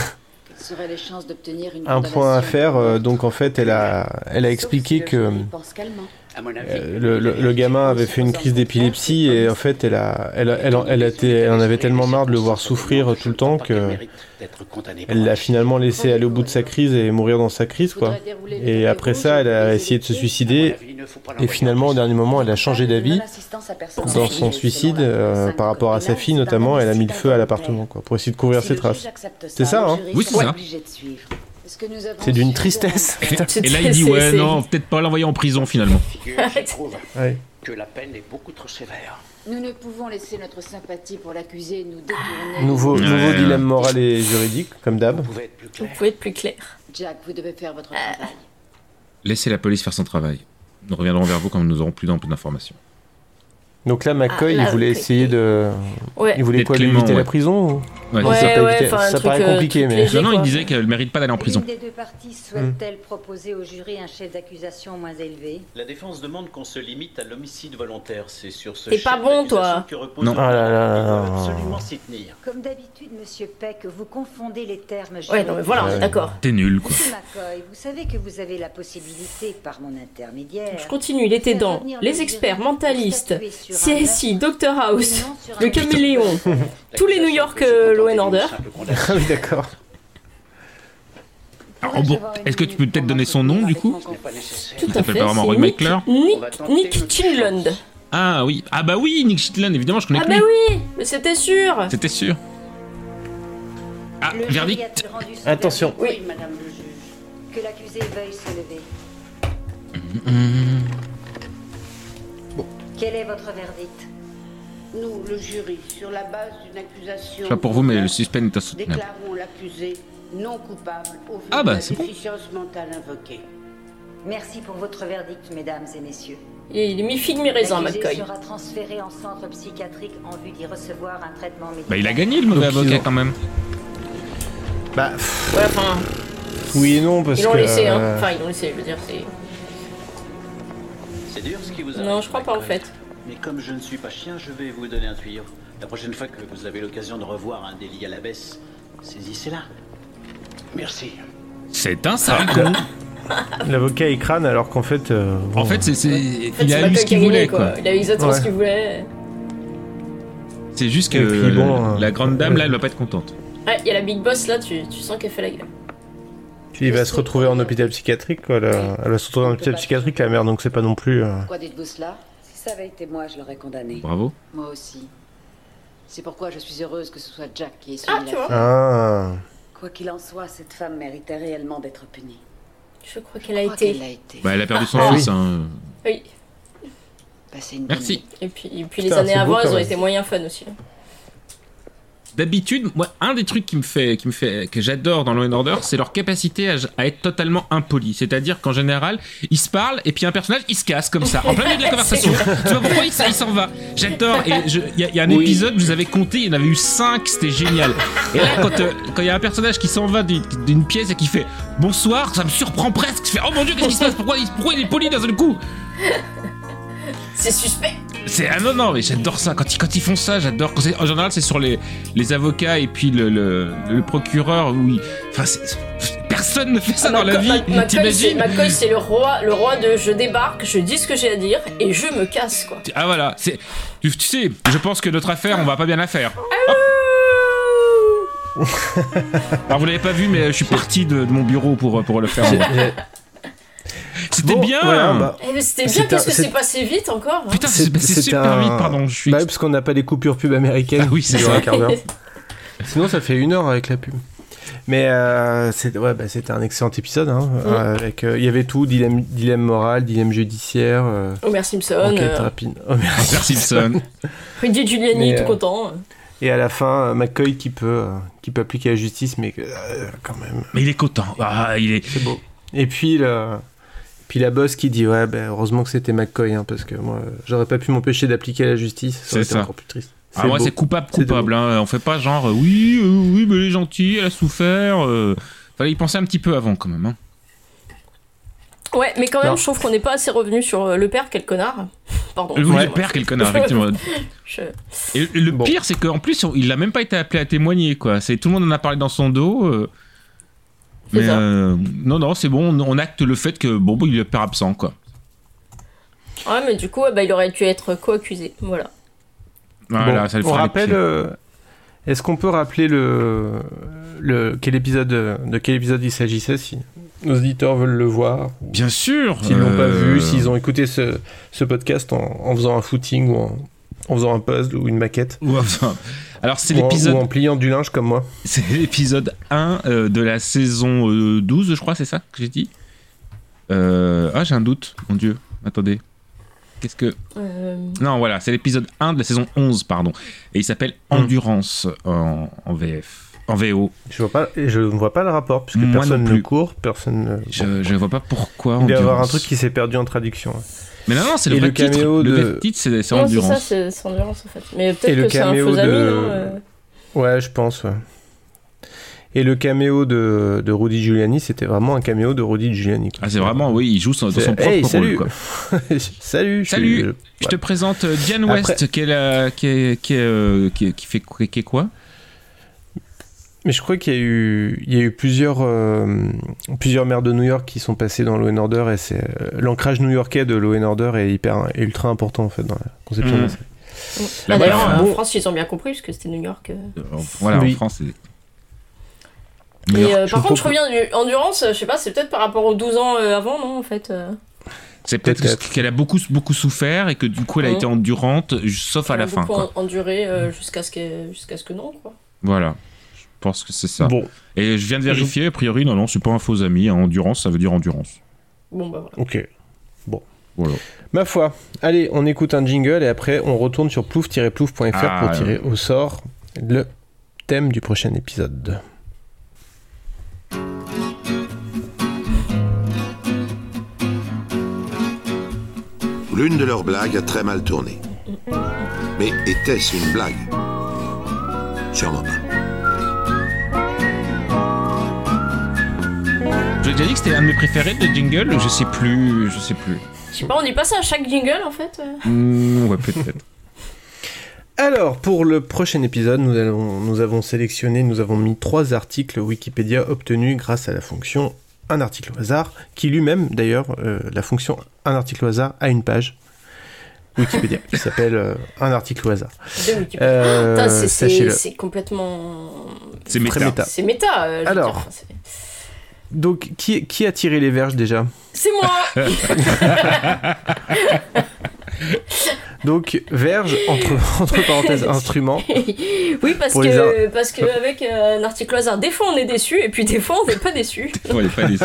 Speaker 15: seraient les chances d'obtenir une
Speaker 8: Un point à faire. euh, donc en fait, elle a, elle a expliqué que
Speaker 15: pense calmement.
Speaker 5: À mon avis,
Speaker 8: euh, le, le- le gamin avait fait une crise d'épilepsie et en fait, elle a, elle, a- elle, en- elle a été- elle en avait tellement marre de le voir souffrir tout le temps que
Speaker 5: d'être condamné.
Speaker 8: elle l'a finalement laissé aller au bout de sa crise et mourir dans sa crise, quoi. Et après ça, elle a essayé de se suicider et finalement, au dernier moment, elle a changé d'avis.
Speaker 15: Assistance à personne.
Speaker 8: Dans son suicide, euh, par rapport à sa fille notamment, elle a mis le feu à l'appartement quoi, pour essayer de couvrir ses traces. C'est ça, hein C'est d'une tristesse. putain.
Speaker 9: Et là, il dit ouais, non, peut-être pas l'envoyer en prison finalement.
Speaker 5: Je trouve
Speaker 8: Ouais.
Speaker 5: que la peine est beaucoup trop sévère.
Speaker 15: Nous ne pouvons laisser notre sympathie pour l'accusé nous détourner.
Speaker 8: Nouveau,
Speaker 9: Ouais,
Speaker 8: nouveau
Speaker 9: ouais.
Speaker 8: dilemme moral et juridique, comme d'hab.
Speaker 10: Vous pouvez être plus clair. Euh,
Speaker 15: Jack, vous devez faire votre travail.
Speaker 9: Laissez la police faire son travail. Nous reviendrons vers vous quand nous aurons plus d'in- d'informations.
Speaker 8: Donc là, McCoy,
Speaker 10: Ah, là,
Speaker 8: il voulait
Speaker 10: ok.
Speaker 8: essayer de.
Speaker 10: Ouais.
Speaker 8: Il voulait
Speaker 9: D'être
Speaker 8: quoi lui
Speaker 9: clément,
Speaker 8: éviter
Speaker 9: ouais.
Speaker 8: la prison ou-
Speaker 9: Ouais,
Speaker 8: Non,
Speaker 9: c'est
Speaker 8: ça
Speaker 9: ça.
Speaker 8: peut éviter- ça paraît compliqué, mais.
Speaker 9: Non, non, il disait qu'elle mérite pas d'aller en prison.
Speaker 18: L'une des deux parties souhaite-t-elle proposer au jury un chef d'accusation moins élevé
Speaker 19: La défense demande qu'on se limite à l'homicide volontaire. C'est sur ce.
Speaker 10: T'es
Speaker 19: chef
Speaker 10: pas bon, toi.
Speaker 19: d'accusation que repose
Speaker 8: Non.
Speaker 19: le-
Speaker 8: Ah là là là là.
Speaker 19: Absolument s'y tenir.
Speaker 18: Comme d'habitude, Monsieur Peck, vous confondez les termes.
Speaker 10: Ouais, non, mais voilà, on est
Speaker 18: juridiques.
Speaker 10: d'accord.
Speaker 9: T'es nul, quoi.
Speaker 18: Monsieur McCoy, vous savez que vous avez la possibilité, par mon intermédiaire,
Speaker 10: Je continue, il était dans Les Experts, Mentalistes, CSI, Doctor House, Le Caméléon, tous les New York euh, Law and Order.
Speaker 8: Ah oui, d'accord.
Speaker 9: Alors, Ah, oh, bon, est-ce que tu peux peut-être donner son nom du coup
Speaker 10: Tout
Speaker 9: Il
Speaker 10: à
Speaker 9: s'appelle
Speaker 10: fait,
Speaker 9: pas vraiment
Speaker 10: c'est
Speaker 9: Roy
Speaker 10: Nick,
Speaker 9: McClure
Speaker 10: Nick, Nick Chinlund.
Speaker 9: Ah oui, ah bah oui, Nick Shitland, évidemment, je connais
Speaker 10: Ah
Speaker 9: que
Speaker 10: bah
Speaker 9: lui.
Speaker 10: oui, mais c'était sûr
Speaker 9: C'était sûr. Ah, verdict.
Speaker 8: Attention.
Speaker 18: Oui, Madame le juge, que l'accusé veuille se lever.
Speaker 11: Quel est votre verdict Nous, le jury, sur la base d'une accusation.
Speaker 9: Je sais pas pour vous, mais le suspense est insoutenable.
Speaker 11: Déclarons l'accusé non coupable au vu
Speaker 9: Ah bah,
Speaker 11: de la
Speaker 9: c'est bon.
Speaker 11: déficience mentale invoquée.
Speaker 18: Merci pour votre verdict, mesdames et messieurs.
Speaker 10: Et Il est mi-figue, mi-raisin,
Speaker 18: L'accusé
Speaker 10: McCoy.
Speaker 18: sera transféré en centre psychiatrique en vue d'y recevoir un traitement médical.
Speaker 9: Bah, il a gagné le mauvais
Speaker 8: Donc, ils
Speaker 9: avocat
Speaker 8: ont-
Speaker 9: quand même.
Speaker 8: Bah,
Speaker 10: Ouais, enfin,
Speaker 8: oui et non, parce
Speaker 10: ils l'ont
Speaker 8: que.
Speaker 10: laissé, hein.
Speaker 8: euh,
Speaker 10: Enfin, ils l'ont laissé, je veux dire, c'est...
Speaker 19: C'est dur ce qui vous arrive.
Speaker 10: Non, je crois pas, en fait.
Speaker 19: Mais comme je ne suis pas chien, je vais vous donner un tuyau. La prochaine fois que vous avez l'occasion de revoir un délit à la baisse, saisissez-la. Merci.
Speaker 9: C'est un sale con.
Speaker 8: L'avocat, il crâne alors qu'en fait. euh, bon.
Speaker 9: En fait, c'est, c'est-
Speaker 10: En fait,
Speaker 9: il
Speaker 10: c'est
Speaker 9: a eu
Speaker 10: McCoy qui a
Speaker 9: ce qu'il
Speaker 10: gagné,
Speaker 9: voulait quoi.
Speaker 10: Il a eu exactement
Speaker 8: Ouais.
Speaker 10: ce qu'il voulait.
Speaker 9: C'est juste que
Speaker 8: Et puis, bon,
Speaker 9: euh, la grande dame là, elle va pas être contente.
Speaker 10: Ouais, Ah, il y a la Big Boss, là, tu, tu sens qu'elle fait la gueule.
Speaker 8: Puis il va se retrouver en hôpital psychiatrique, quoi. la- Elle va se retrouver en hôpital psychiatrique, la mère, donc c'est pas non plus. euh,
Speaker 15: Pourquoi dites-vous cela Si ça avait été moi, je l'aurais condamné.
Speaker 9: Bravo.
Speaker 15: Moi aussi. C'est pourquoi je suis heureuse que ce soit Jack qui ait suivi la fille.
Speaker 8: Ah.
Speaker 15: Quoi qu'il en soit, cette femme méritait réellement d'être punie.
Speaker 10: Je crois qu'elle a été.
Speaker 9: Bah, elle a perdu son
Speaker 8: Ah,
Speaker 9: fils.
Speaker 8: oui.
Speaker 9: hein.
Speaker 10: Oui.
Speaker 8: Bah,
Speaker 15: Passez une
Speaker 9: Merci.
Speaker 10: Et puis, et
Speaker 8: Putain,
Speaker 10: puis les années
Speaker 8: c'est beau,
Speaker 10: avant,
Speaker 8: quand
Speaker 10: elles ont
Speaker 8: même.
Speaker 10: été moyen fun aussi. hein.
Speaker 9: D'habitude, moi, un des trucs qui me fait, qui me fait, que j'adore dans Law and Order, c'est leur capacité à, à être totalement impoli. C'est-à-dire qu'en général, ils se parlent et puis un personnage, il se casse comme ça, en plein milieu de la conversation. tu vois pourquoi il, s- il s'en va J'adore. Et je- il y, a- il y a un
Speaker 8: Oui.
Speaker 9: épisode, je vous avais compté, il y en avait eu 5, c'était génial. Et là, quand euh, quand il y a un personnage qui s'en va d'une- d'une pièce et qui fait bonsoir, ça me surprend presque. Je fais oh mon dieu, qu'est-ce qui se passe pourquoi il, pourquoi il est poli d'un seul coup
Speaker 10: C'est suspect
Speaker 9: c'est ah non non mais j'adore ça quand ils quand ils font ça j'adore Quand c'est- en général c'est sur les les avocats et puis le le, le procureur où il- enfin c'est- c'est- personne ne fait ça dans la
Speaker 10: Mac-
Speaker 9: vie
Speaker 10: Mac- McCoy, c'est-
Speaker 9: t'imagines
Speaker 10: McCoy, c'est le roi, le roi de je débarque, je dis ce que j'ai à dire et je me casse quoi.
Speaker 9: ah voilà c'est tu, tu sais je pense que notre affaire on va pas bien la faire
Speaker 10: Ah,
Speaker 9: alors vous l'avez pas vu mais je suis parti de, de mon bureau pour pour le faire moi.
Speaker 8: J'ai-
Speaker 9: C'était
Speaker 8: Bon,
Speaker 9: bien
Speaker 8: voilà, bah,
Speaker 10: Eh, mais c'était bien,
Speaker 8: C'était
Speaker 10: qu'est-ce
Speaker 8: un-
Speaker 10: que
Speaker 8: c'est-
Speaker 10: c'est passé vite encore hein.
Speaker 9: c'est
Speaker 8: C'est-
Speaker 9: passé
Speaker 8: c'était
Speaker 9: super vite, pardon, je suis-
Speaker 8: Bah oui, parce qu'on n'a pas les coupures pub américaines.
Speaker 9: Ah oui, c'est
Speaker 8: qui durent
Speaker 9: ça.
Speaker 8: un quart d'heure. Sinon, ça fait une heure avec la pub. Mais euh, c'est- ouais, bah, c'était un excellent épisode. hein,
Speaker 10: Mm.
Speaker 8: euh, avec, euh, il y avait tout, dilemme, dilemme moral, dilemme judiciaire. euh,
Speaker 10: Homer Simpson,
Speaker 8: enquête
Speaker 10: euh,
Speaker 8: rapide. Homer Simpson.
Speaker 10: Rudy Giuliani,
Speaker 8: Mais,
Speaker 10: tout
Speaker 8: euh,
Speaker 10: content. hein.
Speaker 8: Et à la fin, euh, McCoy qui peut, euh, qui peut appliquer la justice, mais que, euh, quand même.
Speaker 9: Mais il est content. Ah, il est...
Speaker 8: C'est beau. Et puis, le- puis la boss qui dit Ouais, ben, heureusement que c'était McCoy, hein, parce que moi, j'aurais pas pu m'empêcher d'appliquer la justice. Ça aurait
Speaker 9: C'est
Speaker 8: été
Speaker 9: ça.
Speaker 8: encore plus triste.
Speaker 9: Ah, moi,
Speaker 8: beau.
Speaker 9: c'est coupable,
Speaker 8: C'est beau.
Speaker 9: coupable. hein. On fait pas genre, euh, oui, euh, oui, mais elle est gentille, elle a souffert. euh. Fallait y penser un petit peu avant, quand même. hein.
Speaker 10: Ouais, mais quand même,
Speaker 9: Non.
Speaker 10: je trouve qu'on n'est pas assez revenu sur euh, le père, quel connard. Pardon.
Speaker 9: Euh, oui, le père, quel connard, effectivement.
Speaker 10: Je-
Speaker 9: Et le- le pire, c'est qu'en plus, on- il a même pas été appelé à témoigner, quoi. C'est tout le monde en a parlé dans son dos. euh.
Speaker 10: C'est
Speaker 9: Mais
Speaker 10: ça.
Speaker 9: euh, non, non, c'est bon, on, on acte le fait que, bon, bon, il est le père absent, quoi.
Speaker 10: Ouais, mais du coup, eh ben, il aurait dû être co-accusé. Voilà.
Speaker 9: Voilà,
Speaker 8: Bon,
Speaker 9: Ah ça le
Speaker 8: on
Speaker 9: fera les
Speaker 8: rappelle.
Speaker 9: pieds.
Speaker 8: euh, Est-ce qu'on peut rappeler le, le quel épisode euh, de quel épisode il s'agissait si nos auditeurs veulent le voir ou
Speaker 9: Bien sûr
Speaker 8: S'ils l'ont pas
Speaker 9: euh,
Speaker 8: vu, s'ils ont écouté ce, ce podcast en, en faisant un footing ou en, en faisant un puzzle ou une maquette.
Speaker 9: Alors c'est
Speaker 8: Ou en-
Speaker 9: l'épisode-
Speaker 8: ou en pliant du linge comme moi.
Speaker 9: C'est l'épisode 1 euh, de la saison euh, 12, je crois, c'est ça que j'ai dit Euh, Ah, j'ai un doute, mon dieu. Attendez. Qu'est-ce que.
Speaker 10: Euh,
Speaker 9: Non, voilà, c'est l'épisode 1 de la saison 11, pardon. Et il s'appelle
Speaker 8: Hmm.
Speaker 9: Endurance en, en VF. En VO.
Speaker 8: Je vois pas, je ne vois pas le rapport puisque
Speaker 9: Moi
Speaker 8: personne
Speaker 9: non
Speaker 8: ne
Speaker 9: plus.
Speaker 8: court, personne. ne-
Speaker 9: Je, je vois pas pourquoi.
Speaker 8: Il doit y avoir un
Speaker 9: Endurance.
Speaker 8: truc qui s'est perdu en traduction. ouais.
Speaker 9: Mais non, non, c'est le
Speaker 8: Et
Speaker 9: vrai
Speaker 8: le
Speaker 9: titre.
Speaker 8: caméo
Speaker 9: Le
Speaker 8: de-
Speaker 9: vrai titre, c'est c'est
Speaker 10: non, c'est ça,
Speaker 9: Endurance.
Speaker 10: c'est c'est Endurance en fait. Mais
Speaker 8: Et
Speaker 10: peut-être
Speaker 8: le
Speaker 10: que c'est un
Speaker 8: caméo
Speaker 10: faux ami,
Speaker 8: de-
Speaker 10: non euh,
Speaker 8: Ouais, je pense. ouais. Et le caméo de, de Rudy Giuliani, c'était vraiment un caméo de Rudy Giuliani. quoi.
Speaker 9: Ah, c'est vraiment, oui, il joue son- dans
Speaker 8: C'est-
Speaker 9: son propre
Speaker 8: Hey,
Speaker 9: rôle,
Speaker 8: salut.
Speaker 9: quoi.
Speaker 8: salut. je
Speaker 9: Salut,
Speaker 8: suis-
Speaker 9: je, te présente euh, Diane
Speaker 8: Après-
Speaker 9: West, qui, est la- qui, est- qui est, euh, qui- qui fait qui- qui est quoi
Speaker 8: Mais je crois qu'il y a eu, il y a eu plusieurs, euh, plusieurs maires de New York qui sont passés dans Law and Order et c'est euh, l'ancrage new-yorkais de Law and Order est hyper, est ultra important en fait dans la conception de la
Speaker 9: Mhm.
Speaker 8: série.
Speaker 10: Ah,
Speaker 8: La
Speaker 10: D'ailleurs,
Speaker 8: bref,
Speaker 10: en
Speaker 8: bon.
Speaker 10: France, ils ont bien compris parce que c'était New York. euh.
Speaker 9: En- Voilà,
Speaker 8: Oui.
Speaker 9: en France, c'est.
Speaker 10: Et,
Speaker 9: New
Speaker 10: euh,
Speaker 9: York.
Speaker 10: par contre, je reviens du Endurance, euh, je sais pas, c'est peut-être par rapport aux 12 ans euh, avant, non en fait euh.
Speaker 9: C'est peut-être
Speaker 8: Peut-être.
Speaker 9: qu'elle a beaucoup, beaucoup souffert et que du coup elle a
Speaker 10: Mhm.
Speaker 9: été endurante, ju- sauf à la
Speaker 10: Beaucoup
Speaker 9: fin. quoi. Mm.
Speaker 10: en- enduré euh, jusqu'à ce que jusqu'à ce que non quoi.
Speaker 9: Voilà. Je pense que c'est ça.
Speaker 8: Bon.
Speaker 9: Et je viens de vérifier, a priori, non, non, c'est pas un faux ami. hein. Endurance, ça veut dire endurance.
Speaker 10: Bon bah voilà.
Speaker 8: Ok. Bon.
Speaker 9: Voilà.
Speaker 8: Ma foi. Allez, on écoute un jingle et après on retourne sur plouf-plouf.fr
Speaker 9: Ah,
Speaker 8: pour tirer
Speaker 9: ouais.
Speaker 8: au sort le thème du prochain épisode.
Speaker 1: L'une de leurs blagues a très mal tourné. Mais était-ce une blague Sûrement pas.
Speaker 9: Je vous ai déjà dit que c'était un de mes préférés de Jingle, je sais plus, je sais plus.
Speaker 10: Je sais pas, Bah, on est passé à chaque jingle en fait. euh.
Speaker 9: Mm, ouais, peut-être.
Speaker 8: Alors, pour le prochain épisode, nous, allons- nous avons sélectionné, nous avons mis trois articles Wikipédia obtenus grâce à la fonction un article au hasard, qui lui-même, d'ailleurs, euh, la fonction un article au hasard a une page Wikipédia qui s'aelle euh, un article au hasard.
Speaker 10: De Wikipédia.
Speaker 8: Euh,
Speaker 10: Putain, c'est- c'est
Speaker 8: sachez-le.
Speaker 10: c'est complètement.
Speaker 9: C'est
Speaker 8: méta. Très méta.
Speaker 10: C'est méta. euh, je veux
Speaker 8: Alors.
Speaker 10: dire, enfin, c'est-
Speaker 8: Donc, qui, qui a tiré les verges déjà
Speaker 10: c'est moi.
Speaker 8: Donc, verge, entre, entre parenthèses, instrument.
Speaker 10: oui, parce
Speaker 8: Pour les
Speaker 10: que,
Speaker 8: ar-
Speaker 10: parce que avec euh, un article au hasard, des fois on est déçu et puis des fois on n'est pas déçu.
Speaker 9: Ouais, pas déçu.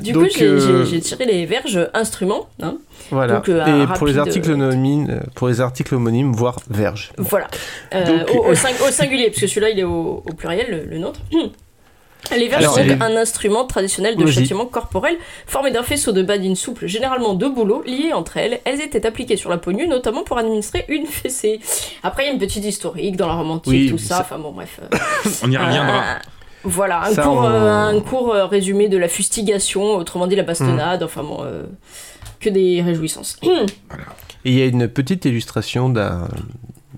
Speaker 10: Du
Speaker 8: Donc,
Speaker 10: coup, j'ai
Speaker 8: euh,
Speaker 10: j'ai- j'ai tiré les verges instruments. hein.
Speaker 8: Voilà.
Speaker 10: Donc, euh, un
Speaker 8: Et pour les,
Speaker 10: rapide,
Speaker 8: articles homonymes, pour les articles homonymes, voire verge.
Speaker 10: Voilà. Euh, au, au sing- au singulier, parce que celui-là il est au, au pluriel, le, le nôtre.
Speaker 9: Hmm.
Speaker 10: Les verges
Speaker 8: Alors,
Speaker 10: sont
Speaker 8: j'ai-
Speaker 10: donc un instrument traditionnel de
Speaker 8: Vas-y.
Speaker 10: châtiment corporel formé d'un faisceau de badines souples, généralement de boulot, liées entre elles. Elles étaient appliquées sur la peau nue, notamment pour administrer une fessée. Après, il y a une petite historique dans la romantique,
Speaker 9: Oui,
Speaker 10: tout
Speaker 9: mais
Speaker 10: ça.
Speaker 9: ça-
Speaker 10: Enfin bon, bref.
Speaker 9: On y reviendra.
Speaker 10: Euh, Voilà, un
Speaker 9: Ça,
Speaker 10: court,
Speaker 9: on-
Speaker 10: euh, un court, euh, résumé de la fustigation, autrement dit la
Speaker 9: Hmm.
Speaker 10: bastonnade, enfin bon, euh, que des réjouissances.
Speaker 8: Et il y a une petite illustration d'un-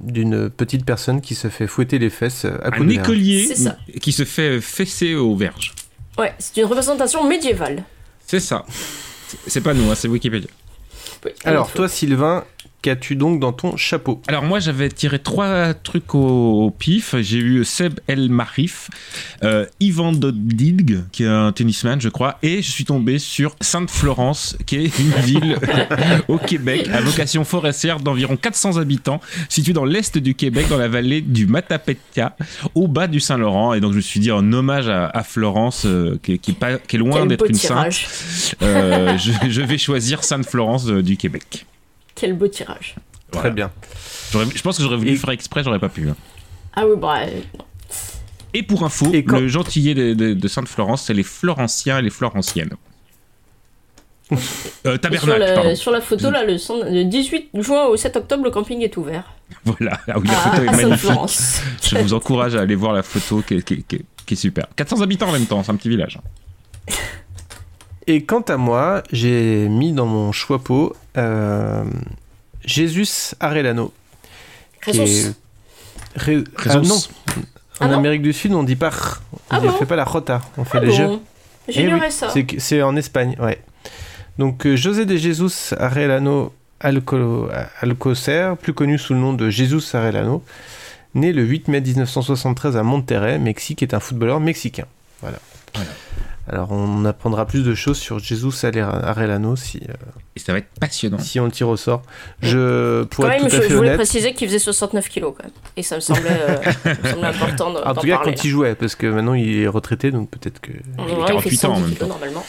Speaker 8: d'une petite personne qui se fait fouetter les fesses à coups
Speaker 9: Un
Speaker 8: de verge.
Speaker 9: écolier
Speaker 10: C'est ça.
Speaker 9: qui se fait euh, fesser aux verges.
Speaker 10: ouais, c'est une représentation médiévale.
Speaker 9: C'est ça. C'est pas nous, hein, c'est Wikipédia.
Speaker 10: Oui,
Speaker 8: Alors, toi, Sylvain, qu'as-tu donc dans ton chapeau
Speaker 9: Alors moi j'avais tiré trois trucs au, au pif. J'ai eu Seb El Marif, euh, Yvan Doddig, qui est un tennisman je crois, et je suis tombé sur Sainte-Florence, qui est une ville au Québec à vocation forestière d'environ 400 habitants, située dans l'est du Québec, dans la vallée du Matapétia, au bas du Saint-Laurent. Et donc je me suis dit en hommage à, à Florence, euh, qui, qui est pas, qui est loin
Speaker 10: Quel beau
Speaker 9: d'être une sainte,
Speaker 10: tirage.
Speaker 9: euh, je, je vais choisir Sainte-Florence euh, du Québec.
Speaker 10: Quel beau tirage.
Speaker 9: Très bien. Je pense que j'aurais voulu faire exprès, j'aurais pas pu. hein.
Speaker 10: Ah oui, bah. euh,
Speaker 9: Et pour info, le gentillet de, de- de Sainte-Florence, c'est les Florentiens et les Florentiennes. Euh,
Speaker 10: sur,
Speaker 9: tabernacle,
Speaker 10: la,
Speaker 9: pardon.
Speaker 10: sur la photo, là, le, cent- le 18 juin au 7 octobre, le camping est ouvert.
Speaker 9: Voilà, Ah oui, la
Speaker 10: Ah,
Speaker 9: photo
Speaker 10: à
Speaker 9: est magnifique.
Speaker 10: Sainte-Florence.
Speaker 9: Je vous encourage à aller voir la photo qui est, qui est- qui est- qui est super. 400 habitants en même temps, c'est un petit village.
Speaker 8: Et quant à moi, j'ai mis dans mon chapeau euh, Jésus Arellano. qui
Speaker 10: Résus.
Speaker 8: est- Ré- Ah
Speaker 9: Résus.
Speaker 8: non.
Speaker 10: Ah
Speaker 8: En
Speaker 10: non
Speaker 8: Amérique du Sud, on dit pas. r. On
Speaker 10: Ah
Speaker 8: dit-
Speaker 10: bon
Speaker 8: fait pas la rota, on fait
Speaker 10: Ah
Speaker 8: les
Speaker 10: bon
Speaker 8: jeux. Eh
Speaker 10: J'ignorais ça.
Speaker 8: C'est, que- c'est en Espagne, ouais. Donc euh, José de Jesús Arellano Alco- Alcocer, plus connu sous le nom de Jesús Arellano, né le 8 mai 1973 à Monterrey, Mexique, est un footballeur mexicain. Voilà. Alors on apprendra plus de choses sur Jesus Alera- Arellano si. euh,
Speaker 9: Et ça va être passionnant.
Speaker 8: Si on le tire au sort. Je pour
Speaker 10: Quand
Speaker 8: être
Speaker 10: même,
Speaker 8: tout
Speaker 10: je,
Speaker 8: à
Speaker 10: je
Speaker 8: fait
Speaker 10: voulais
Speaker 8: honnête.
Speaker 10: préciser qu'il faisait 69 kilos quand même. Et ça me semblait, euh, ça me semblait important de- d'en
Speaker 8: En tout cas,
Speaker 10: parler.
Speaker 8: quand il jouait, parce que maintenant il est retraité, donc peut-être que.
Speaker 10: Ouais, il fait 110 kilos normalement.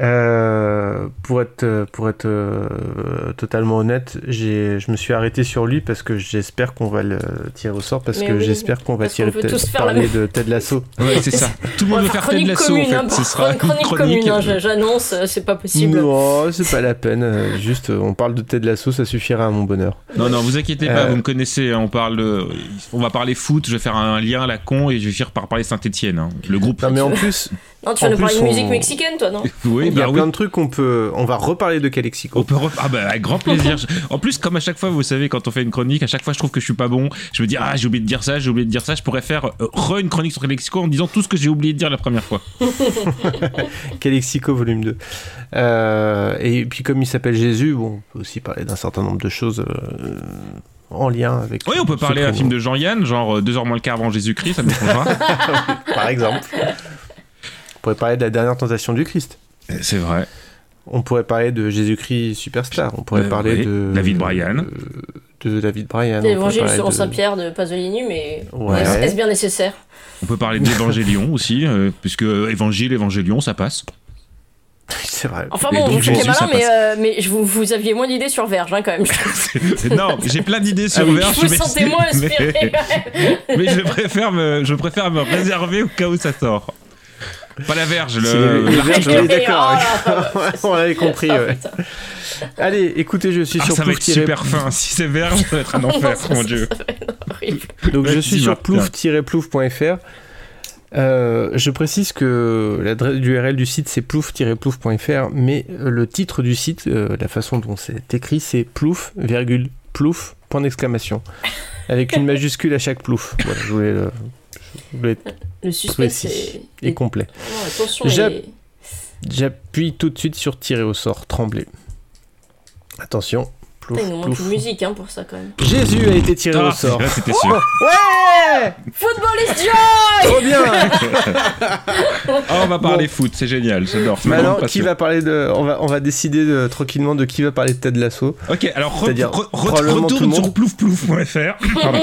Speaker 8: Euh, pour être, euh, pour être euh, totalement honnête, j'ai, je me suis arrêté sur lui parce que j'espère qu'on va le tirer au sort, parce
Speaker 10: Mais
Speaker 8: que
Speaker 10: oui,
Speaker 8: j'espère qu'on va
Speaker 10: parce qu'on
Speaker 8: tirer
Speaker 10: veut
Speaker 8: peut-être
Speaker 10: tous faire la
Speaker 8: parler
Speaker 10: même-
Speaker 8: de Ted Lasso.
Speaker 9: Ouais, c'est ça. Tout le monde veut faire Ted
Speaker 10: Chronique
Speaker 9: Lasso, en
Speaker 10: commune,
Speaker 9: fait.
Speaker 10: hein,
Speaker 9: Ce sera une
Speaker 10: chronique
Speaker 9: chronique.
Speaker 10: commune, hein, je- j'annonce, euh, c'est pas possible.
Speaker 8: Non, c'est pas la peine. euh, Juste, euh, on parle de Ted Lasso, ça suffira à mon bonheur.
Speaker 9: Non, non, vous inquiétez pas,
Speaker 8: Euh,
Speaker 9: vous me connaissez, hein, on parle, de- on va parler foot, je vais faire un lien à la con et je vais finir par parler Saint-Etienne, le groupe.
Speaker 8: ah, mais en plus.
Speaker 10: Non, tu vas
Speaker 8: en
Speaker 10: nous parler de
Speaker 8: plus,
Speaker 10: musique
Speaker 8: on-
Speaker 10: mexicaine, hein. toi, non
Speaker 8: Il
Speaker 9: Oui,
Speaker 8: y a
Speaker 9: bah oui.
Speaker 8: plein de trucs qu'on peut. On va reparler de Calexico.
Speaker 9: On peut rep- ah bah, avec grand plaisir. Je- En plus, comme à chaque fois, vous savez, quand on fait une chronique, à chaque fois, je trouve que je suis pas bon. Je me dis, ah, j'ai oublié de dire ça, j'ai oublié de dire ça. Je pourrais faire euh, re une chronique sur Calexico en disant tout ce que j'ai oublié de dire la première fois.
Speaker 8: Calexico volume 2. Euh, et puis comme il s'appelle Jésus, bon, on peut aussi parler d'un certain nombre de choses euh, en lien avec.
Speaker 9: Oui, on peut
Speaker 8: ce
Speaker 9: parler d'un
Speaker 8: prénom.
Speaker 9: film de Jean-Yann, genre 2 heures moins le quart avant Jésus-Christ, ça me dérangera.
Speaker 8: euh, Par exemple.
Speaker 10: Euh,
Speaker 8: On pourrait parler de la dernière tentation du Christ.
Speaker 9: Eh, C'est vrai.
Speaker 8: On pourrait parler de Jésus-Christ superstar. On pourrait
Speaker 9: Euh,
Speaker 8: parler
Speaker 9: oui,
Speaker 8: de euh,
Speaker 9: David Bryan.
Speaker 8: De David Bryan. on pourrait
Speaker 10: L'évangile
Speaker 8: parler
Speaker 10: selon
Speaker 8: de-
Speaker 10: Saint-Pierre de Pasolini, mais
Speaker 8: Ouais.
Speaker 10: est-ce est-ce bien nécessaire
Speaker 9: On peut parler d'Évangélion aussi, euh, puisque euh, Évangile, Évangélion, ça passe.
Speaker 8: C'est vrai.
Speaker 10: Enfin bon, vous faites malin, mais, euh, mais je vous, vous aviez moins d'idées sur Verge, hein, quand même.
Speaker 9: non, j'ai plein d'idées sur
Speaker 10: Ah oui.
Speaker 9: Verge,
Speaker 10: Vous
Speaker 9: mais-
Speaker 10: sentez moins inspiré,
Speaker 9: mais-
Speaker 10: quand même.
Speaker 9: Mais je préfère me, je préfère me réserver au cas où ça sort. Pas la verge,
Speaker 8: C'est le-
Speaker 9: le.
Speaker 8: le verbe, oui, d'accord.
Speaker 10: Oh
Speaker 8: Ouais, on l'avait compris.
Speaker 10: ça,
Speaker 8: ouais. Allez, écoutez, je suis
Speaker 9: Ah,
Speaker 8: sur
Speaker 9: ça va
Speaker 8: Plouf
Speaker 9: être super fin. Si c'est verge, ça va être un
Speaker 10: Non,
Speaker 9: enfer,
Speaker 10: ça,
Speaker 9: mon
Speaker 10: ça,
Speaker 9: dieu.
Speaker 8: Donc je
Speaker 9: Vas-y,
Speaker 8: suis sur
Speaker 9: Martin.
Speaker 8: plouf-plouf.fr. Euh, je précise que l'adresse l'URL du site c'est plouf-plouf.fr, mais euh, le titre du site, euh, la façon dont c'est écrit, c'est plouf, virgule, plouf, point d'exclamation. Avec une majuscule à chaque plouf. Voilà, je voulais, le- je voulais être
Speaker 10: Le suspense
Speaker 8: précis
Speaker 10: est-
Speaker 8: et complet.
Speaker 10: Vraiment, attention,
Speaker 8: J'ap-
Speaker 10: et-
Speaker 8: J'appuie tout de suite sur tirer au sort, trembler. Attention, plouf,
Speaker 10: Putain, il nous manque
Speaker 8: plouf.
Speaker 10: une musique hein, pour ça, quand même.
Speaker 8: Jésus a été tiré
Speaker 9: Ah,
Speaker 8: au sort.
Speaker 9: là, c'était sûr.
Speaker 10: Ouais Footballist Joy
Speaker 8: Trop bien
Speaker 9: Ah, on va parler foot, c'est génial, j'adore. c'est ma grande
Speaker 8: Maintenant, qui
Speaker 9: passion.
Speaker 8: va parler de. On va, on va décider de- tranquillement de qui va parler de Ted Lasso.
Speaker 9: Ok, alors re-
Speaker 8: C'est-à-dire,
Speaker 9: re- re-
Speaker 8: probablement tout le
Speaker 9: retourne
Speaker 8: monde.
Speaker 9: sur ploufplouf.fr Pardon.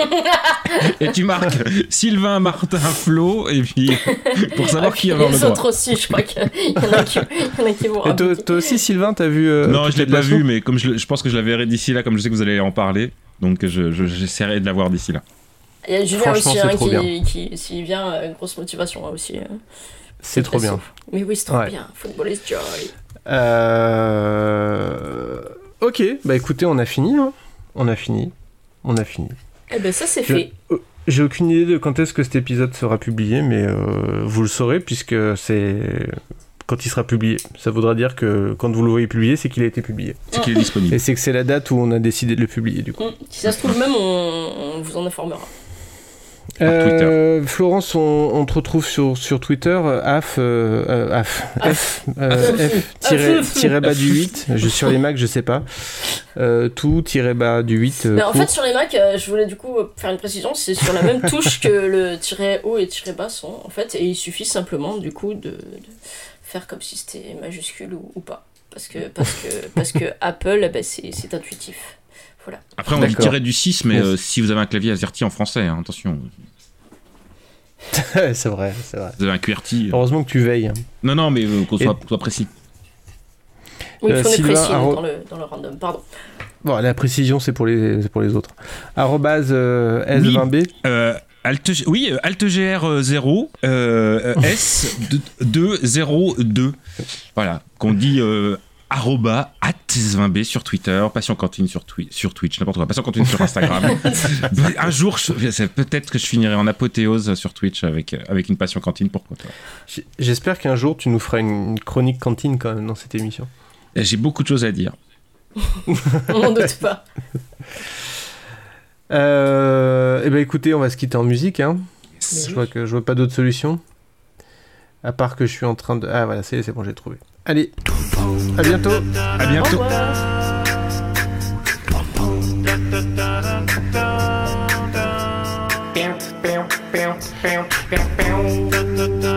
Speaker 9: et tu marques Sylvain, Martin, Flo, et puis pour savoir qui avoir le
Speaker 10: Les
Speaker 9: droit.
Speaker 10: autres aussi, je crois qu'il y en a qui, il y en a qui vont.
Speaker 8: Et toi, toi aussi, Sylvain, t'as vu. euh,
Speaker 9: non,
Speaker 8: tout
Speaker 9: je l'ai
Speaker 8: Ted
Speaker 9: pas
Speaker 8: Lasso
Speaker 9: vu, mais comme je, le- je pense que je la verrai d'ici là, comme je sais que vous allez en parler, donc je- je- j'essaierai de la voir d'ici là.
Speaker 10: Il y a Julien
Speaker 9: Franchement,
Speaker 10: aussi,
Speaker 9: c'est
Speaker 10: hein,
Speaker 9: trop
Speaker 10: qui,
Speaker 9: bien.
Speaker 10: qui s'il vient, euh, grosse motivation hein, aussi. euh.
Speaker 8: C'est trop bien.
Speaker 10: Mais oui, c'est trop
Speaker 8: Ouais.
Speaker 10: bien. Footballist Joy.
Speaker 8: Euh, Ok, bah écoutez, on a fini. hein. On a fini. On a fini.
Speaker 10: Eh ben ça, c'est
Speaker 8: Je-
Speaker 10: fait.
Speaker 8: euh, J'ai aucune idée de quand est-ce que cet épisode sera publié, mais euh, vous le saurez puisque c'est quand il sera publié. Ça voudra dire que quand vous le voyez publié, c'est qu'il a été publié.
Speaker 9: C'est qu'il est disponible.
Speaker 8: Et c'est que c'est
Speaker 10: Hum,
Speaker 8: la date où on a décidé de le publier du coup.
Speaker 10: Mm. Si ça se trouve, même, on, on vous en informera.
Speaker 8: Euh, Florence, on, on te retrouve sur, sur Twitter, euh, af, euh, euh, af, f,
Speaker 10: Af.
Speaker 8: euh,
Speaker 10: Af.
Speaker 8: f, tiré-
Speaker 10: Af.
Speaker 8: tiré bas du 8, je, sur les Macs, je sais pas, Euh, tout, tiré bas du 8. euh,
Speaker 10: Mais en
Speaker 8: court.
Speaker 10: fait, sur les Mac, euh, je voulais du coup euh, faire une précision, c'est sur la même touche que le tiret haut et tiret bas sont, en fait, et il suffit simplement du coup de, de faire comme si c'était majuscule ou, ou pas. Parce que, parce que, parce que Apple, eh ben, c'est c'est intuitif. Voilà.
Speaker 8: Ah.
Speaker 9: Après, on dit
Speaker 8: D'accord.
Speaker 9: tirer du 6, mais
Speaker 8: Yes.
Speaker 9: euh, si vous avez un clavier AZERTY en français, hein, attention,
Speaker 8: c'est vrai, c'est vrai.
Speaker 9: vous avez un QWERTY. euh,
Speaker 8: Heureusement que tu veilles.
Speaker 9: Non, non, mais euh, qu'on
Speaker 8: Et-
Speaker 9: soit, qu'on soit précis.
Speaker 10: Oui,
Speaker 8: Euh,
Speaker 10: il faut être
Speaker 8: Sylvain
Speaker 10: précis
Speaker 8: a re-
Speaker 10: dans, le, dans le random, pardon.
Speaker 8: Bon, la précision, c'est pour les, c'est pour les autres. Arrobase euh,
Speaker 9: Oui,
Speaker 8: S20B.
Speaker 9: euh, Alt, oui, euh, AltGR euh, 0 euh, euh, S 202. Voilà, qu'on dit euh, arroba at 20b sur Twitter, Passion Cantine sur, Twi- sur Twitch, n'importe quoi, Passion Cantine sur Instagram. Un jour, je- c'est peut-être que je finirai en apothéose sur Twitch avec, euh, avec une Passion Cantine, pourquoi pas.
Speaker 8: J- J'espère qu'un jour, tu nous feras une chronique cantine quand même dans cette émission.
Speaker 9: Et J'ai beaucoup de choses à dire.
Speaker 10: On n'en doute pas.
Speaker 8: Euh, eh ben écoutez, on va se quitter en musique. Hein.
Speaker 9: Yes.
Speaker 8: Je vois que je vois pas d'autre solution. À part que je suis en train de. Ah voilà, c'est c'est bon, j'ai trouvé. Allez, à bientôt.
Speaker 9: À bientôt.
Speaker 6: Bounce, bounce, bounce, bounce, bounce, bounce.